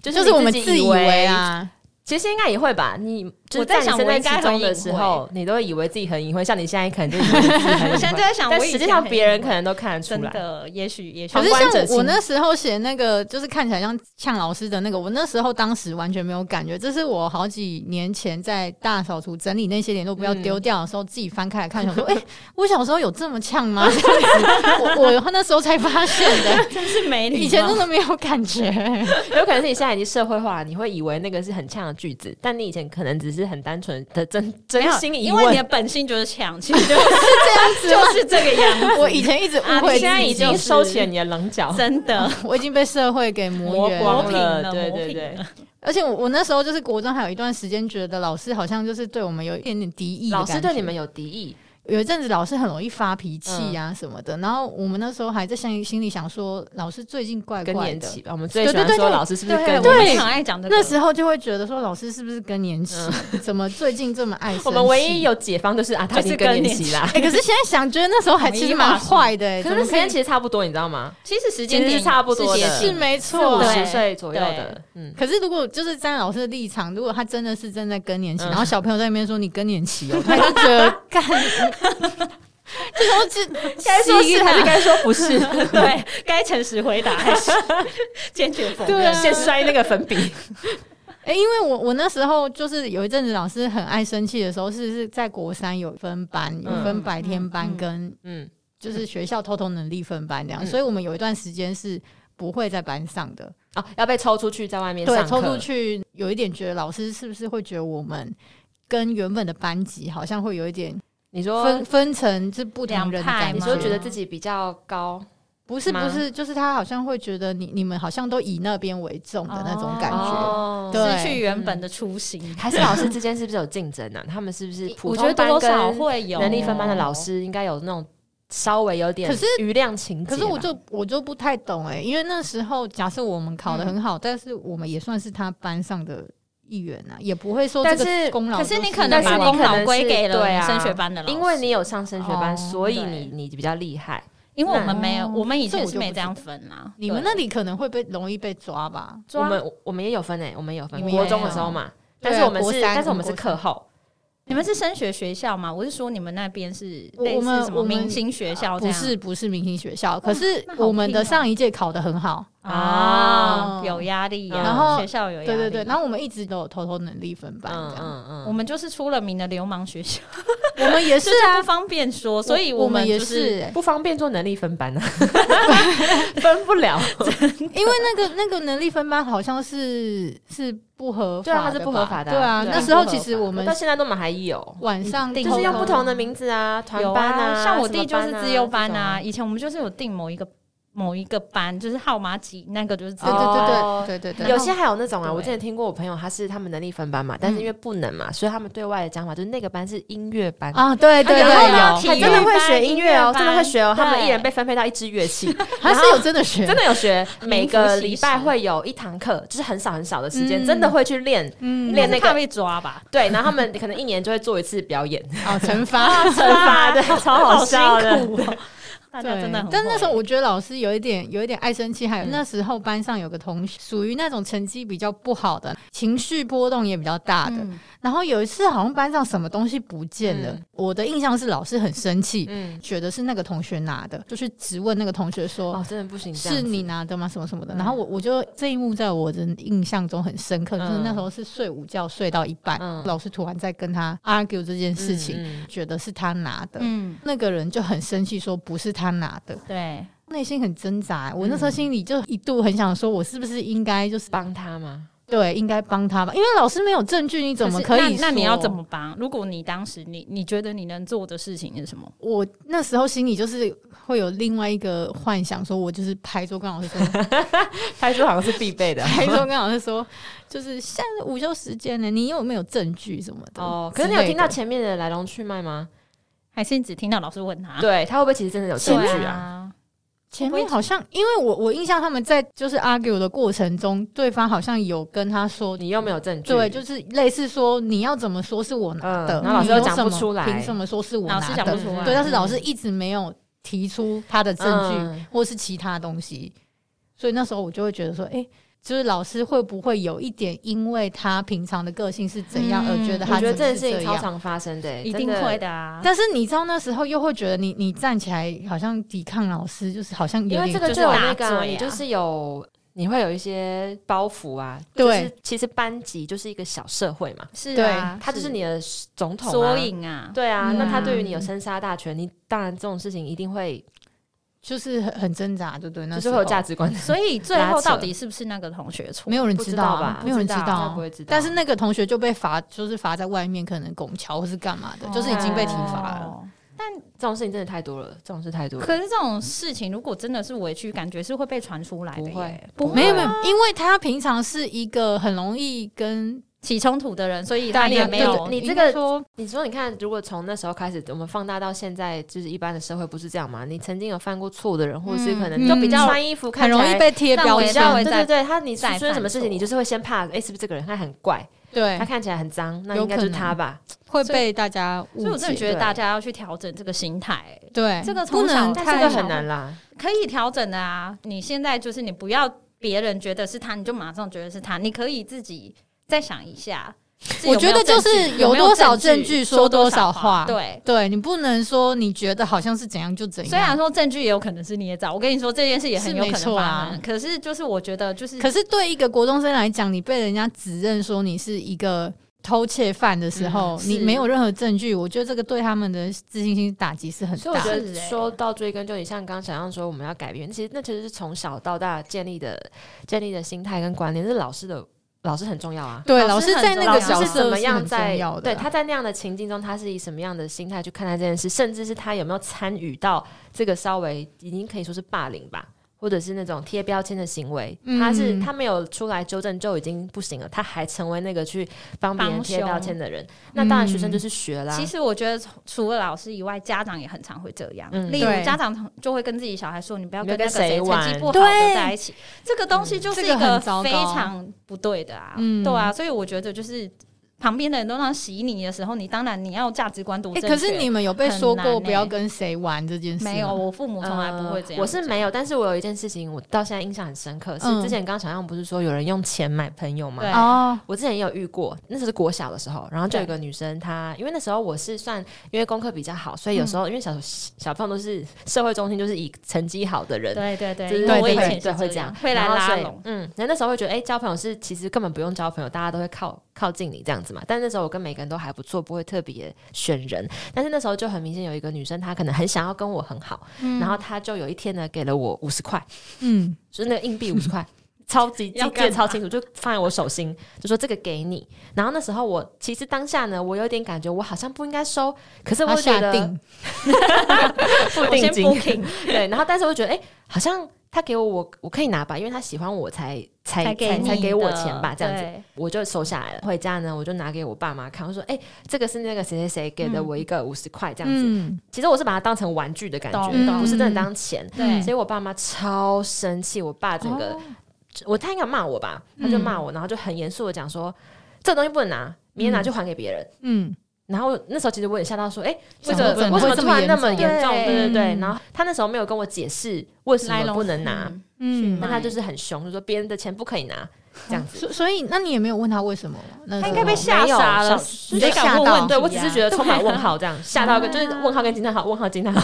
Speaker 1: 就
Speaker 2: 就是我们
Speaker 1: 你
Speaker 2: 自以为，啊，
Speaker 1: 其实应该也会吧。你就是
Speaker 3: 我在
Speaker 1: 你
Speaker 3: 想
Speaker 1: 身
Speaker 3: 我
Speaker 1: 在
Speaker 3: 应该
Speaker 1: 其中
Speaker 3: 很
Speaker 1: 的
Speaker 3: 隐
Speaker 1: 时
Speaker 3: 晦
Speaker 1: 候，你都会以为自己很隐晦，像你现在可能就以为自己很隐
Speaker 3: (laughs) 我现在
Speaker 1: 晦
Speaker 3: 就在想，
Speaker 1: 但
Speaker 3: 我以
Speaker 1: 实际
Speaker 3: 前
Speaker 1: 上
Speaker 3: 很
Speaker 1: 别人
Speaker 3: 隐
Speaker 1: 可
Speaker 3: 晦
Speaker 1: 能都看得出
Speaker 3: 真
Speaker 1: 来。
Speaker 3: 的，也许也许
Speaker 2: 可
Speaker 1: 旁
Speaker 2: 是
Speaker 1: 观者
Speaker 2: 像我
Speaker 1: 清
Speaker 2: 那时候写那个，就是看起来像呛老师的那个，我那时候当时完全没有感觉。这是我好几年前在大扫除整理那些联络簿要
Speaker 1: 嗯
Speaker 2: 丢掉的时候，自己翻开来看，想说，哎、我小时候有这么呛吗？ (laughs) 这样子，我我那时候才发现的，
Speaker 3: 真是没 (laughs) 礼貌。
Speaker 2: 以前真的没有感觉。
Speaker 1: 有可能是你现在已经社会化了，你会以为那个是很呛的句子，但你以前可能只是很单纯的真
Speaker 3: (laughs) 没
Speaker 1: 真
Speaker 3: 有
Speaker 1: 心疑
Speaker 3: 因为你
Speaker 1: 问
Speaker 3: 的。本性就是强，其实就是
Speaker 1: (laughs)
Speaker 3: 这样子，就是这个样子。
Speaker 2: 我以前一直误
Speaker 3: 啊
Speaker 2: 会
Speaker 1: 你
Speaker 2: 自己，
Speaker 1: 现在已经
Speaker 3: 就是
Speaker 1: 收起了你的棱角，
Speaker 3: 真的
Speaker 2: (laughs) 我已经被社会给磨圆
Speaker 1: 磨
Speaker 2: 了。
Speaker 1: 光
Speaker 3: 平
Speaker 1: 了
Speaker 3: 了，
Speaker 1: 对
Speaker 3: 磨
Speaker 1: 对
Speaker 3: 平
Speaker 1: 对
Speaker 3: 了
Speaker 2: 而且我我那时候就是国中还有一段时间，觉得老师好像就是对我们有一点点敌意的
Speaker 1: 老
Speaker 2: 感觉。
Speaker 1: 师对你们有敌意，
Speaker 2: 有一阵子老师很容易发脾气
Speaker 1: 嗯
Speaker 2: 呀、什么的，然后我们那时候还在心心里想说，老师最近怪
Speaker 1: 更
Speaker 2: 怪
Speaker 1: 年
Speaker 2: 的。
Speaker 1: 期吧，我们最
Speaker 2: 对
Speaker 1: 喜欢
Speaker 2: 对对
Speaker 1: 说
Speaker 2: 对
Speaker 1: 老师是不是
Speaker 3: 对，
Speaker 1: 更
Speaker 3: 我
Speaker 1: 年
Speaker 3: 们
Speaker 1: 期？
Speaker 3: 很爱讲这个。
Speaker 2: 那时候就会觉得说，老师是不是更年期？ (laughs) 怎么最近这么爱生气？
Speaker 1: 嗯我们唯一有解方就是啊，他已
Speaker 3: 就
Speaker 1: 经
Speaker 3: 是
Speaker 1: 更
Speaker 3: 更
Speaker 1: 年
Speaker 3: 年
Speaker 1: 期
Speaker 3: 期
Speaker 1: 啦。
Speaker 2: 哎、可是现在想，觉得那时候还其实蛮坏的、
Speaker 1: (laughs)
Speaker 2: 哎
Speaker 1: 可
Speaker 2: 怎么
Speaker 1: 是时间
Speaker 2: 以
Speaker 1: 其实差不多，你知道吗？
Speaker 3: 其实时
Speaker 1: 其
Speaker 3: 间
Speaker 1: 实
Speaker 3: 点
Speaker 1: 是差不多
Speaker 3: 是
Speaker 1: 的
Speaker 3: 接
Speaker 2: 是
Speaker 3: 近
Speaker 2: 没
Speaker 1: 四五
Speaker 2: 错。
Speaker 1: 十
Speaker 3: 对
Speaker 1: 岁左右
Speaker 3: 对
Speaker 1: 的，嗯，
Speaker 2: 可是如果就是站在老师的立场，如果他真的是正在更年期，
Speaker 1: 嗯
Speaker 2: 然后小朋友在那边说你更年
Speaker 1: (laughs)
Speaker 2: 期哦，他就觉得干， (laughs) 这时候
Speaker 1: (laughs)
Speaker 2: 这
Speaker 1: 该说是还是该说不是？
Speaker 3: (laughs)
Speaker 1: (laughs)
Speaker 3: 对，该诚实回答还是坚决否认？
Speaker 2: 对啊
Speaker 1: 先摔那个粉笔，
Speaker 2: 哎、因为我我那时候就是有一阵子老师很爱生气的时候，是是在国三有分班，有分白天班
Speaker 3: 嗯
Speaker 2: 跟
Speaker 1: 嗯，
Speaker 2: 就是学校偷偷能力分班这样，
Speaker 1: 嗯
Speaker 2: 所以我们有一段时间是不会在班上的，
Speaker 1: 哦，要被抽出去，在外面
Speaker 2: 对，
Speaker 1: 上
Speaker 2: 抽出
Speaker 1: 课，
Speaker 2: 去有一点觉得老师是不是会觉得我们跟原本的班级好像会有一点
Speaker 1: 你说
Speaker 2: 分，分成是不同人的
Speaker 3: 两派
Speaker 2: 感
Speaker 3: 吗
Speaker 1: 你
Speaker 2: 觉，
Speaker 1: 说觉得自己比较高
Speaker 2: 不是
Speaker 1: 吗
Speaker 2: 不是，就是他好像会觉得你你们好像都以那边为重的那种感觉，
Speaker 1: 哦
Speaker 2: 对
Speaker 3: 失去原本的初心，
Speaker 1: 还是老师之间是不是有竞争呢？他们是不是普
Speaker 3: 我觉得
Speaker 1: 通
Speaker 3: 多
Speaker 1: 班
Speaker 3: 多少
Speaker 1: 跟
Speaker 3: 会有
Speaker 1: 能力分班的老。师应该有那种稍微有点
Speaker 2: 可是
Speaker 1: 余量情节吧？
Speaker 2: 可是我就我就不太懂哎、因为那时候假设我们考得很好，但是我们也算是他班上的一员啊，也不会说这
Speaker 1: 但是
Speaker 2: 个功劳
Speaker 3: 可
Speaker 2: 就是是我。
Speaker 3: 你可
Speaker 1: 但
Speaker 3: 能
Speaker 1: 是
Speaker 3: 把
Speaker 1: 你
Speaker 3: 功
Speaker 1: 可能
Speaker 3: 劳归
Speaker 1: 是对
Speaker 3: 给了
Speaker 1: 啊
Speaker 3: 升学班的老师，
Speaker 1: 因为你有上升学班，
Speaker 2: 哦
Speaker 1: 所以
Speaker 3: 对
Speaker 1: 你你比较厉害。
Speaker 3: 因为我们没有，
Speaker 2: 哦
Speaker 3: 我们以前
Speaker 2: 这我
Speaker 3: 是
Speaker 2: 就
Speaker 3: 没
Speaker 2: 不
Speaker 3: 这样分啦。
Speaker 2: 你们
Speaker 3: 对
Speaker 2: 那里可能会被容易被抓吧？
Speaker 1: 我们我们也有分诶，啊我们也有分
Speaker 2: 你们
Speaker 1: 国
Speaker 2: 也
Speaker 1: 中的
Speaker 2: 有
Speaker 1: 时候嘛，
Speaker 2: 对
Speaker 1: 但是
Speaker 2: 啊
Speaker 1: 我们
Speaker 2: 国
Speaker 1: 是
Speaker 2: 三
Speaker 1: 但是我
Speaker 2: 我
Speaker 1: 们
Speaker 2: 们
Speaker 1: 是
Speaker 2: 国
Speaker 1: 课后，
Speaker 3: 你们是升学学校吗？我是说你们那边是
Speaker 2: 我
Speaker 3: 类
Speaker 2: 我
Speaker 3: 似
Speaker 2: 们
Speaker 3: 什么
Speaker 2: 我们
Speaker 3: 明星学校这
Speaker 2: 不
Speaker 3: 样？
Speaker 2: 是不是明星学校，可是
Speaker 3: 那好
Speaker 2: 我们的
Speaker 3: 拼哦
Speaker 2: 上一届考得很好，
Speaker 3: 啊
Speaker 2: 哦，
Speaker 3: 有压力啊，
Speaker 2: 然后
Speaker 3: 学校有压力。
Speaker 2: 对对对，然
Speaker 3: 后
Speaker 2: 后我们一直都有偷偷能力分班
Speaker 1: 嗯
Speaker 2: 这样，
Speaker 1: 嗯嗯，
Speaker 3: 我们就是出了名的流氓学校，
Speaker 2: 我们也是
Speaker 3: 这就
Speaker 2: 啊
Speaker 3: 不，方便说，所以
Speaker 2: 我
Speaker 3: 们
Speaker 2: 也
Speaker 3: 就
Speaker 1: (laughs)
Speaker 3: 是
Speaker 2: 欸，
Speaker 1: 不方便做能力分 (laughs) 班啊，分不了。
Speaker 2: 因为那个那个能力分班好像是是不合
Speaker 1: 对啊，它
Speaker 2: 法
Speaker 1: 是
Speaker 2: 的吧，
Speaker 1: 不合法的啊、
Speaker 2: 对啊，
Speaker 1: 对
Speaker 2: 那时候其实我们
Speaker 1: (laughs) 到现在都嘛还有，
Speaker 2: 晚上
Speaker 3: 定
Speaker 2: 偷
Speaker 1: 就是
Speaker 2: 偷
Speaker 1: 用不同的名字啊，团
Speaker 3: 有
Speaker 1: 班
Speaker 3: 像我弟
Speaker 1: 什么
Speaker 3: 就是
Speaker 1: 班啊
Speaker 3: 资优班
Speaker 1: 这种
Speaker 3: 啊，以前我们就是有定某一个某一个班，就是号码几那个就是自
Speaker 2: 对
Speaker 3: 由
Speaker 1: 哦哦
Speaker 2: 对对对对对对，
Speaker 1: 有些还有那种啊，
Speaker 3: 对
Speaker 1: 我之前听过我朋友，他是他们能力分班嘛，但是因为不能嘛，所以他们对外的讲法就是那个班是音乐班。
Speaker 2: 啊，对对
Speaker 3: 然后
Speaker 2: 对
Speaker 3: 呢
Speaker 2: 有
Speaker 3: 体，
Speaker 1: 还真的会学音乐哦
Speaker 3: 育，班
Speaker 1: 真的会学哦。
Speaker 3: 对
Speaker 1: 他们一人被分配到一支乐器，
Speaker 2: 他是有真的学，
Speaker 1: 真的有学。每个礼
Speaker 3: 名
Speaker 1: 拜
Speaker 3: 副其实
Speaker 1: 会有一堂课，就是很少很少的时间，
Speaker 2: 嗯
Speaker 1: 真的会去练。
Speaker 2: 嗯
Speaker 1: 练那个
Speaker 3: 怕被抓吧，
Speaker 1: 对，然后他们可能一年就会做一次表
Speaker 2: (laughs)
Speaker 1: 演，
Speaker 2: 哦
Speaker 1: (laughs)
Speaker 2: 惩罚
Speaker 1: 惩
Speaker 2: 啊
Speaker 1: 罚，对，超好
Speaker 3: 辛
Speaker 1: 笑的。
Speaker 3: 苦哦，大家
Speaker 2: 对
Speaker 3: 真的很会。
Speaker 2: 但那时候我觉得老师有一点有一点爱生气，还有
Speaker 1: 嗯
Speaker 2: 那时候班上有个同学属于那种成绩比较不好的，情绪波动也比较大的。
Speaker 3: 嗯
Speaker 2: 然后有一次好像班上什么东西不见了，
Speaker 1: 嗯
Speaker 2: 我的印象是老师很生气，
Speaker 1: (laughs) 嗯，
Speaker 2: 觉得是那个同学拿的，就去质问那个同学说。
Speaker 1: 哦，真的不行，这样
Speaker 2: 是
Speaker 1: 子
Speaker 2: 你拿的吗？什么什么的。
Speaker 1: 嗯
Speaker 2: 然后我我就这一幕在我的印象中很深刻，就是
Speaker 1: 嗯
Speaker 2: 那时候是睡午觉睡到一半，
Speaker 1: 嗯
Speaker 2: 老师突然在跟他 argue 这件事情，
Speaker 1: 嗯嗯
Speaker 2: 觉得是他拿的，
Speaker 3: 嗯，
Speaker 2: 那个人就很生气说不是他拿的。
Speaker 3: 对，
Speaker 2: 内心很挣扎，我那时候心里就一度很想说，我是不是应该就是
Speaker 1: 帮他吗？
Speaker 2: 对，应该帮他吧？因为老师没有证据，你怎么
Speaker 3: 是
Speaker 2: 可以
Speaker 3: 那那你要
Speaker 2: 说
Speaker 3: 怎？么帮？如果你当时你你觉得你能做的事情是什么？
Speaker 2: 我那时候心里就是会有另外一个幻想，说我就是拍桌跟老师说，
Speaker 1: 拍桌好像是必备的 (laughs)
Speaker 2: 拍桌跟老师说，就是现在午休时间呢，你有没有证据什么的？
Speaker 1: 哦。可
Speaker 2: 之
Speaker 1: 是你有
Speaker 2: 类
Speaker 1: 听到
Speaker 2: 的
Speaker 1: 前面的来龙去脉吗？
Speaker 3: 还是你只听到老师问他？
Speaker 1: 对他会不会其实真的有证
Speaker 3: 对
Speaker 1: 据啊？
Speaker 3: 啊，
Speaker 2: 前面好像，因为我我印象他们在就是 argue 的过程中，对方好像有跟他说，
Speaker 1: 你又没有证据，
Speaker 2: 对，就是类似说你要怎么说是我拿的，
Speaker 1: 嗯然后老师又
Speaker 2: 你有
Speaker 1: 讲不
Speaker 2: 什么
Speaker 1: 出来
Speaker 2: 凭什么说是我拿
Speaker 3: 啊老
Speaker 2: 的？
Speaker 3: 师讲不出来，
Speaker 2: 对，但是老师一直没有提出他的证据、
Speaker 1: 嗯
Speaker 2: 或是其他东西，所以那时候我就会觉得说，诶，就是老师会不会有一点因为他平常的个性是怎样而
Speaker 3: 嗯
Speaker 2: 觉得
Speaker 1: 我
Speaker 2: 他
Speaker 1: 觉得
Speaker 2: 怎
Speaker 1: 这件
Speaker 2: 么
Speaker 1: 事
Speaker 2: 是
Speaker 1: 情
Speaker 2: 这
Speaker 1: 超
Speaker 2: 样？
Speaker 1: 常发生的欸，
Speaker 3: 一
Speaker 1: 真
Speaker 3: 定
Speaker 1: 的
Speaker 3: 会。的啊。
Speaker 2: 但是你知道那时候又会觉得你你站起来好像抵抗老师，就是好像有
Speaker 1: 因为
Speaker 2: 点
Speaker 1: 这个就
Speaker 3: 就
Speaker 1: 是有
Speaker 3: 打
Speaker 1: 那个啊，
Speaker 3: 嘴
Speaker 1: 你
Speaker 3: 啊
Speaker 1: 就是有你会有一些包袱啊。
Speaker 2: 对
Speaker 1: 就是其实班级就是一个小社会嘛，
Speaker 3: 是
Speaker 2: 对
Speaker 3: 啊，
Speaker 1: 他就是你的总统啊
Speaker 3: 缩。影啊，
Speaker 1: 对啊，
Speaker 2: 嗯
Speaker 1: 那他对于你有生杀大权，你当然这种事情一定会
Speaker 2: 就是很很挣扎，对不对？那
Speaker 1: 就
Speaker 2: 时
Speaker 1: 是
Speaker 2: 候
Speaker 1: 会有价值观的，
Speaker 3: (laughs) 所以最
Speaker 1: 拉
Speaker 3: 后
Speaker 1: 扯
Speaker 3: 到底是不是那个同学错？
Speaker 2: 没有人
Speaker 1: 不知
Speaker 2: 道
Speaker 1: 道
Speaker 2: 啊
Speaker 1: 吧？
Speaker 2: 没有人
Speaker 1: 不
Speaker 2: 知
Speaker 1: 知
Speaker 2: 道
Speaker 1: 道，
Speaker 2: 啊
Speaker 1: 不会知道。
Speaker 2: 但是那个同学就被罚，就是罚在外面，可能拱桥或是干嘛的，就是已经被体罚了。
Speaker 3: 哦。
Speaker 1: 这种事情真的太多了，这种事太多了。
Speaker 3: 可是这种事情，如果真的是委屈，感觉是会被传出来的耶，啊
Speaker 1: 不会
Speaker 3: 不
Speaker 1: 不会
Speaker 3: 会
Speaker 2: 没有没有，因为他平常是一个很容易跟
Speaker 3: 起冲突的人，所以
Speaker 1: 对啊
Speaker 3: 他
Speaker 1: 你
Speaker 3: 也
Speaker 1: 对
Speaker 3: 没有
Speaker 1: 对你这
Speaker 2: 应该
Speaker 1: 个
Speaker 2: 说
Speaker 1: 你说，你看，如果从那时候开始，我们放大到现在，就是一般的社会不是这样嘛？你曾经有犯过错的人，或者是可能
Speaker 2: 嗯
Speaker 1: 就
Speaker 2: 嗯
Speaker 1: 比较
Speaker 2: 嗯
Speaker 1: 穿衣服看
Speaker 2: 很
Speaker 1: 起
Speaker 2: 容
Speaker 1: 来
Speaker 2: 易被贴
Speaker 3: 让
Speaker 2: 标
Speaker 3: 我
Speaker 1: 对
Speaker 3: 也
Speaker 2: 签
Speaker 3: 认为
Speaker 1: 对
Speaker 3: 在
Speaker 1: 对对，他你出
Speaker 3: 在
Speaker 1: 现什么
Speaker 3: 犯
Speaker 1: 事情，
Speaker 3: 错
Speaker 1: 你就是会先怕，哎、是不是这个人他很怪，
Speaker 2: 对
Speaker 1: 他，看起来很脏，那
Speaker 2: 哎有
Speaker 1: 应该
Speaker 2: 可
Speaker 1: 就是
Speaker 2: 能
Speaker 1: 他吧？
Speaker 2: 会
Speaker 3: 所以
Speaker 2: 被大家误
Speaker 3: 所以我真的
Speaker 2: 解。
Speaker 3: 觉得大家要去调整这个心态、
Speaker 2: 对，
Speaker 3: 这个
Speaker 2: 不
Speaker 3: 从小
Speaker 2: 能
Speaker 1: 但
Speaker 2: 太
Speaker 1: 这个很难啦，
Speaker 3: 可以调整的啊。你现在就是你不要别人觉得是他，你就马上觉得是他，你可以自己再想一下。
Speaker 2: 我觉得就是有多少证据
Speaker 3: 据
Speaker 2: 说多
Speaker 3: 多
Speaker 2: 少话
Speaker 3: 话，对。
Speaker 2: 对你不能说你觉得好像是怎样就怎样。
Speaker 3: 虽然说证据也有可能是捏造，我跟你说这件事也很有
Speaker 2: 是
Speaker 3: 可
Speaker 2: 没
Speaker 3: 能
Speaker 2: 错
Speaker 3: 发生。
Speaker 2: 啊
Speaker 3: 可是就是我觉得就是
Speaker 2: 可是对一个国中生来讲，你被人家指认说你是一个偷窃犯的时候，
Speaker 3: 嗯
Speaker 2: 你
Speaker 3: 是
Speaker 2: 没有任何证据，我觉得这个对他们的自信心打击是很
Speaker 1: 所以我
Speaker 2: 大
Speaker 1: 觉
Speaker 2: 的。
Speaker 1: 得
Speaker 3: 是欸
Speaker 1: 说到追根究底，像刚想象说我们要改变，其实那其实是从小到大建立的建立的心态跟观念，是老师的老师很重要啊。
Speaker 2: 对，
Speaker 3: 老
Speaker 2: 老
Speaker 3: 师
Speaker 2: 师
Speaker 3: 很
Speaker 2: 在那
Speaker 3: 重要
Speaker 2: 个
Speaker 1: 老师
Speaker 2: 角
Speaker 1: 是怎
Speaker 2: 色
Speaker 1: 么
Speaker 2: 是很
Speaker 1: 样
Speaker 2: 重
Speaker 1: 在
Speaker 2: 要的。啊
Speaker 1: 对他在那样的情境中，他是以什么样的心态去看待这件事，甚至是他有没有参与到这个稍微已经可以说是霸凌吧，或者是那种贴标签的行为，
Speaker 2: 嗯
Speaker 1: 他是他没有出来纠正就已经不行了，他还成为那个去帮别人
Speaker 3: 帮
Speaker 1: 贴
Speaker 3: 凶
Speaker 1: 标签的人，那当然学生
Speaker 2: 嗯
Speaker 1: 就是学啦。
Speaker 3: 其实我觉得除除了老师以外，家长也很常会这样。
Speaker 1: 嗯
Speaker 3: 例如
Speaker 2: 对
Speaker 3: 家长就会跟自己小孩说：“你不要
Speaker 1: 你
Speaker 3: 跟
Speaker 1: 不要
Speaker 3: 那个
Speaker 1: 跟谁
Speaker 3: 谁成绩
Speaker 1: 玩嗯
Speaker 3: 不好的
Speaker 2: 对
Speaker 3: 在一起。”这个东西就是
Speaker 2: 这
Speaker 3: 一
Speaker 2: 个
Speaker 3: 个
Speaker 2: 很糟糕
Speaker 3: 非常不对的啊，
Speaker 2: 嗯
Speaker 3: 对啊。所以我觉得就是旁边的人都让洗你的时候，你当然你要价值观多
Speaker 2: 哎、
Speaker 3: 正确。
Speaker 2: 可是你们有被说
Speaker 3: 很
Speaker 2: 过
Speaker 3: 难欸
Speaker 2: 不要跟谁玩这件事吗？
Speaker 3: 没有，我父母从来不会这
Speaker 1: 呃
Speaker 3: 样。
Speaker 1: 我是没有，但是我有一件事情，我到现在印象很深刻，是
Speaker 2: 嗯
Speaker 1: 之前刚想象不是说有人用钱买朋友吗？
Speaker 3: 对
Speaker 2: 哦，
Speaker 1: 我之前也有遇过，那时候是国小的时候，然后就有一个女生，她因为那时候我是算因为功课比较好，所以有时候、因为小小朋友都是社会中心，就是以成绩好的人。
Speaker 3: 对对
Speaker 1: 就
Speaker 3: 对，
Speaker 1: 是
Speaker 3: 因为我
Speaker 1: 会
Speaker 3: 以前
Speaker 1: 对
Speaker 3: 是
Speaker 1: 会
Speaker 3: 这样，会
Speaker 1: 然
Speaker 3: 来
Speaker 1: 后所
Speaker 3: 拉
Speaker 1: 以
Speaker 3: 拢。
Speaker 1: 嗯，那那时候会觉得，哎、交朋友是其实根本不用交朋友，大家都会靠靠近你这样子嘛。但那时候我跟每个人都还不错，不会特别选人。但是那时候就很明显有一个女生，她可能很想要跟我很好，
Speaker 3: 嗯
Speaker 1: 然后她就有一天呢给了我五十块，
Speaker 2: 嗯，
Speaker 1: 就是那个硬币五十
Speaker 3: (laughs)
Speaker 1: 块，超级记
Speaker 3: 要
Speaker 1: 记得
Speaker 3: 干嘛
Speaker 1: 超清楚，就放在我手心，就说这个给你。然后那时候我其实当下呢，我有点感觉我好像不应该收，可是我
Speaker 2: 他
Speaker 1: 又觉
Speaker 2: 下
Speaker 1: 得
Speaker 2: 定，
Speaker 1: (laughs) 付
Speaker 3: 我
Speaker 1: 定
Speaker 3: 先
Speaker 1: 金
Speaker 3: (laughs) booking，
Speaker 1: 对，然后但是我觉得哎、诶好像他给我我我可以拿吧，因为他喜欢我才才
Speaker 3: 才给
Speaker 1: 才
Speaker 3: 你
Speaker 1: 才给我
Speaker 3: 的
Speaker 1: 钱吧，这样子。
Speaker 3: 对
Speaker 1: 我就收下来了。回家呢，我就拿给我爸妈看，我说：“哎、这个是那个谁谁谁给的我一个五十块，这样子。
Speaker 2: 嗯，
Speaker 1: 其实我是把它当成玩具的感
Speaker 3: 懂嗯
Speaker 1: 觉，
Speaker 2: 懂
Speaker 1: 不是真的当钱。
Speaker 3: 对
Speaker 1: 所以我爸妈超生气，我爸整个、
Speaker 2: 哦
Speaker 1: 我他应该骂我吧，他就骂
Speaker 3: 嗯
Speaker 1: 我，然后就很严肃的讲说：“这个东西不能拿，明天拿去还给别人。
Speaker 2: 嗯，
Speaker 1: 然后那时候其实我也吓到，说，哎、为
Speaker 2: 想
Speaker 1: 什么为什
Speaker 2: 说怎么会
Speaker 1: 么
Speaker 2: 这
Speaker 1: 突
Speaker 2: 么
Speaker 1: 然那么
Speaker 2: 严
Speaker 3: 重
Speaker 1: 严重？
Speaker 3: 对
Speaker 1: 对对对。
Speaker 2: 嗯
Speaker 1: 然后他那时候没有跟我解释为什
Speaker 3: 来
Speaker 1: 么
Speaker 3: 龙
Speaker 1: 不能拿，
Speaker 3: 嗯
Speaker 2: 嗯
Speaker 1: 那
Speaker 3: 脉
Speaker 1: 他就是很凶，就说别人的钱不可以拿，这样子。
Speaker 2: 所所以，那你也没有问他为什么吗？那
Speaker 3: 他 (laughs) 应
Speaker 2: 时
Speaker 3: 该被
Speaker 2: 候
Speaker 3: 吓傻了，
Speaker 1: 你
Speaker 3: 谁
Speaker 1: 在
Speaker 3: 敢
Speaker 2: 吓
Speaker 3: 问
Speaker 2: 到
Speaker 3: 问题
Speaker 1: 对
Speaker 3: 啊？
Speaker 1: 我只是觉得充满
Speaker 3: 对啊
Speaker 1: 问号，这
Speaker 3: (laughs)
Speaker 1: 样吓到一个就是问号跟惊叹号，问号惊叹号，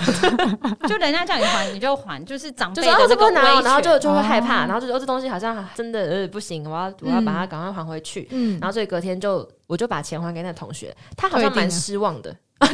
Speaker 3: 就人家叫你还你就还，就是长
Speaker 1: 就
Speaker 3: 辈
Speaker 1: 说
Speaker 3: 的
Speaker 1: 啊
Speaker 3: 这
Speaker 1: 这
Speaker 3: 个
Speaker 1: 不能拿哦，
Speaker 3: 威
Speaker 1: 然后就
Speaker 3: 权。
Speaker 1: 就会害怕，然后就说哦这东西好像真的呃不行，我要
Speaker 3: 嗯
Speaker 1: 我要把它赶快还回去。
Speaker 2: 嗯
Speaker 1: 然后所以隔天就我就把钱还给那同学，他好像
Speaker 2: 退
Speaker 3: 啊
Speaker 2: 订
Speaker 1: 蛮
Speaker 2: 了
Speaker 1: 失望
Speaker 3: (laughs)
Speaker 1: 的， (laughs)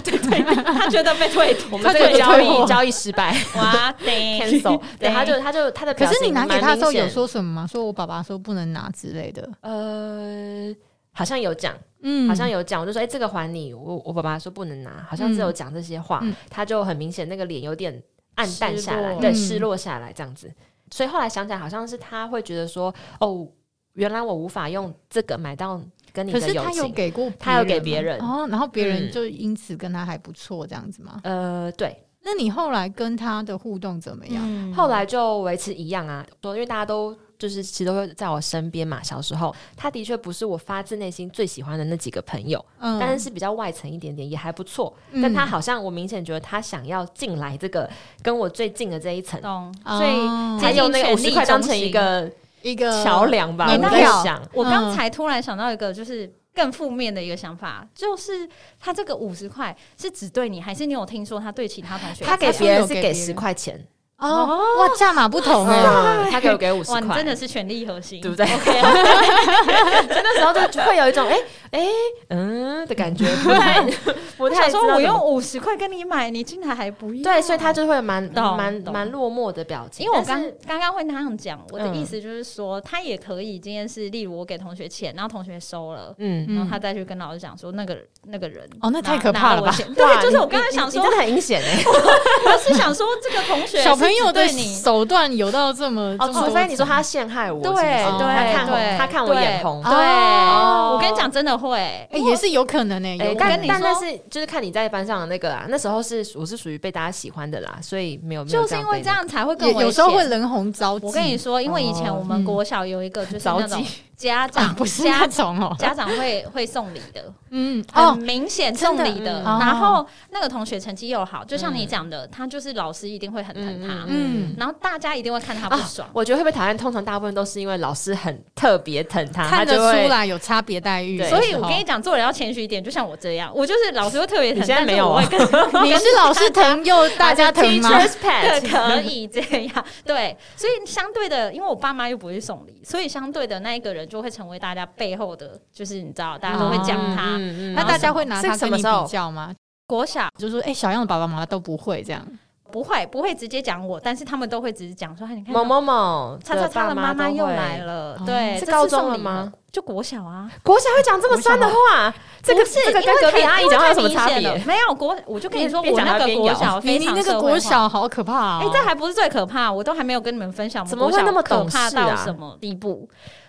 Speaker 3: 他觉得被退订，我
Speaker 1: 我们这个交易交易失败
Speaker 3: 哇对
Speaker 1: cancel，对， (laughs) 他就
Speaker 3: 对
Speaker 1: 他就他的
Speaker 2: 可
Speaker 1: 表
Speaker 2: 是你
Speaker 1: 情
Speaker 2: 拿
Speaker 1: 蛮
Speaker 2: 给他的时候
Speaker 1: 明
Speaker 2: 有
Speaker 1: 显
Speaker 2: 说什么吗？说我爸爸说不能拿之类的。
Speaker 1: 呃，好像有讲，
Speaker 2: 嗯
Speaker 1: 好像有讲，我就说，哎、这个还你。我我爸爸说不能拿，好像是有讲这些话，
Speaker 2: 嗯嗯
Speaker 1: 他就很明显那个脸有点暗淡下
Speaker 3: 失
Speaker 1: 来，
Speaker 3: 落
Speaker 1: 对，
Speaker 2: 嗯
Speaker 1: 失落下来这样子。所以后来想起来，好像是他会觉得说，哦，原来我无法用这个买到跟你
Speaker 2: 可
Speaker 1: 的
Speaker 2: 是
Speaker 1: 友
Speaker 2: 他有
Speaker 1: 情。
Speaker 2: 给过人吗，
Speaker 1: 他有给别人
Speaker 2: 哦，然后别人
Speaker 1: 嗯
Speaker 2: 就因此跟他还不错这样子吗？
Speaker 1: 呃，对，
Speaker 2: 那你后来跟他的互动怎么样？
Speaker 3: 嗯
Speaker 1: 后来就维持一样啊，说因为大家都就是其实都会在我身边嘛。小时候，他的确不是我发自内心最喜欢的那几个朋友，
Speaker 2: 嗯，
Speaker 1: 但是是比较外层一点点，也还不错。
Speaker 2: 嗯
Speaker 1: 但他好像我明显觉得他想要进来这个跟我最近的这一层，
Speaker 3: 懂。
Speaker 1: 所以
Speaker 2: 哦
Speaker 1: 他用那个五十块当成一个
Speaker 2: 一个
Speaker 1: 桥，梁吧。
Speaker 2: 门
Speaker 1: 我
Speaker 3: 呃票
Speaker 1: 在想，
Speaker 3: 我刚才突然想到一个，就是更负面的一个想法，就是他这个五十块是只对你，还是你有听说他对其他同学？
Speaker 1: 他给
Speaker 2: 他说
Speaker 1: 别人
Speaker 2: 有
Speaker 1: 是给
Speaker 2: 给别人
Speaker 1: 十块钱，
Speaker 2: 哦，哇，价码不同哎，
Speaker 1: 嗯，他给我给五十
Speaker 3: 哇，
Speaker 1: 块，
Speaker 3: 你真的是权力核心，
Speaker 1: 对不对 (laughs) 那时候就就会有一种哎哎嗯的感觉，不太不
Speaker 3: 我想
Speaker 1: 太知道
Speaker 3: 说，
Speaker 1: 怎
Speaker 3: 我
Speaker 1: 么
Speaker 3: 用五十块跟你买，你竟然还不要？
Speaker 1: 对，所以他就会蛮
Speaker 3: 懂
Speaker 1: 蛮
Speaker 3: 懂
Speaker 1: 蛮落寞的表情，
Speaker 3: 因为我
Speaker 1: 但
Speaker 3: 刚
Speaker 1: 是
Speaker 3: 刚刚会那样讲，我的
Speaker 1: 嗯
Speaker 3: 意思就是说，他也可以今天是，例如我给同学钱，然后同学收了。
Speaker 1: 嗯。
Speaker 2: 嗯
Speaker 3: 然后他再去跟老师讲说那个那个人
Speaker 2: 哦那
Speaker 3: 拿
Speaker 2: 太可怕了吧
Speaker 3: 拿我钱对，就是我刚才想说
Speaker 1: 啊你，真的很阴险哎。
Speaker 3: (laughs) 我是想说这个同学
Speaker 2: (laughs) 小朋友的
Speaker 3: 是对你
Speaker 2: 手段有到这么，
Speaker 1: 哦，
Speaker 2: 这么
Speaker 1: 除
Speaker 2: 多
Speaker 1: 非你说他陷害我，
Speaker 3: 对
Speaker 1: 是不是
Speaker 3: 对
Speaker 1: 他看
Speaker 3: 对
Speaker 1: 我，他看我眼红，
Speaker 3: 对
Speaker 2: 哦
Speaker 3: 我跟你讲，真的会。
Speaker 2: 哎也是有可能呢。
Speaker 1: 哎、
Speaker 2: 有可
Speaker 1: 但
Speaker 3: 跟
Speaker 2: 能
Speaker 3: 你
Speaker 1: 但那
Speaker 3: 说
Speaker 1: 是就是看你在班上的那个啊，那时候是我是属于被大家喜欢的啦，所以没有，没有
Speaker 3: 就是因为
Speaker 1: 被
Speaker 3: 这样才会更
Speaker 2: 也
Speaker 3: 危
Speaker 2: 有时候
Speaker 3: 险
Speaker 2: 会人红招忌。
Speaker 3: 我跟你说，因为以前
Speaker 1: 哦
Speaker 3: 我们
Speaker 2: 嗯
Speaker 3: 国小有一个就是
Speaker 1: 着
Speaker 3: 那种
Speaker 1: 急
Speaker 2: (laughs)
Speaker 3: 家
Speaker 2: 啊
Speaker 3: 长，
Speaker 2: 不是
Speaker 3: 家
Speaker 2: 那种哦，
Speaker 3: 家长会会送礼的，
Speaker 2: 嗯
Speaker 3: 很
Speaker 2: 哦，
Speaker 3: 明显
Speaker 1: 真
Speaker 3: 送
Speaker 1: 的
Speaker 3: 礼的。
Speaker 1: 嗯
Speaker 2: 哦
Speaker 3: 然后那个同学成绩又好，就像你讲的，他就是老师一定会很疼他，
Speaker 2: 嗯，哦
Speaker 3: 然后大家一定会看他不爽。
Speaker 1: 我觉得会被讨厌，通常大部分都是因为老师很特别疼他，
Speaker 2: 看得
Speaker 1: 啊他就会
Speaker 2: 出。来有差别待遇
Speaker 1: 对。
Speaker 3: 所
Speaker 2: 有
Speaker 3: 以
Speaker 2: 时候
Speaker 3: 我跟你讲，做人要谦虚一点，就像我这样，我就是老师会特别
Speaker 1: 你
Speaker 3: 疼，
Speaker 1: 现在
Speaker 3: 但是
Speaker 1: 没有
Speaker 3: 我
Speaker 1: 啊
Speaker 3: 会跟
Speaker 2: 你是老
Speaker 1: (laughs)
Speaker 2: 师疼又大家疼吗？
Speaker 1: Teacher's
Speaker 3: 对，
Speaker 1: pet，
Speaker 3: 可以这样。对，所以相对的，因为我爸妈又不会送礼，所以相对的那一个人就会成为大家背后的，就是你知道，大家都会讲他。
Speaker 1: 嗯嗯嗯
Speaker 2: 那大家会拿
Speaker 1: 是
Speaker 2: 他
Speaker 1: 什
Speaker 2: 跟
Speaker 1: 么
Speaker 2: 你
Speaker 1: 时候
Speaker 2: 比较吗？
Speaker 3: 国小
Speaker 2: 就说哎，诶小样的爸爸妈妈都不会这样。
Speaker 3: 不会不会直接讲我，但是他们都会只是讲说，哎，你看
Speaker 1: 某某某，
Speaker 3: 叉叉叉的妈妈又来
Speaker 1: 了。
Speaker 3: 了
Speaker 2: 哦，
Speaker 3: 对，
Speaker 1: 是
Speaker 3: 这次
Speaker 1: 高中
Speaker 3: 送
Speaker 1: 了
Speaker 3: 礼
Speaker 1: 吗？
Speaker 3: 就国小啊，
Speaker 1: 国小会讲这么酸的话，这个
Speaker 3: 不是
Speaker 1: 这个
Speaker 3: 因为
Speaker 1: 跟隔壁
Speaker 3: 太
Speaker 1: 阿姨
Speaker 3: 因为
Speaker 1: 讲话有
Speaker 3: 太
Speaker 1: 什么
Speaker 3: 明
Speaker 1: 差
Speaker 3: 显
Speaker 1: 别
Speaker 3: 了？没有国，我就跟你
Speaker 1: 边
Speaker 3: 说，
Speaker 1: 边
Speaker 3: 我
Speaker 1: 讲
Speaker 3: 那
Speaker 1: 还
Speaker 3: 个
Speaker 1: 边
Speaker 3: 国
Speaker 1: 咬
Speaker 3: 小哦非
Speaker 2: 你你
Speaker 3: 常
Speaker 2: 那
Speaker 3: 社
Speaker 2: 个
Speaker 3: 会
Speaker 2: 国
Speaker 3: 化
Speaker 2: 小好可怕
Speaker 3: 哎、
Speaker 2: 哦！
Speaker 3: 这还不是最可怕，我都还没有跟你们分享，
Speaker 1: 怎么会那么懂事啊
Speaker 3: 可怕到什么地步？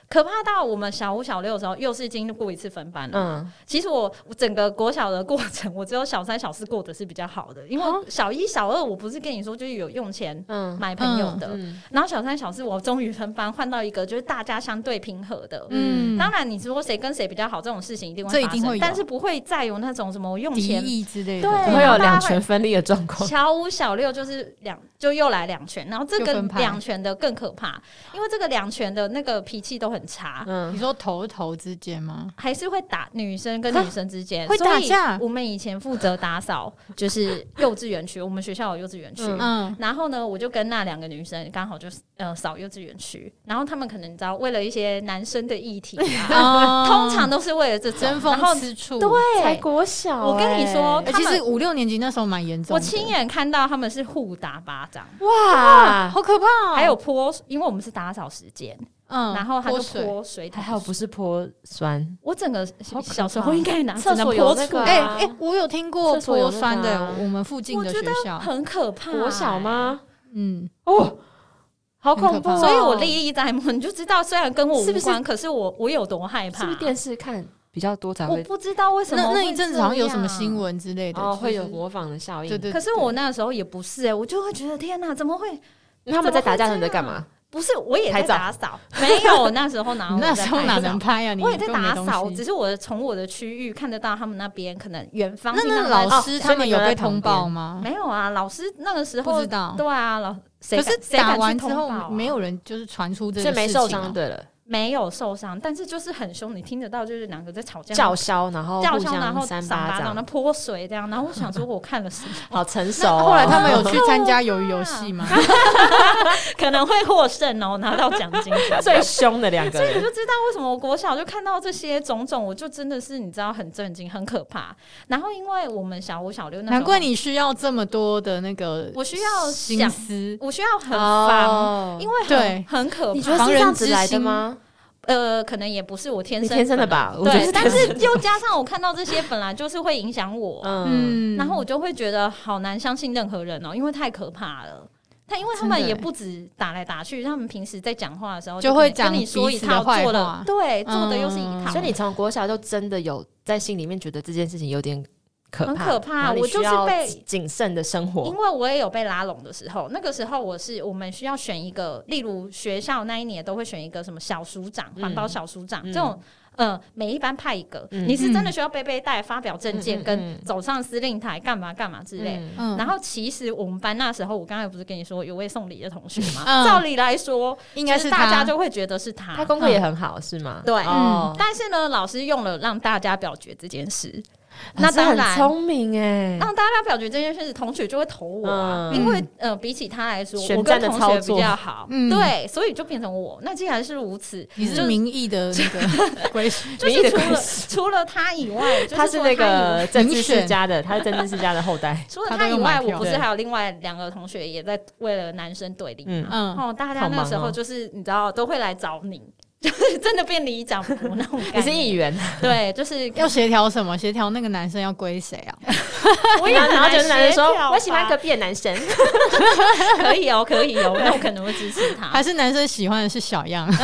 Speaker 3: 可怕到我们小五、小六的时候，又是经历过一次分班了。
Speaker 1: 嗯，
Speaker 3: 其实我我整个国小的过程，我只有小三、小四过得是比较好的，因为小一、小二我不是跟你说就是有用钱
Speaker 1: 嗯
Speaker 3: 买朋友的，
Speaker 1: 嗯
Speaker 3: 然后小三、小四我终于分班，换到一个就是大家相对平和的。
Speaker 2: 嗯，
Speaker 3: 当然，你说谁跟谁比较好，这种事情一定会发
Speaker 2: 这
Speaker 3: 生，
Speaker 2: 一定会有
Speaker 3: 但是不会再有那种什么我用
Speaker 2: 敌
Speaker 3: 钱
Speaker 2: 意 (laughs) 之类的，
Speaker 3: 对
Speaker 1: 怎么
Speaker 3: 嗯
Speaker 1: 会有
Speaker 3: 大家
Speaker 1: 两
Speaker 3: 会
Speaker 1: 权分立的状况？
Speaker 3: 小五、小六就是两，就又来两拳，然后这
Speaker 2: 又
Speaker 3: 个
Speaker 2: 分派
Speaker 3: 两拳的更可怕，因为这个两拳的那个脾气都很差，
Speaker 1: (laughs) 嗯
Speaker 2: 你，说头头之间吗？
Speaker 3: 还是会打女生跟女生之间
Speaker 2: 会打架
Speaker 3: 所以我们以前负责打扫，就是幼稚园区，我们学校有幼稚园区。
Speaker 2: 嗯，
Speaker 3: 然后呢，我就跟那两个女生刚好就是呃扫幼稚园区，然后他们可能你知道，为了一些男生的议题
Speaker 2: (laughs)
Speaker 3: 啊，通
Speaker 1: 嗯
Speaker 2: 通
Speaker 3: 常都是为了这种，
Speaker 2: 争
Speaker 3: 然后
Speaker 2: 风吃醋。
Speaker 1: 才
Speaker 3: 对，
Speaker 1: 国小欸，
Speaker 3: 我跟你说
Speaker 2: 哎，
Speaker 3: 他
Speaker 2: 其
Speaker 3: 们
Speaker 2: 实五六年级那时候蛮严重的，
Speaker 3: 我亲眼看到他们是互打巴掌，
Speaker 1: 哇，
Speaker 2: 好可怕
Speaker 1: 嗯
Speaker 2: 哦！
Speaker 3: 还有泼，因为我们是打扫时间，
Speaker 2: 嗯
Speaker 3: 然后他就
Speaker 2: 泼水
Speaker 3: 泼水
Speaker 1: 还
Speaker 3: 桶。
Speaker 1: 好不是泼酸，
Speaker 3: 我整个
Speaker 1: 好可
Speaker 3: 小时
Speaker 1: 怕
Speaker 3: 候应该拿
Speaker 1: 厕
Speaker 3: 只能
Speaker 1: 所有
Speaker 3: 泼
Speaker 1: 那
Speaker 3: 出
Speaker 1: 个
Speaker 3: 来
Speaker 2: 哎
Speaker 1: 啊
Speaker 2: 哎，我有听过
Speaker 1: 厕所有
Speaker 2: 泼
Speaker 1: 那个
Speaker 2: 酸的
Speaker 1: 啊，
Speaker 2: 我们附近的
Speaker 3: 我觉
Speaker 2: 学
Speaker 3: 得
Speaker 2: 校，
Speaker 3: 很可怕、
Speaker 1: 国小？吗？
Speaker 2: 嗯，
Speaker 1: 哦，好恐怖哦！
Speaker 3: 所以我历历在目， (laughs) 你就知道，虽然跟我无关，
Speaker 1: 是不是
Speaker 3: 可是我我有多害怕。
Speaker 1: 是不是电视看比较多才
Speaker 3: 我
Speaker 1: 会
Speaker 3: 不知道为什么
Speaker 2: 那那
Speaker 3: 会
Speaker 2: 一阵子
Speaker 3: 这
Speaker 2: 好像有什么
Speaker 3: 样啊
Speaker 2: 新。闻之类的，
Speaker 1: 哦会有
Speaker 2: 就是
Speaker 1: 模仿的效应？
Speaker 2: 对对，
Speaker 3: 可是
Speaker 2: 对
Speaker 3: 我那时候也不是哎、我就会觉得天哪、怎么会？
Speaker 1: 那他们在打架的时候你在干嘛？
Speaker 3: 不是，我也在
Speaker 1: 拍照
Speaker 3: 打扫，没有，那
Speaker 2: (laughs)
Speaker 3: 时候哪有
Speaker 2: 你那
Speaker 3: 我
Speaker 2: 时
Speaker 3: 在
Speaker 2: 候
Speaker 3: 拍
Speaker 2: 哪
Speaker 3: 照
Speaker 2: 能拍啊？你
Speaker 3: 我也在
Speaker 2: 根本
Speaker 3: 打
Speaker 2: 没东
Speaker 3: 扫，
Speaker 2: 西
Speaker 3: 只是我从我的区域看得到他们那边可能远方
Speaker 2: 那
Speaker 3: 地
Speaker 2: 那
Speaker 3: 上
Speaker 2: 老
Speaker 3: 在
Speaker 2: 师
Speaker 1: 哦
Speaker 2: 他们有被通
Speaker 1: 所以
Speaker 2: 报吗？
Speaker 3: 没有啊，老师那个时
Speaker 2: 不
Speaker 3: 候
Speaker 2: 知道。
Speaker 3: 对啊，老谁
Speaker 2: 可
Speaker 3: 敢
Speaker 2: 是
Speaker 3: 谁敢
Speaker 2: 打
Speaker 3: 去
Speaker 2: 完之
Speaker 3: 通报啊
Speaker 2: 后，没有人就是传出这
Speaker 1: 所以
Speaker 2: 个
Speaker 1: 没
Speaker 2: 事
Speaker 1: 受
Speaker 2: 情啊
Speaker 1: 伤，对了，
Speaker 3: 没有受伤，但是就是很凶，你听得到就是两个在吵架，
Speaker 1: 叫嚣，然后
Speaker 3: 叫
Speaker 1: 哦互
Speaker 3: 嚣，
Speaker 1: 相
Speaker 3: 然后
Speaker 1: 扇
Speaker 3: 赏巴掌，
Speaker 1: 掌
Speaker 3: 那，泼水这样，然后我想说我看了什么， (laughs)
Speaker 1: 好成熟
Speaker 2: 那
Speaker 1: 哦。
Speaker 2: 后来他们有
Speaker 1: (laughs)
Speaker 2: 去参加鱿鱼游戏吗？
Speaker 3: 可能会获胜哦，拿到奖金。
Speaker 1: 最凶的两个
Speaker 3: (laughs) 我
Speaker 1: 人，
Speaker 3: 就知道为什么我国小就看到这些种种，我就真的是你知道很震惊，很可怕。然后因为我们小五小六那时候
Speaker 2: 难怪你需要这么多的那个，
Speaker 3: 我需要
Speaker 2: 心
Speaker 3: 想，
Speaker 2: 思，
Speaker 3: 我需要很防，因
Speaker 1: 为
Speaker 3: 为很
Speaker 2: 对
Speaker 3: 很可
Speaker 1: 哦你
Speaker 3: 怕。
Speaker 1: 觉得是
Speaker 2: 防
Speaker 1: 这
Speaker 2: 人
Speaker 1: 样子
Speaker 2: 之
Speaker 1: 来的
Speaker 2: 心
Speaker 1: 吗？
Speaker 3: 呃，可能也不是我天
Speaker 1: 你
Speaker 3: 生
Speaker 1: 天生的
Speaker 3: 本来
Speaker 1: 吧？我觉得
Speaker 3: 对，
Speaker 1: 是
Speaker 3: 但
Speaker 1: 天生
Speaker 3: 是又加上我看到这些本来就是会影响我，
Speaker 1: 嗯，
Speaker 2: 嗯，
Speaker 3: 然后我就会觉得好难相信任何人哦、因为太可怕了。他因为他
Speaker 2: 真的
Speaker 3: 们也
Speaker 2: 欸
Speaker 3: 不止打来打去，他们平时在讲话的时候
Speaker 2: 就
Speaker 3: 可能
Speaker 2: 会讲
Speaker 3: 跟你说
Speaker 2: 彼
Speaker 3: 一
Speaker 2: 此的
Speaker 3: 套，
Speaker 2: 坏
Speaker 3: 做
Speaker 2: 话
Speaker 3: 了对，做的又是
Speaker 2: 嗯
Speaker 3: 一套，
Speaker 1: 所以你从国小就真的有在心里面觉得这件事情有点可怕，
Speaker 3: 很可怕
Speaker 1: 然后你
Speaker 3: 我就是
Speaker 1: 需要
Speaker 3: 被
Speaker 1: 谨慎的生
Speaker 3: 因
Speaker 1: 活。
Speaker 3: 为我也有被拉拢的时候，那个时候我是我们需要选一个，例如学校那一年都会选一个什么小署长、
Speaker 1: 嗯
Speaker 3: 环保小署长、
Speaker 1: 嗯
Speaker 3: 这种，呃，每一班派一个。
Speaker 1: 嗯
Speaker 3: 你是真的需要背背带、发表证件、
Speaker 1: 嗯嗯嗯
Speaker 3: 跟走上司令台干嘛干嘛之类。
Speaker 1: 嗯
Speaker 2: 嗯，
Speaker 3: 然后其实我们班那时候，我刚才不是跟你说有位送礼的同学吗？
Speaker 2: 嗯
Speaker 3: 照理来说，
Speaker 2: 应该
Speaker 3: 就是大家
Speaker 2: 他
Speaker 3: 就会觉得是他。
Speaker 1: 他功课也很好，是吗？
Speaker 3: 对
Speaker 2: 嗯
Speaker 3: 嗯
Speaker 1: 哦，
Speaker 3: 但是呢，老师用了让大家表决这件事，
Speaker 1: 老
Speaker 3: 那
Speaker 1: 师
Speaker 3: 当
Speaker 1: 很
Speaker 3: 然嗯
Speaker 1: 聪明哎，
Speaker 3: 让大家表决这件事，同学就会投我啊，
Speaker 1: 嗯
Speaker 3: 因为呃，比起他来说，
Speaker 1: 选
Speaker 3: 我
Speaker 1: 战
Speaker 3: 跟
Speaker 1: 的
Speaker 3: 同
Speaker 1: 操
Speaker 3: 学
Speaker 1: 作
Speaker 3: 比较好，
Speaker 2: 嗯
Speaker 3: 对，所以就变成我。那既然是如此，
Speaker 2: 你
Speaker 3: 就是是
Speaker 2: 民意的那个 (laughs) 归属，
Speaker 3: 就
Speaker 1: 民意的
Speaker 3: 是除
Speaker 1: 关
Speaker 3: 了除了他以外，就
Speaker 1: 他
Speaker 3: 是
Speaker 1: 是
Speaker 3: 除
Speaker 1: 那
Speaker 3: 了他以
Speaker 1: 个
Speaker 3: 外。
Speaker 1: 政治世
Speaker 2: 民选
Speaker 1: 家的，他是政治世家的后代
Speaker 3: (laughs) 除了
Speaker 2: 他
Speaker 3: 他
Speaker 2: 都
Speaker 3: 以
Speaker 2: 用
Speaker 3: 外，
Speaker 2: 买票
Speaker 3: 我不是
Speaker 1: 对
Speaker 3: 还有另外两个同学也在为了男生对立
Speaker 1: 嗯
Speaker 3: 嘛？
Speaker 2: 嗯，
Speaker 3: 哦，大家
Speaker 1: 好
Speaker 3: 那
Speaker 1: 忙
Speaker 3: 时候
Speaker 1: 哦
Speaker 3: 就是你知道都会来找你，就是真的变里长伯那种
Speaker 1: 你
Speaker 3: 感
Speaker 1: 是
Speaker 3: 觉。
Speaker 1: 议员，
Speaker 3: 对，就是
Speaker 2: 要协调什么？协调那个男生要归谁啊？
Speaker 3: 我也
Speaker 1: 然后然后就是
Speaker 3: 很难
Speaker 1: 男生
Speaker 3: 协调
Speaker 1: 说，我喜欢
Speaker 3: 吧
Speaker 1: 隔壁的男生，
Speaker 3: 可以哦，可以哦，那我可能会支持他。
Speaker 2: 还是男生喜欢的是小
Speaker 3: (laughs)
Speaker 2: 样？
Speaker 3: 嗯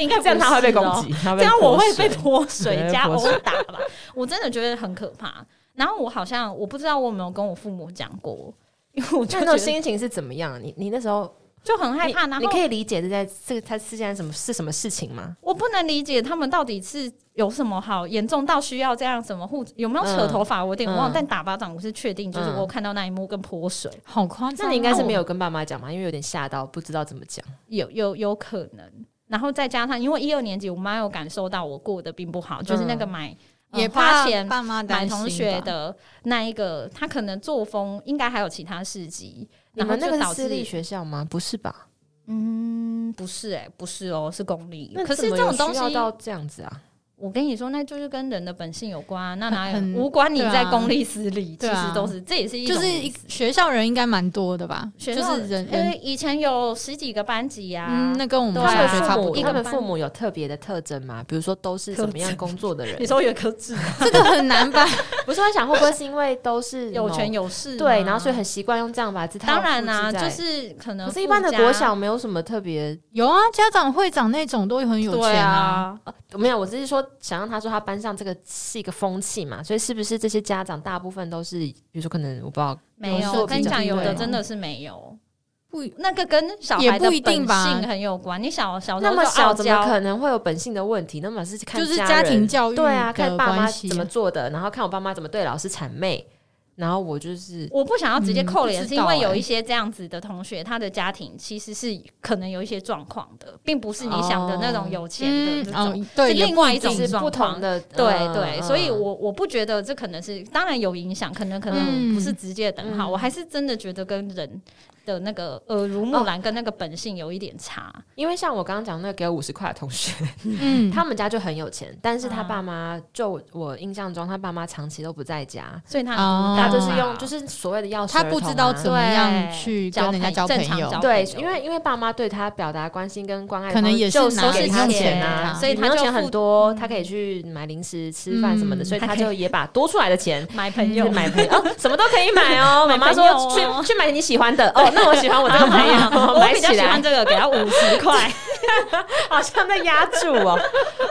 Speaker 3: 应该
Speaker 1: (laughs)
Speaker 3: 不
Speaker 1: 这样他会被攻
Speaker 3: 是
Speaker 1: 击
Speaker 3: 哦，，
Speaker 1: 他
Speaker 3: 这
Speaker 1: 被
Speaker 3: 样我会被 (laughs)
Speaker 1: 泼水
Speaker 3: 泼水
Speaker 1: 对
Speaker 3: 加
Speaker 1: 泼
Speaker 3: 殴
Speaker 1: 水
Speaker 3: 打吧。我真的觉得很可怕。然后我好像我不知道我有没有跟我父母讲过，因为我就
Speaker 1: 那那种
Speaker 3: 觉得
Speaker 1: 心情是怎么样？你你那时候
Speaker 3: 就很 (laughs) 害怕。然
Speaker 1: 你
Speaker 3: 后嗯
Speaker 1: 可以理解这在这个他是件什么是什么事情吗？
Speaker 3: 我不能理解他们到底是有什么好严重到需要这样什么互有没有扯
Speaker 1: 嗯
Speaker 3: 头发，我有点忘。
Speaker 1: 嗯
Speaker 3: 但打巴掌我是确定，就是
Speaker 1: 嗯
Speaker 3: 我有看到那一幕跟泼水
Speaker 2: 好夸张哦！
Speaker 1: 那你应该是没有跟爸妈讲嘛，因为有点吓到，不知道怎么讲。
Speaker 3: 有有有可能。然后再加上，因为一二年级，我妈有感受到我过得并不好，就是
Speaker 1: 嗯
Speaker 3: 那个买、呃
Speaker 2: 也
Speaker 3: 花
Speaker 2: 怕
Speaker 3: 钱
Speaker 2: 爸妈担
Speaker 3: 买
Speaker 2: 心吧
Speaker 3: 同学的那一个，他可能作风应该还有其他事迹，
Speaker 1: 你
Speaker 3: 然后
Speaker 1: 们那
Speaker 3: 就
Speaker 1: 个
Speaker 3: 导
Speaker 1: 是私立
Speaker 3: 致
Speaker 1: 学校吗？不是吧？
Speaker 3: 嗯，不是哎、不是哦，是公立。
Speaker 1: 那
Speaker 3: 可
Speaker 1: 怎
Speaker 3: 是
Speaker 1: 么
Speaker 3: 这
Speaker 1: 有
Speaker 3: 种东
Speaker 1: 需要
Speaker 3: 西，
Speaker 1: 到这样子啊？
Speaker 3: 我跟你说，那就是跟人的本性有关啊、那
Speaker 2: 很
Speaker 3: 哪有
Speaker 2: 很
Speaker 3: 无关你
Speaker 2: 对啊
Speaker 3: 在公立私立，其
Speaker 2: 对啊
Speaker 3: 实都是这也是一种
Speaker 2: 就是一
Speaker 3: 意思
Speaker 2: 学校人应该蛮多的吧？
Speaker 3: 学
Speaker 2: 就
Speaker 3: 校
Speaker 2: 是人
Speaker 3: 因
Speaker 2: 人
Speaker 3: 为以前有十几个班级啊，
Speaker 2: 嗯，那跟我们
Speaker 3: 对啊
Speaker 2: 小学
Speaker 1: 他
Speaker 2: 差
Speaker 1: 们
Speaker 2: 不
Speaker 1: 父母
Speaker 3: 一
Speaker 2: 多
Speaker 3: 个
Speaker 1: 他，们
Speaker 3: 班
Speaker 1: 父母有特别的特征吗？比如说都是
Speaker 3: 特
Speaker 1: 怎么样工作的人
Speaker 3: (laughs) 你？说有一颗痣，
Speaker 2: 这个很难吧？
Speaker 1: 不 (laughs) 是，我在想会不会是因为都是
Speaker 3: (laughs) (laughs) 有权
Speaker 1: 有
Speaker 3: 有势吗，
Speaker 1: 对，然后所以很习惯用这样把字。
Speaker 3: 当然
Speaker 1: 啦、
Speaker 3: 啦、就是可能
Speaker 1: 可是，一般的
Speaker 3: 附加
Speaker 1: 国小没有什么特别，
Speaker 2: 有啊，家长会长那种都很有
Speaker 3: 对
Speaker 2: 钱啊。
Speaker 3: 啊，
Speaker 1: 没有。我只是说，想让他说他班上这个是一个风气嘛，所以是不是这些家长大部分都是，比如说可能我不知道，
Speaker 3: 没有，
Speaker 1: 有
Speaker 3: 我跟你
Speaker 1: 受
Speaker 3: 讲，
Speaker 1: 精
Speaker 3: 有的
Speaker 1: 卵
Speaker 3: 真的是没有。
Speaker 2: 不
Speaker 3: 那个跟小
Speaker 2: 也
Speaker 3: 孩的
Speaker 2: 不一
Speaker 3: 本
Speaker 2: 定吧
Speaker 3: 性很有关。你小小时
Speaker 1: 那
Speaker 3: 候
Speaker 1: 么
Speaker 3: 就傲
Speaker 1: 小怎么
Speaker 3: 娇，
Speaker 1: 可能会有本性的问题？那么是看
Speaker 2: 就是
Speaker 1: 家
Speaker 2: 家
Speaker 1: 人
Speaker 2: 庭教育
Speaker 1: 对啊，
Speaker 2: 的
Speaker 1: 看爸妈
Speaker 2: 关系
Speaker 1: 怎么做的，然后看我爸妈怎么对老师谄媚，然后我就是
Speaker 3: 我不想要直接
Speaker 2: 嗯
Speaker 3: 扣脸，
Speaker 2: 不
Speaker 3: 是
Speaker 2: 知
Speaker 3: 因
Speaker 2: 道
Speaker 3: 为有
Speaker 2: 欸
Speaker 3: 一些这样子的同学，他的家庭其实是可能有一些状况的，并不是你想的那种有钱的那种。
Speaker 2: 哦，对，
Speaker 3: 是
Speaker 2: 也
Speaker 3: 另
Speaker 2: 不
Speaker 3: 外一
Speaker 2: 定
Speaker 3: 种
Speaker 1: 就是
Speaker 3: 状
Speaker 1: 不同
Speaker 3: 况
Speaker 1: 的，
Speaker 3: 对
Speaker 1: 嗯
Speaker 3: 对，所以我我不觉得这可能是，当然有影响，可能可能
Speaker 2: 嗯
Speaker 3: 不是直接等
Speaker 1: 嗯
Speaker 3: 号，我还是真的觉得跟人的那个耳濡
Speaker 1: 哦
Speaker 3: 目染跟那个本性有一点差。
Speaker 1: 因为像我刚刚讲那个给我五十块的同 (laughs) 学，
Speaker 2: 嗯，
Speaker 1: 他们家就很有钱，但是他
Speaker 3: 啊
Speaker 1: 爸妈就我印象中，他爸妈长期都不在家，
Speaker 3: 所以他
Speaker 2: 哦
Speaker 1: 他
Speaker 3: 他
Speaker 1: 就是用
Speaker 3: 是。
Speaker 1: 就是所谓的钥匙
Speaker 2: 他
Speaker 1: 儿
Speaker 2: 不
Speaker 1: 童
Speaker 2: 知道
Speaker 1: 啊
Speaker 2: 怎么样
Speaker 3: 对
Speaker 2: 去
Speaker 3: 交
Speaker 2: 跟人家
Speaker 3: 朋
Speaker 2: 交
Speaker 3: 正
Speaker 2: 朋
Speaker 3: 常
Speaker 2: 友
Speaker 3: 交。
Speaker 1: 对
Speaker 3: 朋，友
Speaker 1: 因为因为爸妈对他表达关心跟关爱的
Speaker 2: 可能
Speaker 1: 方式
Speaker 2: 也是
Speaker 1: 就
Speaker 2: 拿
Speaker 1: 是
Speaker 2: 给
Speaker 1: 他
Speaker 2: 他
Speaker 1: 钱
Speaker 2: 钱啊
Speaker 1: 所以
Speaker 3: 所
Speaker 1: 他
Speaker 3: 以他就
Speaker 1: 钱
Speaker 3: 付
Speaker 1: 很多，他可以去买零食、吃饭什么的，
Speaker 2: 嗯
Speaker 1: 所以他
Speaker 3: 还可以
Speaker 1: 就也把多出来的钱。
Speaker 3: 买朋
Speaker 1: 就
Speaker 3: 友
Speaker 1: 是
Speaker 3: (laughs)
Speaker 1: 买朋友、哦，什么都可以买 (laughs) 哦。妈
Speaker 3: 买
Speaker 1: 妈
Speaker 3: 朋
Speaker 1: 说
Speaker 3: 友哦
Speaker 1: 去去买你喜欢的哦，那我喜欢 (laughs) 我这个朋友，哦
Speaker 3: 我
Speaker 1: 买
Speaker 3: 比较
Speaker 1: 起
Speaker 3: 喜
Speaker 1: 来
Speaker 3: 欢。这个，给他五十
Speaker 1: (laughs)
Speaker 3: 块。
Speaker 1: 好像在压住 (laughs) 哦。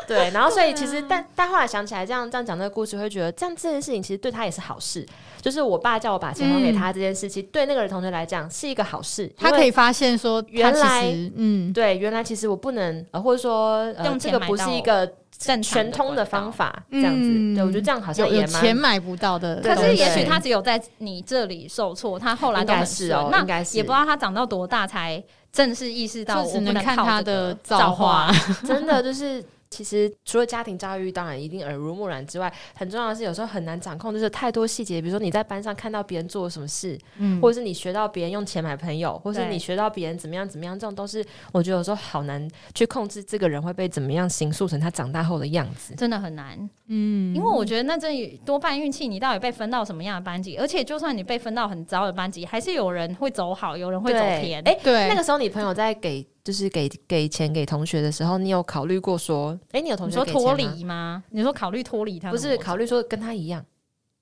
Speaker 1: 对，啊然后所以其实，但但后来想起来，这样这样讲这个故事，会觉得这样这件事情其实对他也是好事。就是我爸叫我把钱还给他这件事情，对那个同学来讲是一个好事，
Speaker 2: 他
Speaker 1: 因为
Speaker 2: 可以发现说，他
Speaker 1: 原
Speaker 2: 其
Speaker 1: 来
Speaker 2: 实嗯，
Speaker 1: 对原来其实我不能，呃，或者说呃，
Speaker 3: 用
Speaker 1: 这
Speaker 3: 钱
Speaker 1: 个不是一个
Speaker 3: 正常
Speaker 1: 全
Speaker 3: 的
Speaker 1: 通的
Speaker 3: 管
Speaker 1: 方
Speaker 3: 道。
Speaker 1: 法，这
Speaker 2: 嗯
Speaker 1: 样子。对我觉得这样好像
Speaker 2: 有有
Speaker 1: 也
Speaker 2: 钱
Speaker 1: 蛮。
Speaker 2: 买不到的东
Speaker 3: 可
Speaker 2: 西。
Speaker 3: 是，也
Speaker 1: 对
Speaker 3: 许他只有在你这里受挫，他后来
Speaker 1: 应
Speaker 3: 都
Speaker 1: 该
Speaker 3: 很
Speaker 1: 是
Speaker 3: 顺
Speaker 1: 哦，
Speaker 3: 那
Speaker 1: 应该是
Speaker 3: 也不知道他长到多大才正式意识到，
Speaker 2: 就
Speaker 3: 我
Speaker 2: 只
Speaker 3: 不
Speaker 2: 能看
Speaker 3: 靠
Speaker 2: 他
Speaker 3: 这个
Speaker 2: 的
Speaker 3: 造
Speaker 2: 造化。
Speaker 1: (laughs) 真的就是，其实除了家庭教育，当然一定耳濡目染之外，很重要的是有时候很难掌控，就是太多细节，比如说你在班上看到别人做了什么事，
Speaker 2: 嗯
Speaker 1: 或者是你学到别人用钱买朋友，或是
Speaker 3: 对
Speaker 1: 你学到别人怎么样怎么样，这种都是我觉得有时候好难去控制这个人会被怎么样形塑成他长大后的样子。
Speaker 3: 真的很难，
Speaker 2: 嗯
Speaker 3: 因为我觉得那真多半运气，你到底被分到什么样的班级，而且就算你被分到很糟的班级，还是有人会走好，有人会走
Speaker 1: 对
Speaker 3: 偏。
Speaker 1: 哎
Speaker 2: 对
Speaker 1: 那个时候，你朋友在给就是给给钱给同学的时候，你有考虑过说，哎、你有同
Speaker 3: 你
Speaker 1: 学
Speaker 3: 说
Speaker 1: 给钱吗
Speaker 3: 脱离吗？你说考虑脱离他们
Speaker 1: 不
Speaker 3: 吗？
Speaker 1: 是考虑说跟他一样，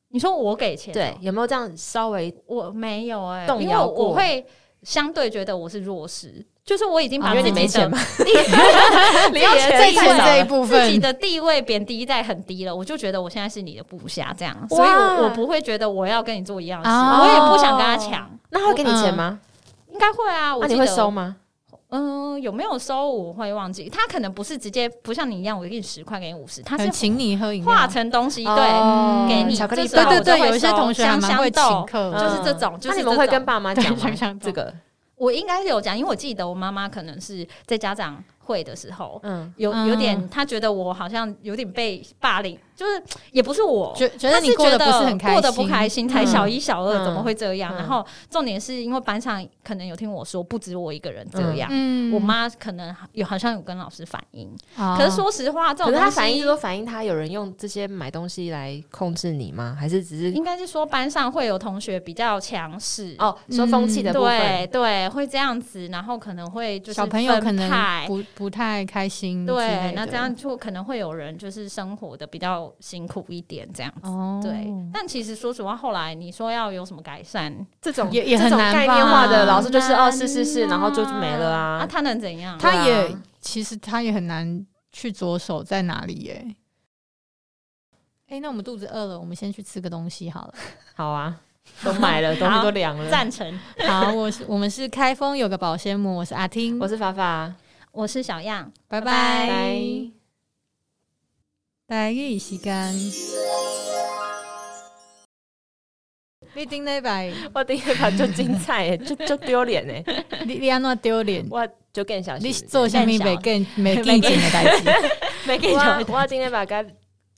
Speaker 3: 你说我给钱哦，
Speaker 1: 对，有没有这样稍微 (laughs)
Speaker 3: 我没有哎、
Speaker 1: 动
Speaker 3: 因为
Speaker 1: 摇
Speaker 3: 我
Speaker 1: 过
Speaker 3: 我会相对觉得我是弱势，就是我已经把
Speaker 1: 哦因为
Speaker 3: 自
Speaker 1: 你
Speaker 3: 己
Speaker 1: 没钱
Speaker 3: 的
Speaker 1: 嘛，
Speaker 2: 你
Speaker 1: 要钱
Speaker 2: 这
Speaker 1: 太少
Speaker 2: 这一
Speaker 1: 了
Speaker 2: 部
Speaker 3: 自己
Speaker 2: (laughs) 分，
Speaker 3: 的地位贬低在很低了，我就觉得我现在是你的部下这样，
Speaker 1: 哇
Speaker 3: 所以我我不会觉得我要跟你做一样的事，
Speaker 2: 哦
Speaker 3: 我也不想跟他抢。
Speaker 1: 那他会给你钱吗？
Speaker 3: 应该会啊，
Speaker 1: 那、
Speaker 3: 我
Speaker 1: 你
Speaker 3: 记
Speaker 1: 会
Speaker 3: 得
Speaker 1: 收？吗？
Speaker 3: 嗯、有没有收我会忘记。他可能不是直接不像你一样，我给你十块，给你五十，他
Speaker 2: 可能
Speaker 3: 是
Speaker 2: 请你喝饮
Speaker 3: 化
Speaker 2: 料。
Speaker 3: 成东西，对，
Speaker 1: 哦
Speaker 3: 给你
Speaker 1: 巧克力
Speaker 3: 这时
Speaker 1: 棒，
Speaker 3: 候
Speaker 2: 对对
Speaker 3: 我就
Speaker 2: 对，
Speaker 3: 会
Speaker 2: 有一些
Speaker 3: 收
Speaker 2: 同学还
Speaker 3: 香
Speaker 2: 蛮
Speaker 3: 香
Speaker 2: 会
Speaker 3: 豆
Speaker 2: 请客
Speaker 1: 嗯
Speaker 2: 的，
Speaker 3: 就是这种就是
Speaker 1: 那你们会
Speaker 3: 这种
Speaker 1: 跟爸妈讲
Speaker 2: 对
Speaker 1: 吗
Speaker 2: 想象？
Speaker 1: 这个，
Speaker 3: 我应该是有讲，因为我记得我妈妈可能是在家长会的时候，
Speaker 1: 嗯，
Speaker 3: 有
Speaker 2: 嗯
Speaker 3: 有点，他觉得我好像有点被霸凌，就是也不是我，
Speaker 2: 觉觉
Speaker 3: 他
Speaker 2: 得
Speaker 3: 是
Speaker 2: 你过
Speaker 3: 觉
Speaker 2: 得
Speaker 3: 得
Speaker 2: 不是很开心，
Speaker 3: 过得不开心，才小
Speaker 1: 嗯
Speaker 3: 一小二怎么会这样？
Speaker 1: 嗯
Speaker 3: 然后重点是因为班上可能有听我说，不止我一个人这样，
Speaker 2: 嗯
Speaker 3: 啊我妈可能有好像有跟老师反映，
Speaker 2: 啊
Speaker 3: 可是说实话，这
Speaker 1: 可
Speaker 3: 种
Speaker 1: 是他
Speaker 3: 东西
Speaker 1: 反映是说反映他有人用这些买东西来控制你吗？还是只是
Speaker 3: 应该是说班上会有同学比较强势。
Speaker 1: 哦说风气的部分？
Speaker 3: 对对，会这样子，然后可能会就是
Speaker 2: 小朋友可
Speaker 3: 分
Speaker 2: 能
Speaker 3: 派
Speaker 2: 不不太开心之类的，
Speaker 3: 对，那这样就可能会有人就是生活的比较较辛苦一点这样子。
Speaker 2: 哦
Speaker 3: 对，但其实说实话，后来你说要有什么改善，
Speaker 1: 这种
Speaker 2: 也也很
Speaker 1: 这种
Speaker 2: 难
Speaker 1: 概念化的
Speaker 2: 吧
Speaker 1: 老师就是
Speaker 3: 很难
Speaker 1: 哦，是是是，
Speaker 3: 啊
Speaker 1: 然后就没了
Speaker 3: 啊，
Speaker 1: 啊。
Speaker 3: 他能怎样？
Speaker 2: 他
Speaker 1: 对啊
Speaker 2: 也、其实他也很难去着手在哪里耶、哎、那我们肚子饿了，我们先去吃个东西好了。
Speaker 1: 好啊，都买了，东西都凉了。
Speaker 3: 赞成。
Speaker 2: (laughs) 好，我是我们是开封有个保鲜膜，我是阿听，
Speaker 1: 我是啊法法，
Speaker 3: 我是小样，
Speaker 2: 拜
Speaker 3: 拜
Speaker 2: 拜。台语时间，你顶礼拜，
Speaker 1: 我第一把就精彩耶，就就丢脸哎，
Speaker 2: 你你安怎丢脸？
Speaker 1: (laughs) 我就更小
Speaker 2: 你
Speaker 1: 心。(laughs)
Speaker 2: 做啥物袂更袂更正的代志？ (laughs)
Speaker 3: 没给
Speaker 1: 我我今天把甲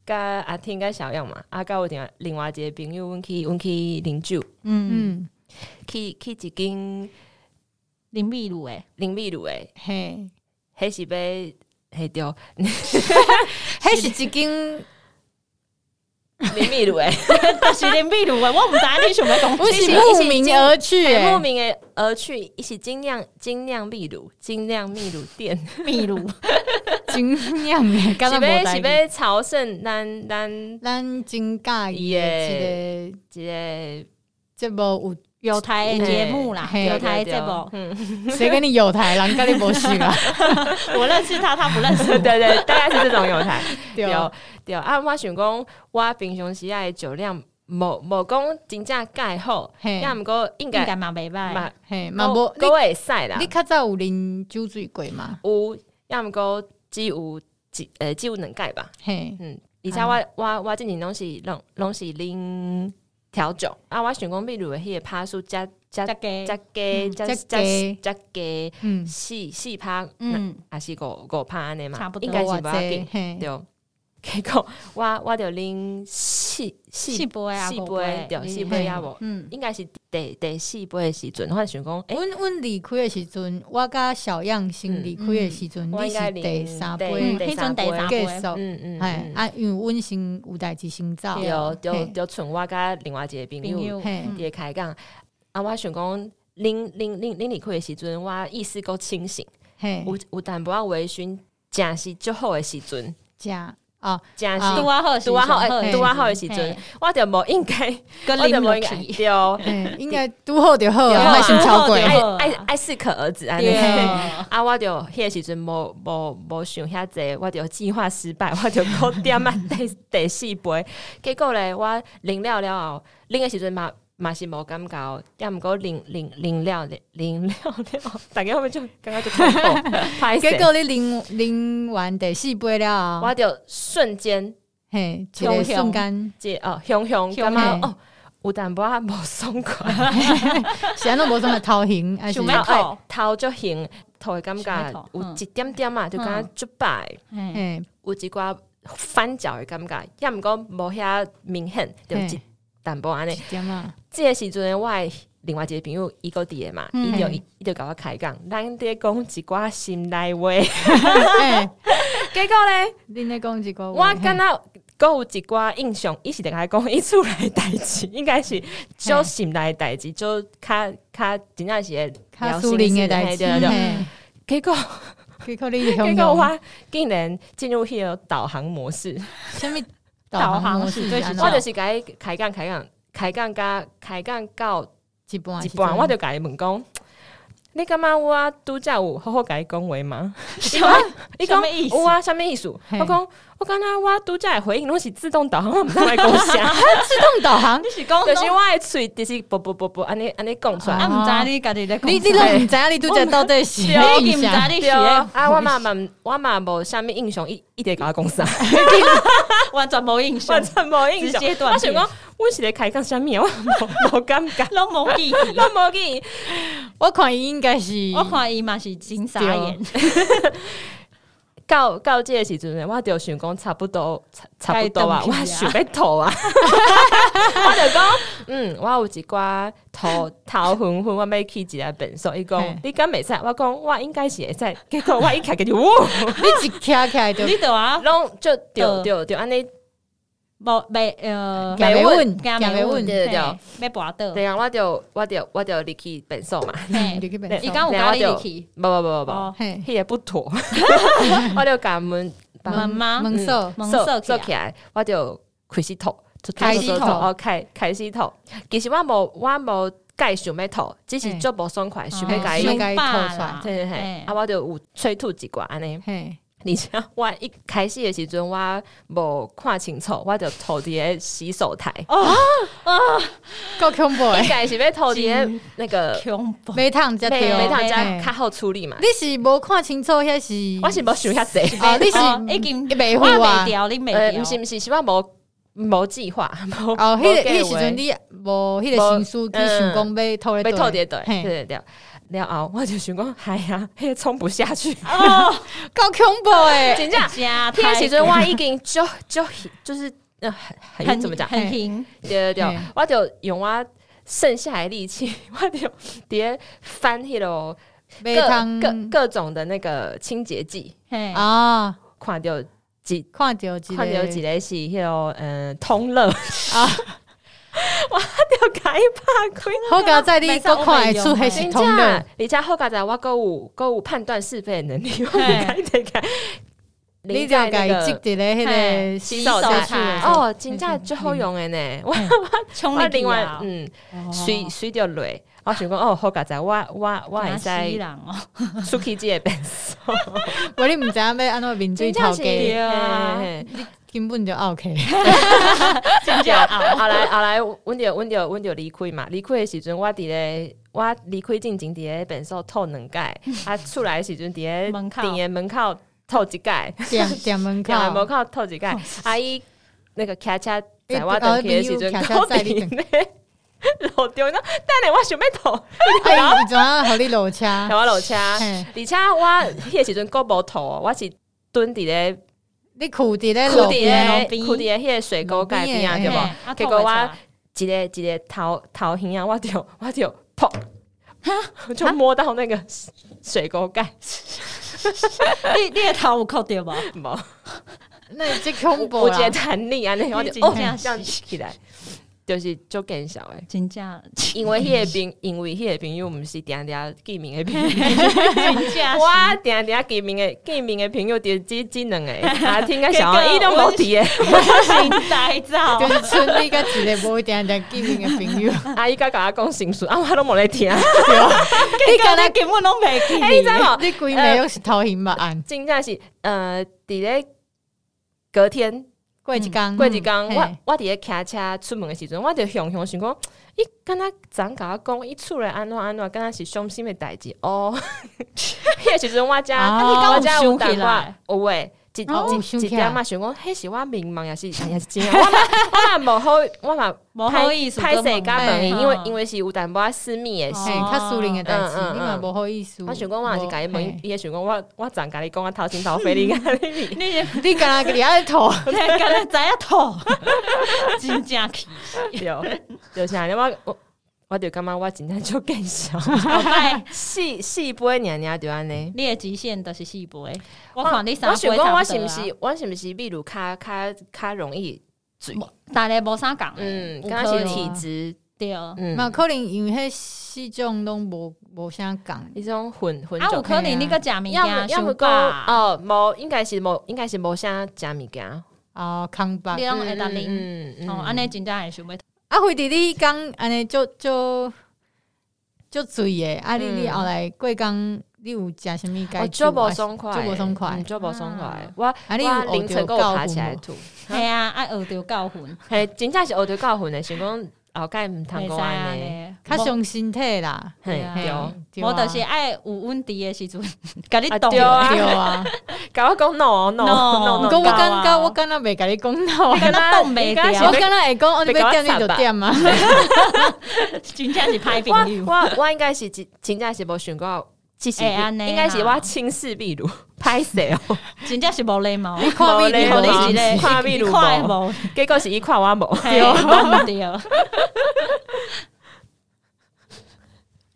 Speaker 1: 甲阿天甲小样嘛，啊，甲有另另外一个朋友，阮去阮去啉酒，
Speaker 3: 嗯，
Speaker 2: 嗯，
Speaker 1: 去去一间
Speaker 3: 林密鲁哎，
Speaker 1: 林密路诶，
Speaker 2: 嘿，
Speaker 1: 迄是被迄丢
Speaker 2: 迄是一间，
Speaker 1: 林密路
Speaker 2: (laughs)
Speaker 1: 诶，
Speaker 3: 就是林密鲁哎，我唔知道你想要讲
Speaker 2: 我是
Speaker 1: 是
Speaker 2: 慕名而去
Speaker 1: 欸慕
Speaker 2: 诶。
Speaker 1: 名诶而去，一起精酿精酿秘鲁精酿秘鲁
Speaker 2: (laughs)
Speaker 1: 店，
Speaker 3: 秘鲁，
Speaker 2: 真样诶，敢
Speaker 1: 是
Speaker 2: 若无
Speaker 1: 被
Speaker 2: 代
Speaker 1: 是
Speaker 2: 志。
Speaker 1: 被朝圣咱咱一
Speaker 2: 咱真介意诶，一个 (laughs)
Speaker 1: 个
Speaker 2: 节目
Speaker 3: 有台的节目啦，
Speaker 2: 嘿
Speaker 3: 有台的
Speaker 1: 对
Speaker 3: 节目，
Speaker 1: 嗯，
Speaker 2: 有谁跟你有台人，跟你无熟啊？
Speaker 3: 我认识他，他不认识
Speaker 1: 对
Speaker 3: 我。
Speaker 1: 对对，大概是这种有台。
Speaker 2: (laughs) 对，
Speaker 1: 对对啊，我想讲，我平常时爱酒量无无讲真正介好，
Speaker 2: 嘿
Speaker 1: 也毋过 (laughs) 应
Speaker 3: 应
Speaker 1: 该
Speaker 3: 该嘛袂歹，
Speaker 1: 嘛
Speaker 2: 嘿，嘛无
Speaker 1: 都会使啦
Speaker 2: 你，你。较早有啉酒醉过嘛？
Speaker 1: 有也毋过只有一呃只有两届吧，
Speaker 2: 嘿，
Speaker 1: 嗯，而且我、我我之前拢是拢拢是啉调酒啊，我想讲，比如迄个趴数加加
Speaker 3: 大
Speaker 1: 加
Speaker 3: 家，
Speaker 1: 加加加加加
Speaker 2: 嗯，
Speaker 1: 四四趴，嗯，
Speaker 3: 嗯，
Speaker 1: 还是五五趴安尼嘛，
Speaker 3: 差不多
Speaker 1: 应该是
Speaker 2: 我
Speaker 1: 无要紧
Speaker 2: 这。嘿，
Speaker 1: 对，结果 (laughs) 我我就拎四四
Speaker 3: 四杯啊
Speaker 1: 四
Speaker 3: 五杯
Speaker 1: 杯对
Speaker 3: 嗯
Speaker 1: 四杯啊无，
Speaker 3: 嗯，
Speaker 1: 应该是第第四杯的时阵，我想讲，诶，
Speaker 2: 阮阮离开的时阵，我甲小样先离开的时阵，
Speaker 1: 我
Speaker 2: 嗯你
Speaker 1: 应该
Speaker 2: 是
Speaker 1: 零
Speaker 2: 第三
Speaker 3: 嗯
Speaker 2: 杯
Speaker 1: 第
Speaker 3: 那
Speaker 1: 三
Speaker 3: 阵
Speaker 1: 杯
Speaker 3: 第三杯
Speaker 2: 结束，
Speaker 1: 嗯嗯，
Speaker 2: 哎
Speaker 1: 嗯，
Speaker 2: 啊，因为阮先有代志先走，
Speaker 1: 对对
Speaker 2: 啊嘿
Speaker 1: 对，剩我甲另外一个朋
Speaker 3: 朋
Speaker 1: 友
Speaker 3: 友，
Speaker 2: 嘿
Speaker 3: 嗯
Speaker 1: 也开讲，啊，我想讲。拎拎拎拎离开的时阵，我意识够清醒，
Speaker 2: 嘿，
Speaker 1: 有有淡薄仔微醺，真是足好的时阵，
Speaker 2: 加哦，
Speaker 1: 真
Speaker 2: 啊
Speaker 1: 是
Speaker 3: 拄啊好的时
Speaker 1: 拄
Speaker 3: 阵，
Speaker 1: 啊好
Speaker 3: 的
Speaker 1: 的，
Speaker 3: 时
Speaker 1: 拄啊
Speaker 3: 阵
Speaker 1: 好的时阵
Speaker 3: 嘿，
Speaker 1: 我就无应该，
Speaker 3: 跟
Speaker 1: 我就
Speaker 3: 林
Speaker 1: 无
Speaker 3: 密
Speaker 1: 应该
Speaker 3: 皮，
Speaker 1: 对，
Speaker 2: 嘿，哎应该拄好就好，
Speaker 1: 对啊
Speaker 2: 莫先超过
Speaker 3: 对啊
Speaker 1: 爱
Speaker 3: 好啊
Speaker 1: 爱爱适可而止安尼。
Speaker 3: 对，
Speaker 1: 啊，我就迄个时阵无无无想遐济，我就计划失败，我就搞点啊第第四杯。结果咧，我啉了了后，啉的时阵嘛嘛是无感觉哦，抑毋过啉啉啉了咧，啉了了，大家后面就感觉就痛苦，拍
Speaker 2: 哎结果你啉啉完第四杯了后，
Speaker 1: 我就瞬间
Speaker 2: 嘿，一
Speaker 3: 冲
Speaker 2: 个
Speaker 3: 冲
Speaker 2: 瞬间，
Speaker 1: 即哦，熊熊
Speaker 3: 熊
Speaker 1: 感觉
Speaker 2: 嘿
Speaker 1: 哦，有淡薄仔无爽快，
Speaker 2: 是安都无什么头型，还是
Speaker 3: 想要
Speaker 1: 哎
Speaker 3: 吐
Speaker 1: 头就型，头的感
Speaker 3: 想要
Speaker 1: 觉
Speaker 3: 吐
Speaker 1: 有
Speaker 3: 嗯
Speaker 1: 一点点嘛，就感觉足败。
Speaker 3: 嘿
Speaker 2: 嘿，
Speaker 1: 有一寡翻脚的感觉，也毋过无遐明显，就
Speaker 2: 嘿
Speaker 1: 一淡薄安尼
Speaker 2: 一。点啊，
Speaker 1: 即个时阵，我的另外一个朋友伊个伫诶嘛，
Speaker 3: 嗯
Speaker 1: 伊就伊就甲我开讲，咱伫讲一寡心内
Speaker 2: (laughs)
Speaker 1: 话。
Speaker 2: 嘿，
Speaker 1: 结果咧，
Speaker 2: 恁咧讲一
Speaker 1: (laughs)
Speaker 2: 个
Speaker 1: 我
Speaker 2: 话，
Speaker 1: 敢若阁有一寡印象，伊是伫甲我讲伊厝内的代志， (laughs) 应该是就心内的代志，就较较真正是会
Speaker 2: 较
Speaker 1: 聊
Speaker 2: 苏
Speaker 1: 心
Speaker 2: 林
Speaker 1: 事
Speaker 2: 的代
Speaker 1: 嘿
Speaker 2: 志，
Speaker 1: 对
Speaker 2: (laughs)
Speaker 1: 对对
Speaker 2: 嘿
Speaker 1: 结果
Speaker 2: 结果你
Speaker 1: (laughs) 结
Speaker 2: 用
Speaker 1: 果
Speaker 2: 用
Speaker 1: 我竟然进入迄个导航模式。
Speaker 2: 什么
Speaker 3: 导
Speaker 2: 导
Speaker 3: 航
Speaker 2: 航模
Speaker 3: 是
Speaker 2: 式
Speaker 3: 最
Speaker 2: 安
Speaker 3: 是
Speaker 2: 怎，
Speaker 1: 我就是甲伊开讲开讲开讲甲开讲到
Speaker 2: 一半
Speaker 1: 一半，我就甲伊问讲，你感觉我拄则有好好甲伊讲话 (laughs) 吗？
Speaker 3: 什么
Speaker 1: 伊讲
Speaker 3: 什么意思
Speaker 1: 有啊，什么意思？
Speaker 2: 嘿
Speaker 1: 我讲我感觉我拄则的回应拢是自动导航，我毋知我在讲 (laughs) 啥，
Speaker 2: 自动导
Speaker 3: (laughs)
Speaker 2: 航
Speaker 3: 你，是讲
Speaker 1: 就是我的喙就是啵啵啵啵安尼安尼讲出来。
Speaker 3: 啊，
Speaker 1: 啊
Speaker 3: 唔知道你家己在讲
Speaker 2: 你你
Speaker 3: 啥
Speaker 2: 都唔知啊影你拄则到底是
Speaker 3: 对
Speaker 2: 咩
Speaker 3: 你
Speaker 2: 意
Speaker 3: 唔
Speaker 2: 思
Speaker 3: 知
Speaker 2: 啊
Speaker 3: 道你
Speaker 1: 对
Speaker 3: 是在
Speaker 1: 啊，我嘛嘛唔我嘛无啥物印象，伊伊直甲我讲啥，
Speaker 3: 啊完全无印象
Speaker 1: 完，全无印 (laughs)
Speaker 3: 直
Speaker 1: 象。
Speaker 3: 接断
Speaker 1: 我
Speaker 3: 片
Speaker 1: 想讲，我是咧开讲啥物啊，我无 (laughs) 无感觉，
Speaker 3: 拢无记忆。
Speaker 1: (laughs) 我无记。
Speaker 2: 我看伊应该是，
Speaker 3: 我看伊嘛是真傻眼，
Speaker 1: 到到这个时阵呢，我就想讲差不多，差差不多啊，
Speaker 3: 该
Speaker 1: 我
Speaker 3: 回去啊
Speaker 1: 想要吐
Speaker 3: (laughs)
Speaker 1: 啊，我就讲，嗯，我有一寡头头昏昏，我要去一个诊所，伊讲
Speaker 2: 嘿
Speaker 1: 你敢袂使，我讲我应该是会使，结果我一开个
Speaker 3: (laughs)
Speaker 1: 就，呜，
Speaker 2: 你一徛起来就
Speaker 3: 你就啊
Speaker 1: 拢就
Speaker 3: 呃
Speaker 1: 对对对，安尼
Speaker 3: 无袂呃
Speaker 2: 行袂稳，行
Speaker 3: 行袂
Speaker 2: 袂
Speaker 3: 稳，
Speaker 2: 稳，
Speaker 1: 对对
Speaker 3: 嘿要跋倒。
Speaker 1: 对啊，我就我就我就入去诊所嘛，
Speaker 3: 嘿
Speaker 2: (laughs) 你去变
Speaker 1: 对
Speaker 2: 瘦
Speaker 3: 伊讲有
Speaker 1: 然后
Speaker 3: 咖
Speaker 1: 我
Speaker 3: 喱
Speaker 1: 就
Speaker 2: 哦
Speaker 3: 入去，
Speaker 1: (laughs)
Speaker 3: (laughs)
Speaker 1: 无无无无无，
Speaker 3: 哦，
Speaker 2: 嘿，
Speaker 1: 迄个不妥，我就甲门吧
Speaker 3: 门吗？
Speaker 2: 蒙受
Speaker 3: 蒙啊
Speaker 1: 做
Speaker 3: 色
Speaker 1: 做
Speaker 3: 起
Speaker 1: 起来，我就开始吐，就
Speaker 2: 开始吐
Speaker 1: 哦，开开始吐。其实我无我无介想要吐，只是
Speaker 2: 嘿
Speaker 1: 做无爽快，想要
Speaker 2: 哦
Speaker 1: 改。
Speaker 2: 想
Speaker 1: 对
Speaker 2: 要甲
Speaker 3: 该
Speaker 2: 伊
Speaker 3: 啦，
Speaker 2: 吐出来
Speaker 1: 对对，
Speaker 3: 嘿
Speaker 1: 啊，我就有催吐一寡安尼。
Speaker 2: 嘿，
Speaker 1: 而且我一开始的时阵，我无看清楚，我就吐伫个洗手台，
Speaker 2: 哦够恐怖
Speaker 1: 应 (laughs)
Speaker 2: 诶，
Speaker 1: 该是要吐伫个
Speaker 3: 真
Speaker 1: 那个
Speaker 3: 恐怖
Speaker 2: 每趟才哦
Speaker 1: 每每趟
Speaker 2: 嘿
Speaker 1: 加较好处理嘛。
Speaker 2: 你是无看清楚，遐是
Speaker 1: 我是无想遐
Speaker 2: (laughs)
Speaker 1: 济，
Speaker 2: 哦，你
Speaker 3: 哦
Speaker 2: 是
Speaker 3: 已经
Speaker 2: 袂
Speaker 3: 我
Speaker 2: 好
Speaker 3: 袂
Speaker 2: 啊。
Speaker 3: 调，你
Speaker 1: 呃
Speaker 3: 袂，调，
Speaker 1: 毋是毋是，是我无无计划， (laughs) 无
Speaker 2: 哦，迄
Speaker 1: 无
Speaker 2: 个
Speaker 1: 计
Speaker 2: 迄个时
Speaker 1: 划嗯
Speaker 2: 阵你无迄个心思去想讲要偷咧
Speaker 1: 被透
Speaker 2: 倒
Speaker 1: 跌对
Speaker 2: 嘿
Speaker 1: 对对对。了后我就想讲，哎呀，迄个冲不下去，
Speaker 3: 哦，啊
Speaker 2: 够恐怖诶！
Speaker 1: (laughs) 真正。啊
Speaker 3: 加
Speaker 1: 迄个时阵我已经就就就是呃很很
Speaker 3: 很
Speaker 1: 怎么讲？
Speaker 3: 很平，
Speaker 1: 对对对
Speaker 2: 嘿，
Speaker 1: 我就用我剩下的力气， (laughs) 我就叠翻迄个
Speaker 2: 每
Speaker 1: 各各
Speaker 2: 趟
Speaker 1: 各种的那个清洁剂，
Speaker 3: 嘿，
Speaker 2: 啊，
Speaker 1: 看到几
Speaker 2: 看到一
Speaker 1: 看到几
Speaker 2: 个
Speaker 1: 个是迄个嗯通乐
Speaker 2: 啊
Speaker 1: 啊， (laughs) 我就改拍开。
Speaker 2: 好佳在你搁看会出迄是
Speaker 1: 真
Speaker 2: 通
Speaker 1: 正，
Speaker 2: 的，
Speaker 1: 而且好佳仔，我购有购有判断是非的能力，我改得改。
Speaker 2: 你就甲伊积伫咧迄个
Speaker 3: 嘿
Speaker 1: 洗
Speaker 3: 洗
Speaker 1: 手
Speaker 3: 手
Speaker 1: 台
Speaker 3: 台
Speaker 1: 哦，真正最好用的呢。我
Speaker 3: 冲啊
Speaker 1: 我
Speaker 3: 力
Speaker 1: 另外嗯，水水着落，我想讲哦，好佳仔，我我我
Speaker 3: (laughs)
Speaker 1: 会
Speaker 3: 西
Speaker 1: 使
Speaker 3: 人哦，
Speaker 1: (laughs) 出去即个变数，
Speaker 2: 我你毋知影要安怎面对
Speaker 1: (laughs)
Speaker 2: 头
Speaker 3: 对
Speaker 2: 家，
Speaker 3: 啊
Speaker 1: 嘿嘿嘿
Speaker 2: 根本
Speaker 1: (laughs)
Speaker 2: 就 OK。
Speaker 3: 真
Speaker 1: 对
Speaker 3: 正
Speaker 1: 啊，
Speaker 3: (laughs) 傲，
Speaker 1: 后来后来，阮着阮着阮着离开嘛，离开的时阵，我伫咧我离开进前伫咧变数透两届，啊，出来的时阵伫咧
Speaker 3: 门口
Speaker 1: 伫咧门口透一届。
Speaker 2: 店店门
Speaker 1: (laughs)
Speaker 2: 口，
Speaker 1: 两个门口透一盖，阿姨那个骑车在我等去的时阵，
Speaker 2: 哦哦朋友
Speaker 1: 到
Speaker 2: 骑车载你
Speaker 1: 底呢？路中呢？等下我想要吐，
Speaker 2: 哎，伊怎啊互你落车？
Speaker 1: 台我落车，而
Speaker 2: 嘿，
Speaker 1: 且我迄个时阵够无吐哦，我是蹲伫咧，
Speaker 2: 你跍伫咧
Speaker 1: 跍
Speaker 2: 路
Speaker 1: 伫
Speaker 2: 边，
Speaker 1: 咧，
Speaker 3: 路边
Speaker 1: 跍伫咧迄个水沟盖边啊，
Speaker 2: 路
Speaker 1: 对
Speaker 2: 边
Speaker 1: 无结果
Speaker 2: 的？
Speaker 3: 嘿
Speaker 1: 我 (laughs) 一个一个头头耳啊，我就我就砰，我 (laughs) 就摸到那个水沟盖，
Speaker 3: 你你的头有扣掉无？
Speaker 1: 冇，
Speaker 2: 那这恐怖
Speaker 1: 我一个
Speaker 2: 啦！
Speaker 1: 弹力啊，那我就
Speaker 3: 你真
Speaker 1: 哦
Speaker 3: 的是
Speaker 1: 这样起来，就是就更小诶。
Speaker 3: 真
Speaker 1: (laughs)
Speaker 3: 啊正
Speaker 1: 因为迄个朋，因为迄个朋友毋是定定见面的朋友，
Speaker 3: 真
Speaker 1: (laughs) 我
Speaker 3: 啊正
Speaker 1: 定定见面的见面的朋友就是即即两个，啊，听个小伊都无提的，
Speaker 3: 心呆
Speaker 1: (laughs)
Speaker 3: 照
Speaker 2: 就，是村里甲一个无一定定见面的朋友，
Speaker 1: 阿姨啊甲甲我讲心事，啊，我都无咧听，
Speaker 3: 你刚才根本拢袂
Speaker 1: (laughs)
Speaker 3: 记
Speaker 1: 哎，你知
Speaker 3: 你，
Speaker 1: 无？
Speaker 2: (laughs) 你规暝又是头晕目暗，
Speaker 1: 真正是呃，伫咧隔天
Speaker 2: 过一工，
Speaker 1: 过一工，
Speaker 2: 嗯
Speaker 1: 我
Speaker 2: 嘿
Speaker 1: 我伫咧骑车出门的时阵，我就想想想讲，伊敢若昨昏甲我讲，伊厝内安怎安怎，敢若是伤心的代志哦。 (laughs) 迄个时阵我家，
Speaker 2: 啊
Speaker 1: 我
Speaker 3: 你
Speaker 1: 家
Speaker 3: 敢有
Speaker 1: 有
Speaker 3: 想
Speaker 1: 打
Speaker 3: 起来
Speaker 1: 话，有诶。一
Speaker 2: 哦有
Speaker 1: 一一
Speaker 2: 想起
Speaker 1: 点
Speaker 2: 来
Speaker 1: 嘛，想讲，迄是我迷茫，也是也是真的。我嘛我嘛无好，我嘛
Speaker 3: 无好意思
Speaker 1: 拍
Speaker 3: 跟
Speaker 1: 摄
Speaker 3: 问
Speaker 1: 甲问伊，
Speaker 3: 嘿
Speaker 1: 因为
Speaker 3: 嗯
Speaker 1: 因为是有淡薄仔私密诶事。
Speaker 2: 嘿，较私人的代志，
Speaker 1: 嗯嗯嗯
Speaker 2: 你嘛无好意思。
Speaker 1: 我想讲，我若是甲伊
Speaker 2: 无
Speaker 1: 问，
Speaker 2: 嘿
Speaker 1: 伊也想讲，我我昨甲你讲，我掏心掏肺，你甲你
Speaker 3: 你是
Speaker 2: 你敢若给你阿头，
Speaker 3: 你刚才知影头，真
Speaker 1: (laughs)
Speaker 3: 正气，
Speaker 1: 对，就是安尼，我我我就感觉我真正就更小，
Speaker 3: 后摆
Speaker 1: 细细杯娘娘就安尼。
Speaker 3: 你的极限就是四杯，我看你三
Speaker 1: 我
Speaker 3: 杯
Speaker 1: 想讲，
Speaker 3: 差不多
Speaker 1: 我
Speaker 3: 啊
Speaker 1: 是毋是我是毋是比如较较较容易嘴，
Speaker 3: 大家无啥讲的，
Speaker 1: 嗯，
Speaker 3: 有
Speaker 1: 刚
Speaker 3: 可
Speaker 1: 刚是
Speaker 3: 能啊
Speaker 1: 体质，
Speaker 3: 对。啊，
Speaker 2: 嘛
Speaker 1: (laughs) 嗯，
Speaker 2: 可能因为迄四种拢无无啥共。
Speaker 1: 一种混混
Speaker 3: 啊有
Speaker 1: 种。
Speaker 3: 可能你个假物件
Speaker 1: 要么要么
Speaker 3: 想
Speaker 1: 讲
Speaker 3: 吧，
Speaker 1: 哦，无应该是无应该是无啥食物件，
Speaker 2: 哦，空白。
Speaker 3: 你
Speaker 1: 啊
Speaker 3: 拢会当啉。
Speaker 1: 嗯嗯
Speaker 3: 哦，安尼真正会想要
Speaker 2: 啊，惠弟你讲安尼就就就醉诶，啊，你
Speaker 1: 嗯
Speaker 2: 你后来过工你有食什物
Speaker 1: 我
Speaker 2: 改？
Speaker 1: 就哦无爽快，
Speaker 2: 就无爽快
Speaker 1: 嗯就无爽快
Speaker 3: 啊。
Speaker 1: 我
Speaker 2: 啊，你
Speaker 1: 我
Speaker 2: 有
Speaker 1: 凌晨
Speaker 2: 够
Speaker 1: 够爬起来吐，
Speaker 3: 系啊，爱学着教训，
Speaker 1: (laughs) 嘿，真正是学着教训的，想讲后盖毋通
Speaker 3: 袂
Speaker 1: 讲
Speaker 3: 使
Speaker 1: 安
Speaker 3: 安
Speaker 1: 尼，
Speaker 3: 尼。
Speaker 2: 较伤身体啦。
Speaker 1: 嘿
Speaker 3: 啊
Speaker 1: 对，哦
Speaker 2: 对
Speaker 3: 我
Speaker 2: 啊
Speaker 3: 就是爱有问题的时阵，甲你
Speaker 1: 啊
Speaker 3: 动
Speaker 1: 对
Speaker 3: 的。
Speaker 1: 啊
Speaker 2: 对
Speaker 1: (laughs)
Speaker 2: 啊，
Speaker 1: 甲我讲 no (laughs) no
Speaker 3: No
Speaker 1: no
Speaker 2: 毋
Speaker 1: no，
Speaker 2: 过我
Speaker 3: 到
Speaker 2: 感
Speaker 3: 啊
Speaker 2: 觉我敢若袂甲你讲到，啊我
Speaker 3: 敢若动
Speaker 1: (laughs)
Speaker 3: 袂
Speaker 1: 啊你敢
Speaker 3: 掉
Speaker 1: 若是
Speaker 2: 敢 (laughs) 若会讲，哦，你
Speaker 1: 别甲
Speaker 2: 要
Speaker 1: 我
Speaker 2: 点你
Speaker 1: 插
Speaker 2: 就
Speaker 1: 吧
Speaker 2: 点啊。
Speaker 1: (laughs)
Speaker 3: 真正是歹朋友
Speaker 1: 我，我我应该是真真正是无想过，即是
Speaker 3: 会安尼啦
Speaker 1: 应该是我轻视比如拍势 (laughs) 哦，
Speaker 3: 真正是无礼貌。
Speaker 2: 看
Speaker 1: 无
Speaker 2: (laughs) 你啊
Speaker 1: 礼貌
Speaker 2: 看你一个
Speaker 1: 看
Speaker 3: 你
Speaker 1: 比如
Speaker 3: 看
Speaker 1: 无，哦
Speaker 3: 无，
Speaker 1: 结果是伊看我无，
Speaker 3: 对，无毋对。